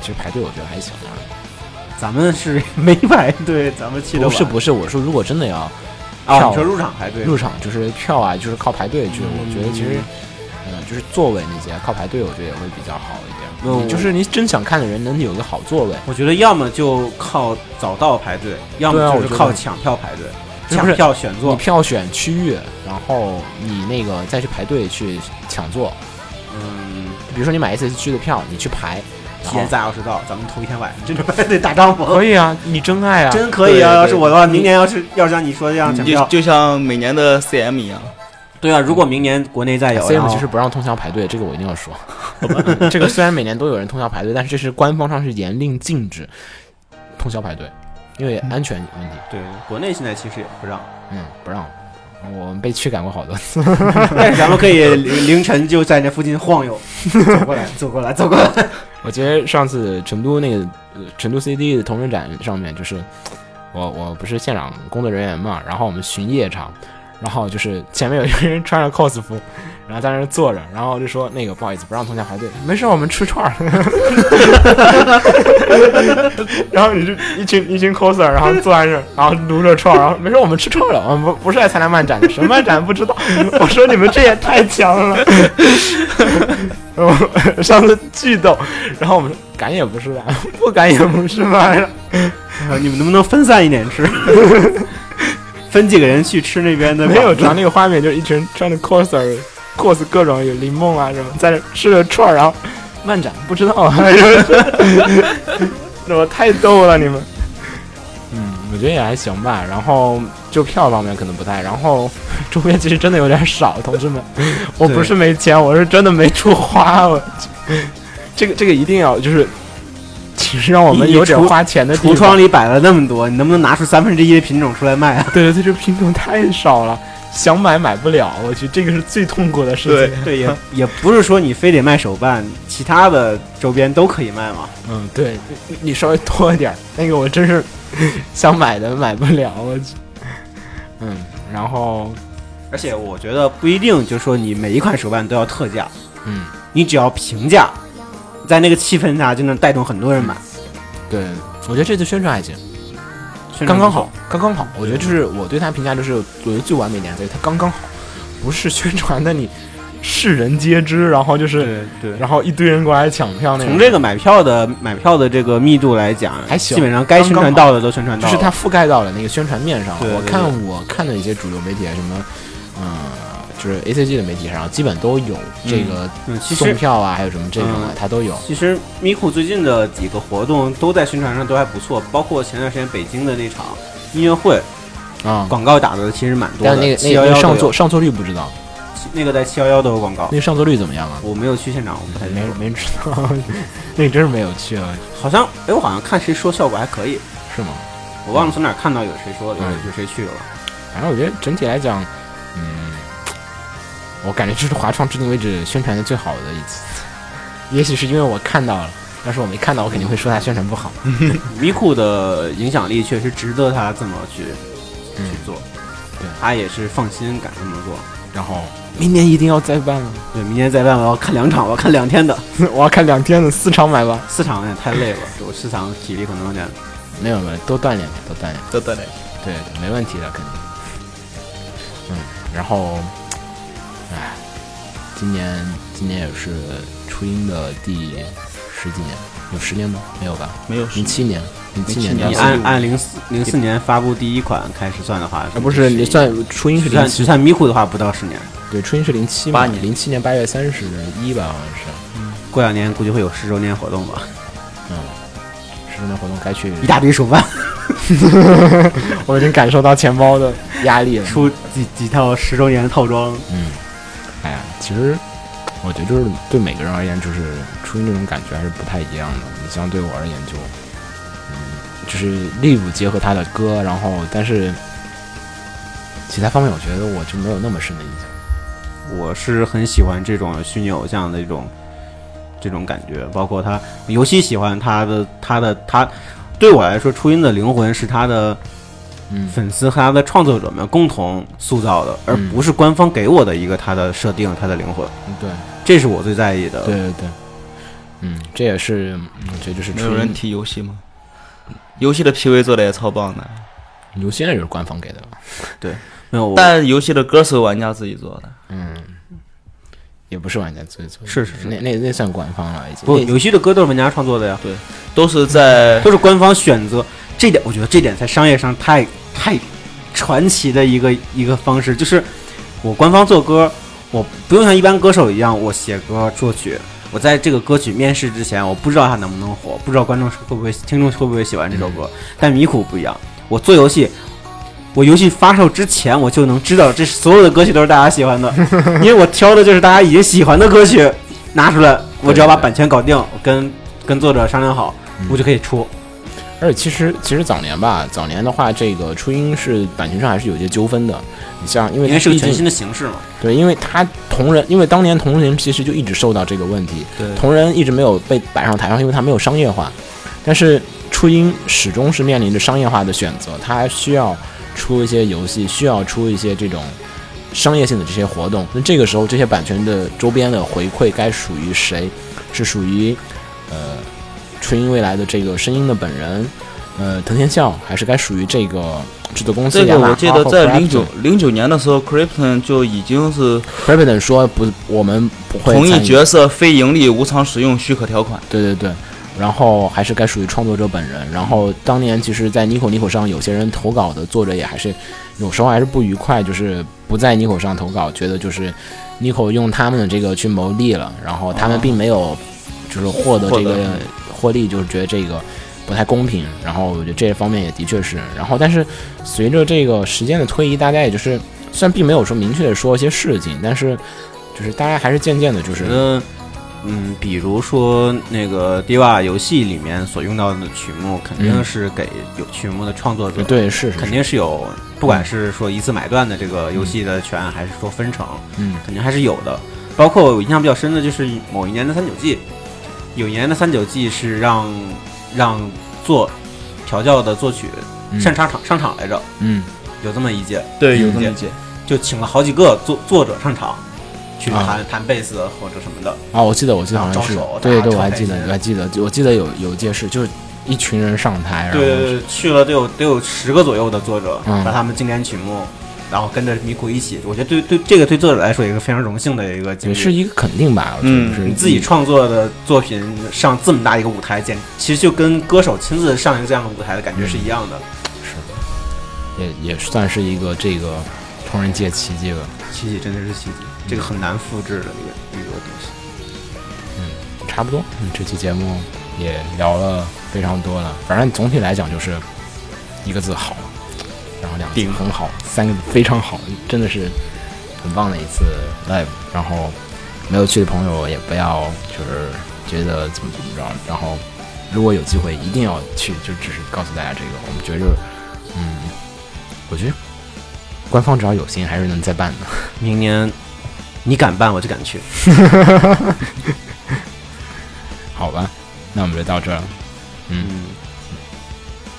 S1: 其实排队我觉得还行啊。
S2: 咱们是没排队，咱们去的
S1: 不是不
S2: 是
S1: 是，我说如果真的要
S2: 啊，
S1: 票
S2: 你说入场排队，
S1: 入场就是票啊，就是靠排队去。我觉得其实
S2: 嗯，
S1: 嗯，就是座位那些靠排队，我觉得也会比较好一
S2: 那
S1: 点。
S2: 我
S1: 你就是你真想看的人能有个好座位，
S2: 我觉得要么就靠早到排队，要
S1: 对啊
S2: 么就
S1: 我觉
S2: 是
S1: 得
S2: 靠抢票排队，
S1: 是
S2: 抢
S1: 不是
S2: 票选
S1: 你
S2: 座。
S1: 票选区域，然后你那个再去排队去抢座。
S2: 嗯，
S1: 比如说你买 S S 区的票，你去排，
S2: 提
S1: 然
S2: 前
S1: 后
S2: 三小时到，咱们头一天晚上真的排队打帐篷，
S1: 可以啊，你真爱啊，
S2: 真可以啊！
S3: 对
S2: 要是我的话，
S1: 对
S2: 明年要是要是像你说的这样抢
S3: 就
S2: 票，
S3: 就像每年的 CM 一样，
S2: 对啊，如果明年国内再有，然
S1: CM
S2: 后
S1: 就是不让通宵排队，这个我一定要说。 嗯这个虽然每年都有人通宵排队，但是这是官方上是严令禁止通宵排队，因为安全问题，
S2: 对国内现在其实也不让，
S1: 嗯，不让。我们被驱赶过好多次，
S2: 但是咱们可以凌凌晨就在那附近晃悠，走过来，走过来，走过来。
S1: 我记得上次成都那个呃成都 CD 的同人展上面，就是我我不是现场工作人员嘛，然后我们巡夜场，然后就是前面有一个人穿着 cos 服，然后在那儿坐着，然后就说那个不好意思不让同学排队，没事我们吃串儿， 然后你就一群一群 coser，然后坐在那儿，然后撸着串儿，然后没事我们吃串儿了，我们不不是来参加漫展的，什么漫展不知道，我说你们这也太强了， 我上次巨逗，然后我们说敢也不是啊 吧，不敢也不是吧，
S2: 你们能不能分散一点 吃？分几个人去吃那边的
S1: 没有传那个画面，就是一群穿着 coser cos 各种有柠檬啊什么，在那吃着串儿，然后漫展不知道 啊，我太逗了你们。嗯，我觉得也还行吧。然后就票方面可能不太，然后周边其实真的有点少，同志们， 我不是没钱，我是真的没处花。我这个这个一定要就是，请让我们
S2: 你
S1: 有点
S2: 橱
S1: 花钱的地
S2: 橱
S1: 方
S2: 窗里摆了那么多，你能不能拿出三分之一的品种出来卖啊？
S1: 对对对，这品种太少了，想买买不了，我去，这个是最痛苦的事情。
S2: 对， 也也不是说你非得卖手办，其他的周边都可以卖嘛。
S1: 嗯，对你你稍微多一点儿，那个我真是 想买的买不了，我去。嗯，然后
S2: 而且我觉得不一定，就是说你每一款手办都要特价，
S1: 嗯，
S2: 你只要平价，在那个气氛下就能带动很多人买，
S1: 嗯对，我觉得这次宣传还行，
S2: 宣传
S1: 刚刚
S2: 不错
S1: 好。，刚刚好。我觉得就是我对他评价就是，我觉得最完美点在于他刚刚好，不是宣传的你世人皆知，然后就是
S2: 对对，
S1: 然后一堆人过来抢票那种。
S2: 从这个买票的买票的这个密度来讲，
S1: 还行
S2: 基本上该宣传到的都宣传
S1: 就
S2: 到了。
S1: 是它覆盖到了那个宣传面上。
S2: 对对
S1: 我看我看的一些主流媒体啊，什么，嗯，就是 ACG 的媒体上，基本都有这个
S2: 嗯，其
S1: 送
S2: 实
S1: 票啊，还有什么这种啊
S2: 嗯，
S1: 它都有。
S2: 其实咪酷最近的几个活动都在宣传上都还不错，包括前段时间北京的那场音乐会，
S1: 啊。
S2: 广告打的其实蛮嗯多的。
S1: 但是那个
S2: 七
S1: 那
S2: 幺
S1: 个那个
S2: 幺
S1: 上座上座率不知道，
S2: 那个在七幺幺都有广告
S1: 那，个上座率怎么样啊？
S2: 我没有去现场，我不太
S1: 没
S2: 清楚。
S1: 没人知道， 那个真是没有去啊，
S2: 好像哎，我好像看谁说效果还可以，
S1: 是吗？
S2: 我忘了从哪儿看到有谁说的，
S1: 嗯
S2: 有有谁去了。
S1: 反正我觉得整体来讲，嗯，我感觉这是华创至今为止宣传的最好的一次，也许是因为我看到了，要是我没看到，我肯定会说它宣传不好。
S2: 咪酷的影响力确实值得他这么去去做，
S1: 嗯对
S2: 他也是放心敢这么做。
S1: 然后明年一定要再办啊！
S2: 对，明天再办，我要看两场，我要看两天的，
S1: 我要看两天的四场买吧。
S2: 四场有点太累了，我四场体力可能有点。
S1: 没有没有，多锻炼点，多锻炼点。
S3: 都锻炼。
S1: 对对，没问题的，肯定。嗯，然后，唉，今年今年也是初音的第十几年，有十年吗？没有吧？
S3: 没有
S1: 零七年，零七年到
S2: 你
S1: 现在
S2: 按按零四零四年发布第一款开始算的话，
S1: 啊，不是你算初音是
S2: 只
S1: 零
S2: 算只
S1: 七，
S2: 算咪酷的话，不到十年，
S1: 对，初音是零七
S3: 八
S1: 年，零七年八月三十一吧，好像是，
S2: 过两年估计会有十周年活动吧，
S1: 嗯，十周年活动该去，
S2: 一大堆手办，
S1: 我已经感受到钱包的压力了。
S2: 出几几套十周年套装，
S1: 嗯，哎呀，其实我觉得就是对每个人而言，就是初音这种感觉还是不太一样的。你像对我而言就，嗯，就是 Live 结合他的歌，然后但是其他方面，我觉得我就没有那么深的印象。
S2: 我是很喜欢这种虚拟偶像的一种这种感觉，包括他，尤其喜欢他的他的他，对我来说，初音的灵魂是他的
S1: 嗯
S2: 粉丝和他的创作者们共同塑造的，而
S1: 嗯
S2: 不是官方给我的一个他的设定，他的灵魂，
S1: 对
S2: 这是我最在意的。
S1: 对对对，嗯，这也是嗯我觉得就是
S3: 没
S1: 初
S3: 有人
S1: 音，
S3: 提游戏吗？游戏的 PV 做的也超棒的，
S1: 游戏也是官方给的吧？
S2: 没有，我
S3: 但游戏的歌是玩家自己做的。
S1: 嗯，也不是玩家自己做的，
S2: 是是是
S1: 那那那算官方了已经。
S2: 不，游戏的歌都是玩家创作的呀，
S3: 都是在
S2: 都是官方选择。这点我觉得这点在商业上太太传奇的一个一个方式，就是我官方做歌，我不用像一般歌手一样，我写歌作曲。我在这个歌曲面试之前，我不知道它能不能火，不知道观众会不会、听众会不会喜欢这首歌。但米苦不一样，我做游戏，我游戏发售之前，我就能知道这所有的歌曲都是大家喜欢的，因为我挑的就是大家已经喜欢的歌曲拿出来，我只要把版权搞定，我跟跟作者商量好，我就可以出。
S1: 而且其实其实早年吧，早年的话，这个初音是版权上还是有一些纠纷的。你像，因为
S2: 因
S1: 它
S2: 为是个
S1: 毕竟
S2: 全新的形式嘛。
S1: 对，因为它同人，因为当年同人其实就一直受到这个问题，
S2: 对
S1: 同人一直没有被摆上台上，因为它没有商业化。但是初音始终是面临着商业化的选择，它需要出一些游戏，需要出一些这种商业性的这些活动。那这个时候，这些版权的周边的回馈该属于谁？是属于呃初音未来的这个声音的本人，呃藤田孝，还是该属于这个制作公司
S3: 这
S1: 雅
S3: 个，
S1: 马
S3: 我
S1: 哈
S3: 记
S1: 和 Crafton？
S3: 得在零九零九年的时候，Krypton 就已经是
S1: c r a p t o n 说不，我们不会
S3: 同意
S1: 参与
S3: 角色非盈利无偿使用许可条款。
S1: 对对对，然后还是该属于创作者本人。然后当年其实，在 Nico Nico 上，有些人投稿的作者也还是有时候还是不愉快，就是不在 Nico 上投稿，觉得就是 Nico 用他们的这个去牟利了，然后他们并没有就是获得这
S3: 获
S1: 个
S3: 得
S1: 获利，就是觉得这个。不太公平，然后我觉得这方面也的确是，然后但是随着这个时间的推移，大家也就是虽然并没有说明确的说一些事情，但是就是大家还是渐渐的，就
S2: 觉
S1: 是
S2: 得，嗯，比如说那个 Diva 游戏里面所用到的曲目，肯定
S1: 嗯
S2: 是给有曲目的创作者，，
S1: 对是是
S2: 肯定是有，不管是说一次买断的这个游戏的权，还是说分成，
S1: 嗯
S2: 肯定还是有的。包括我印象比较深的就是某一年的三九季，有一年的三九季是让让做调教的作曲
S1: 嗯
S2: 上场场上场来着，
S1: 嗯
S2: 有这么一届，
S3: 对
S2: 有这么一
S3: 届。
S2: 就请了好几个作作者上场，去
S1: 啊
S2: 弹、弹贝斯或者什么的。
S1: 啊，我记得，我记得好像是
S2: 招手，
S1: 对
S2: 大家
S1: 对，我
S2: 跳
S1: 还
S2: 台
S1: 记得，
S2: 阶
S1: 我还记得，我记得有有一件事，就是一群人上台，然后
S2: 对对对，去了得有得有十个左右的作者，
S1: 嗯
S2: 把他们经典曲目，然后跟着米库一起，我觉得对对这个对作者来说也是非常荣幸的一个经
S1: 也
S2: 历。
S1: 是一个肯定吧，我觉得
S3: 嗯
S1: 是
S2: 你自己创作的作品上这么大一个舞台，简其实就跟歌手亲自上一个这样的舞台的感觉是一样的。
S1: 也也算是一个这个同人界奇迹吧。
S2: 奇迹真的是奇迹，这个很难复制的一个一个东西。
S1: 差不多，嗯，这期节目也聊了非常多了，反正总体来讲就是一个字好，然后两个字
S3: 顶
S1: 很好，三个字非常好，真的是很棒的一次 live。然后没有去的朋友也不要就是觉得怎么怎么着，然后如果有机会一定要去，就只是告诉大家这个，我们觉着，嗯，我觉得官方只要有心还是能再办的。
S2: 明年你敢办我就敢去。
S1: 好吧，那我们就到这儿了。
S2: 嗯，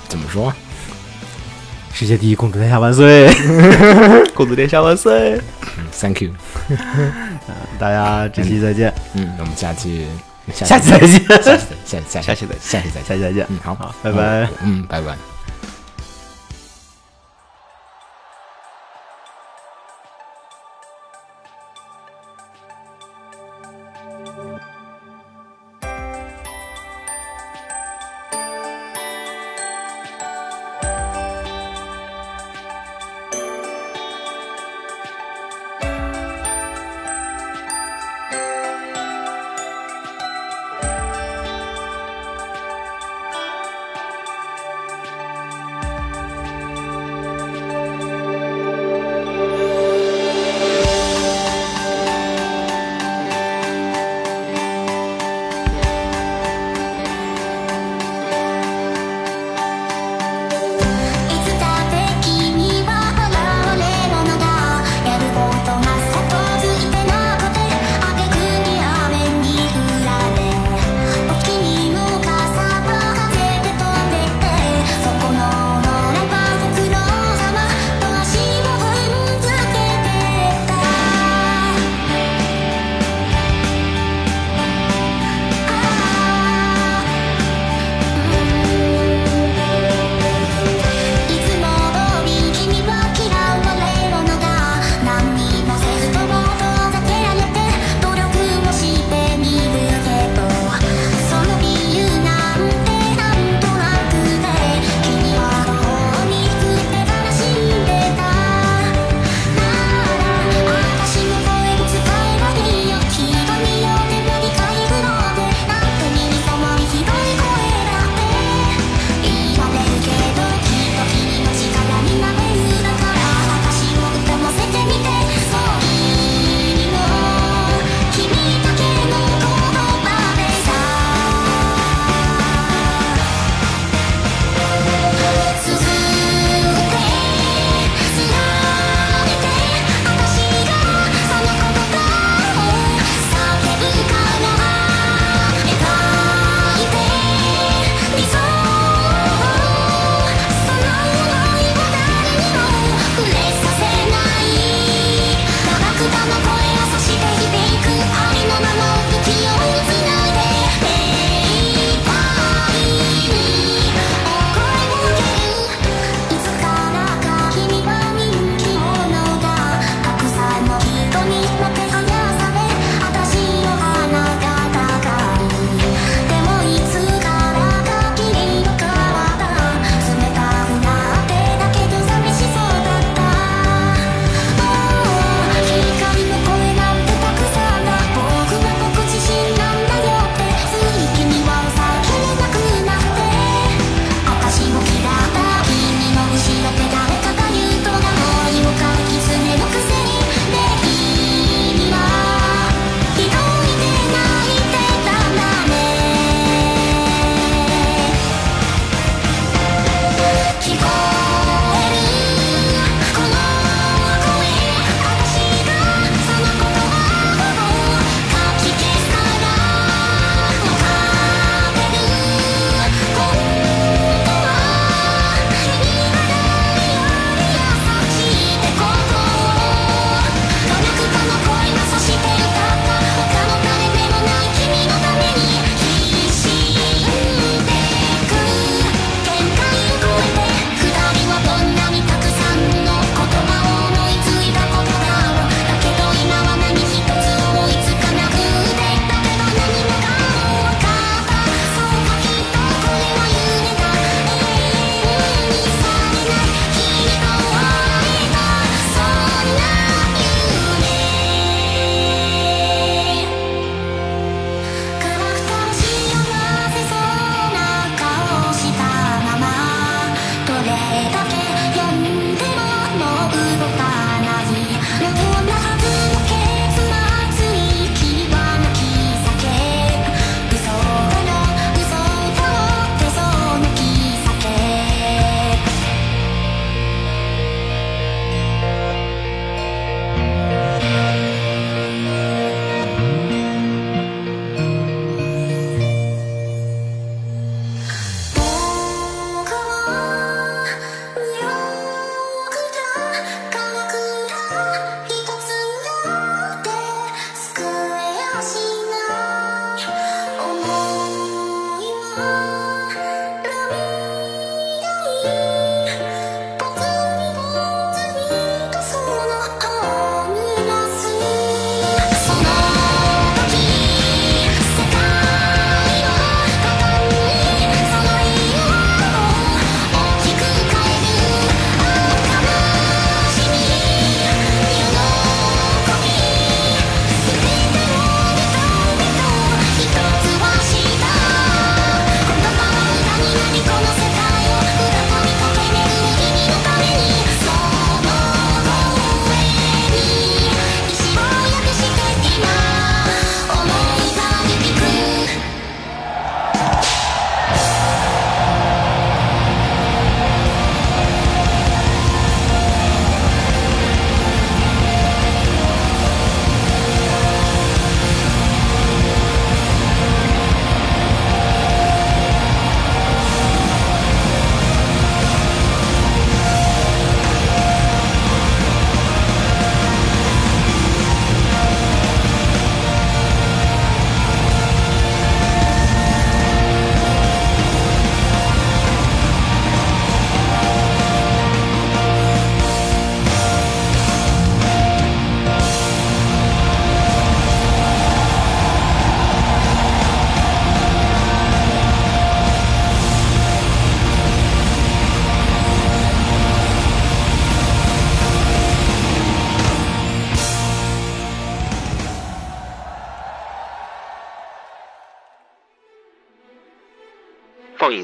S1: 怎么说？
S2: 世界第一公主殿下万岁！
S3: 公主殿下万岁！
S1: 嗯，Thank you。
S2: 大家这期再见，
S1: 嗯，那我们下期 下
S2: 下期再见，
S1: 下期再下下
S3: 下期再见。
S1: 下期再
S2: 下
S1: 见。
S2: 期再见。
S1: 嗯，好，
S2: 好拜拜。
S1: 嗯，拜拜。
S4: Thank
S1: 放映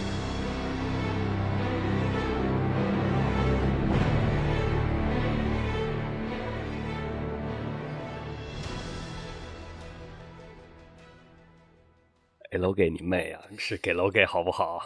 S4: 哎给楼给你妹啊！是给楼给好不好？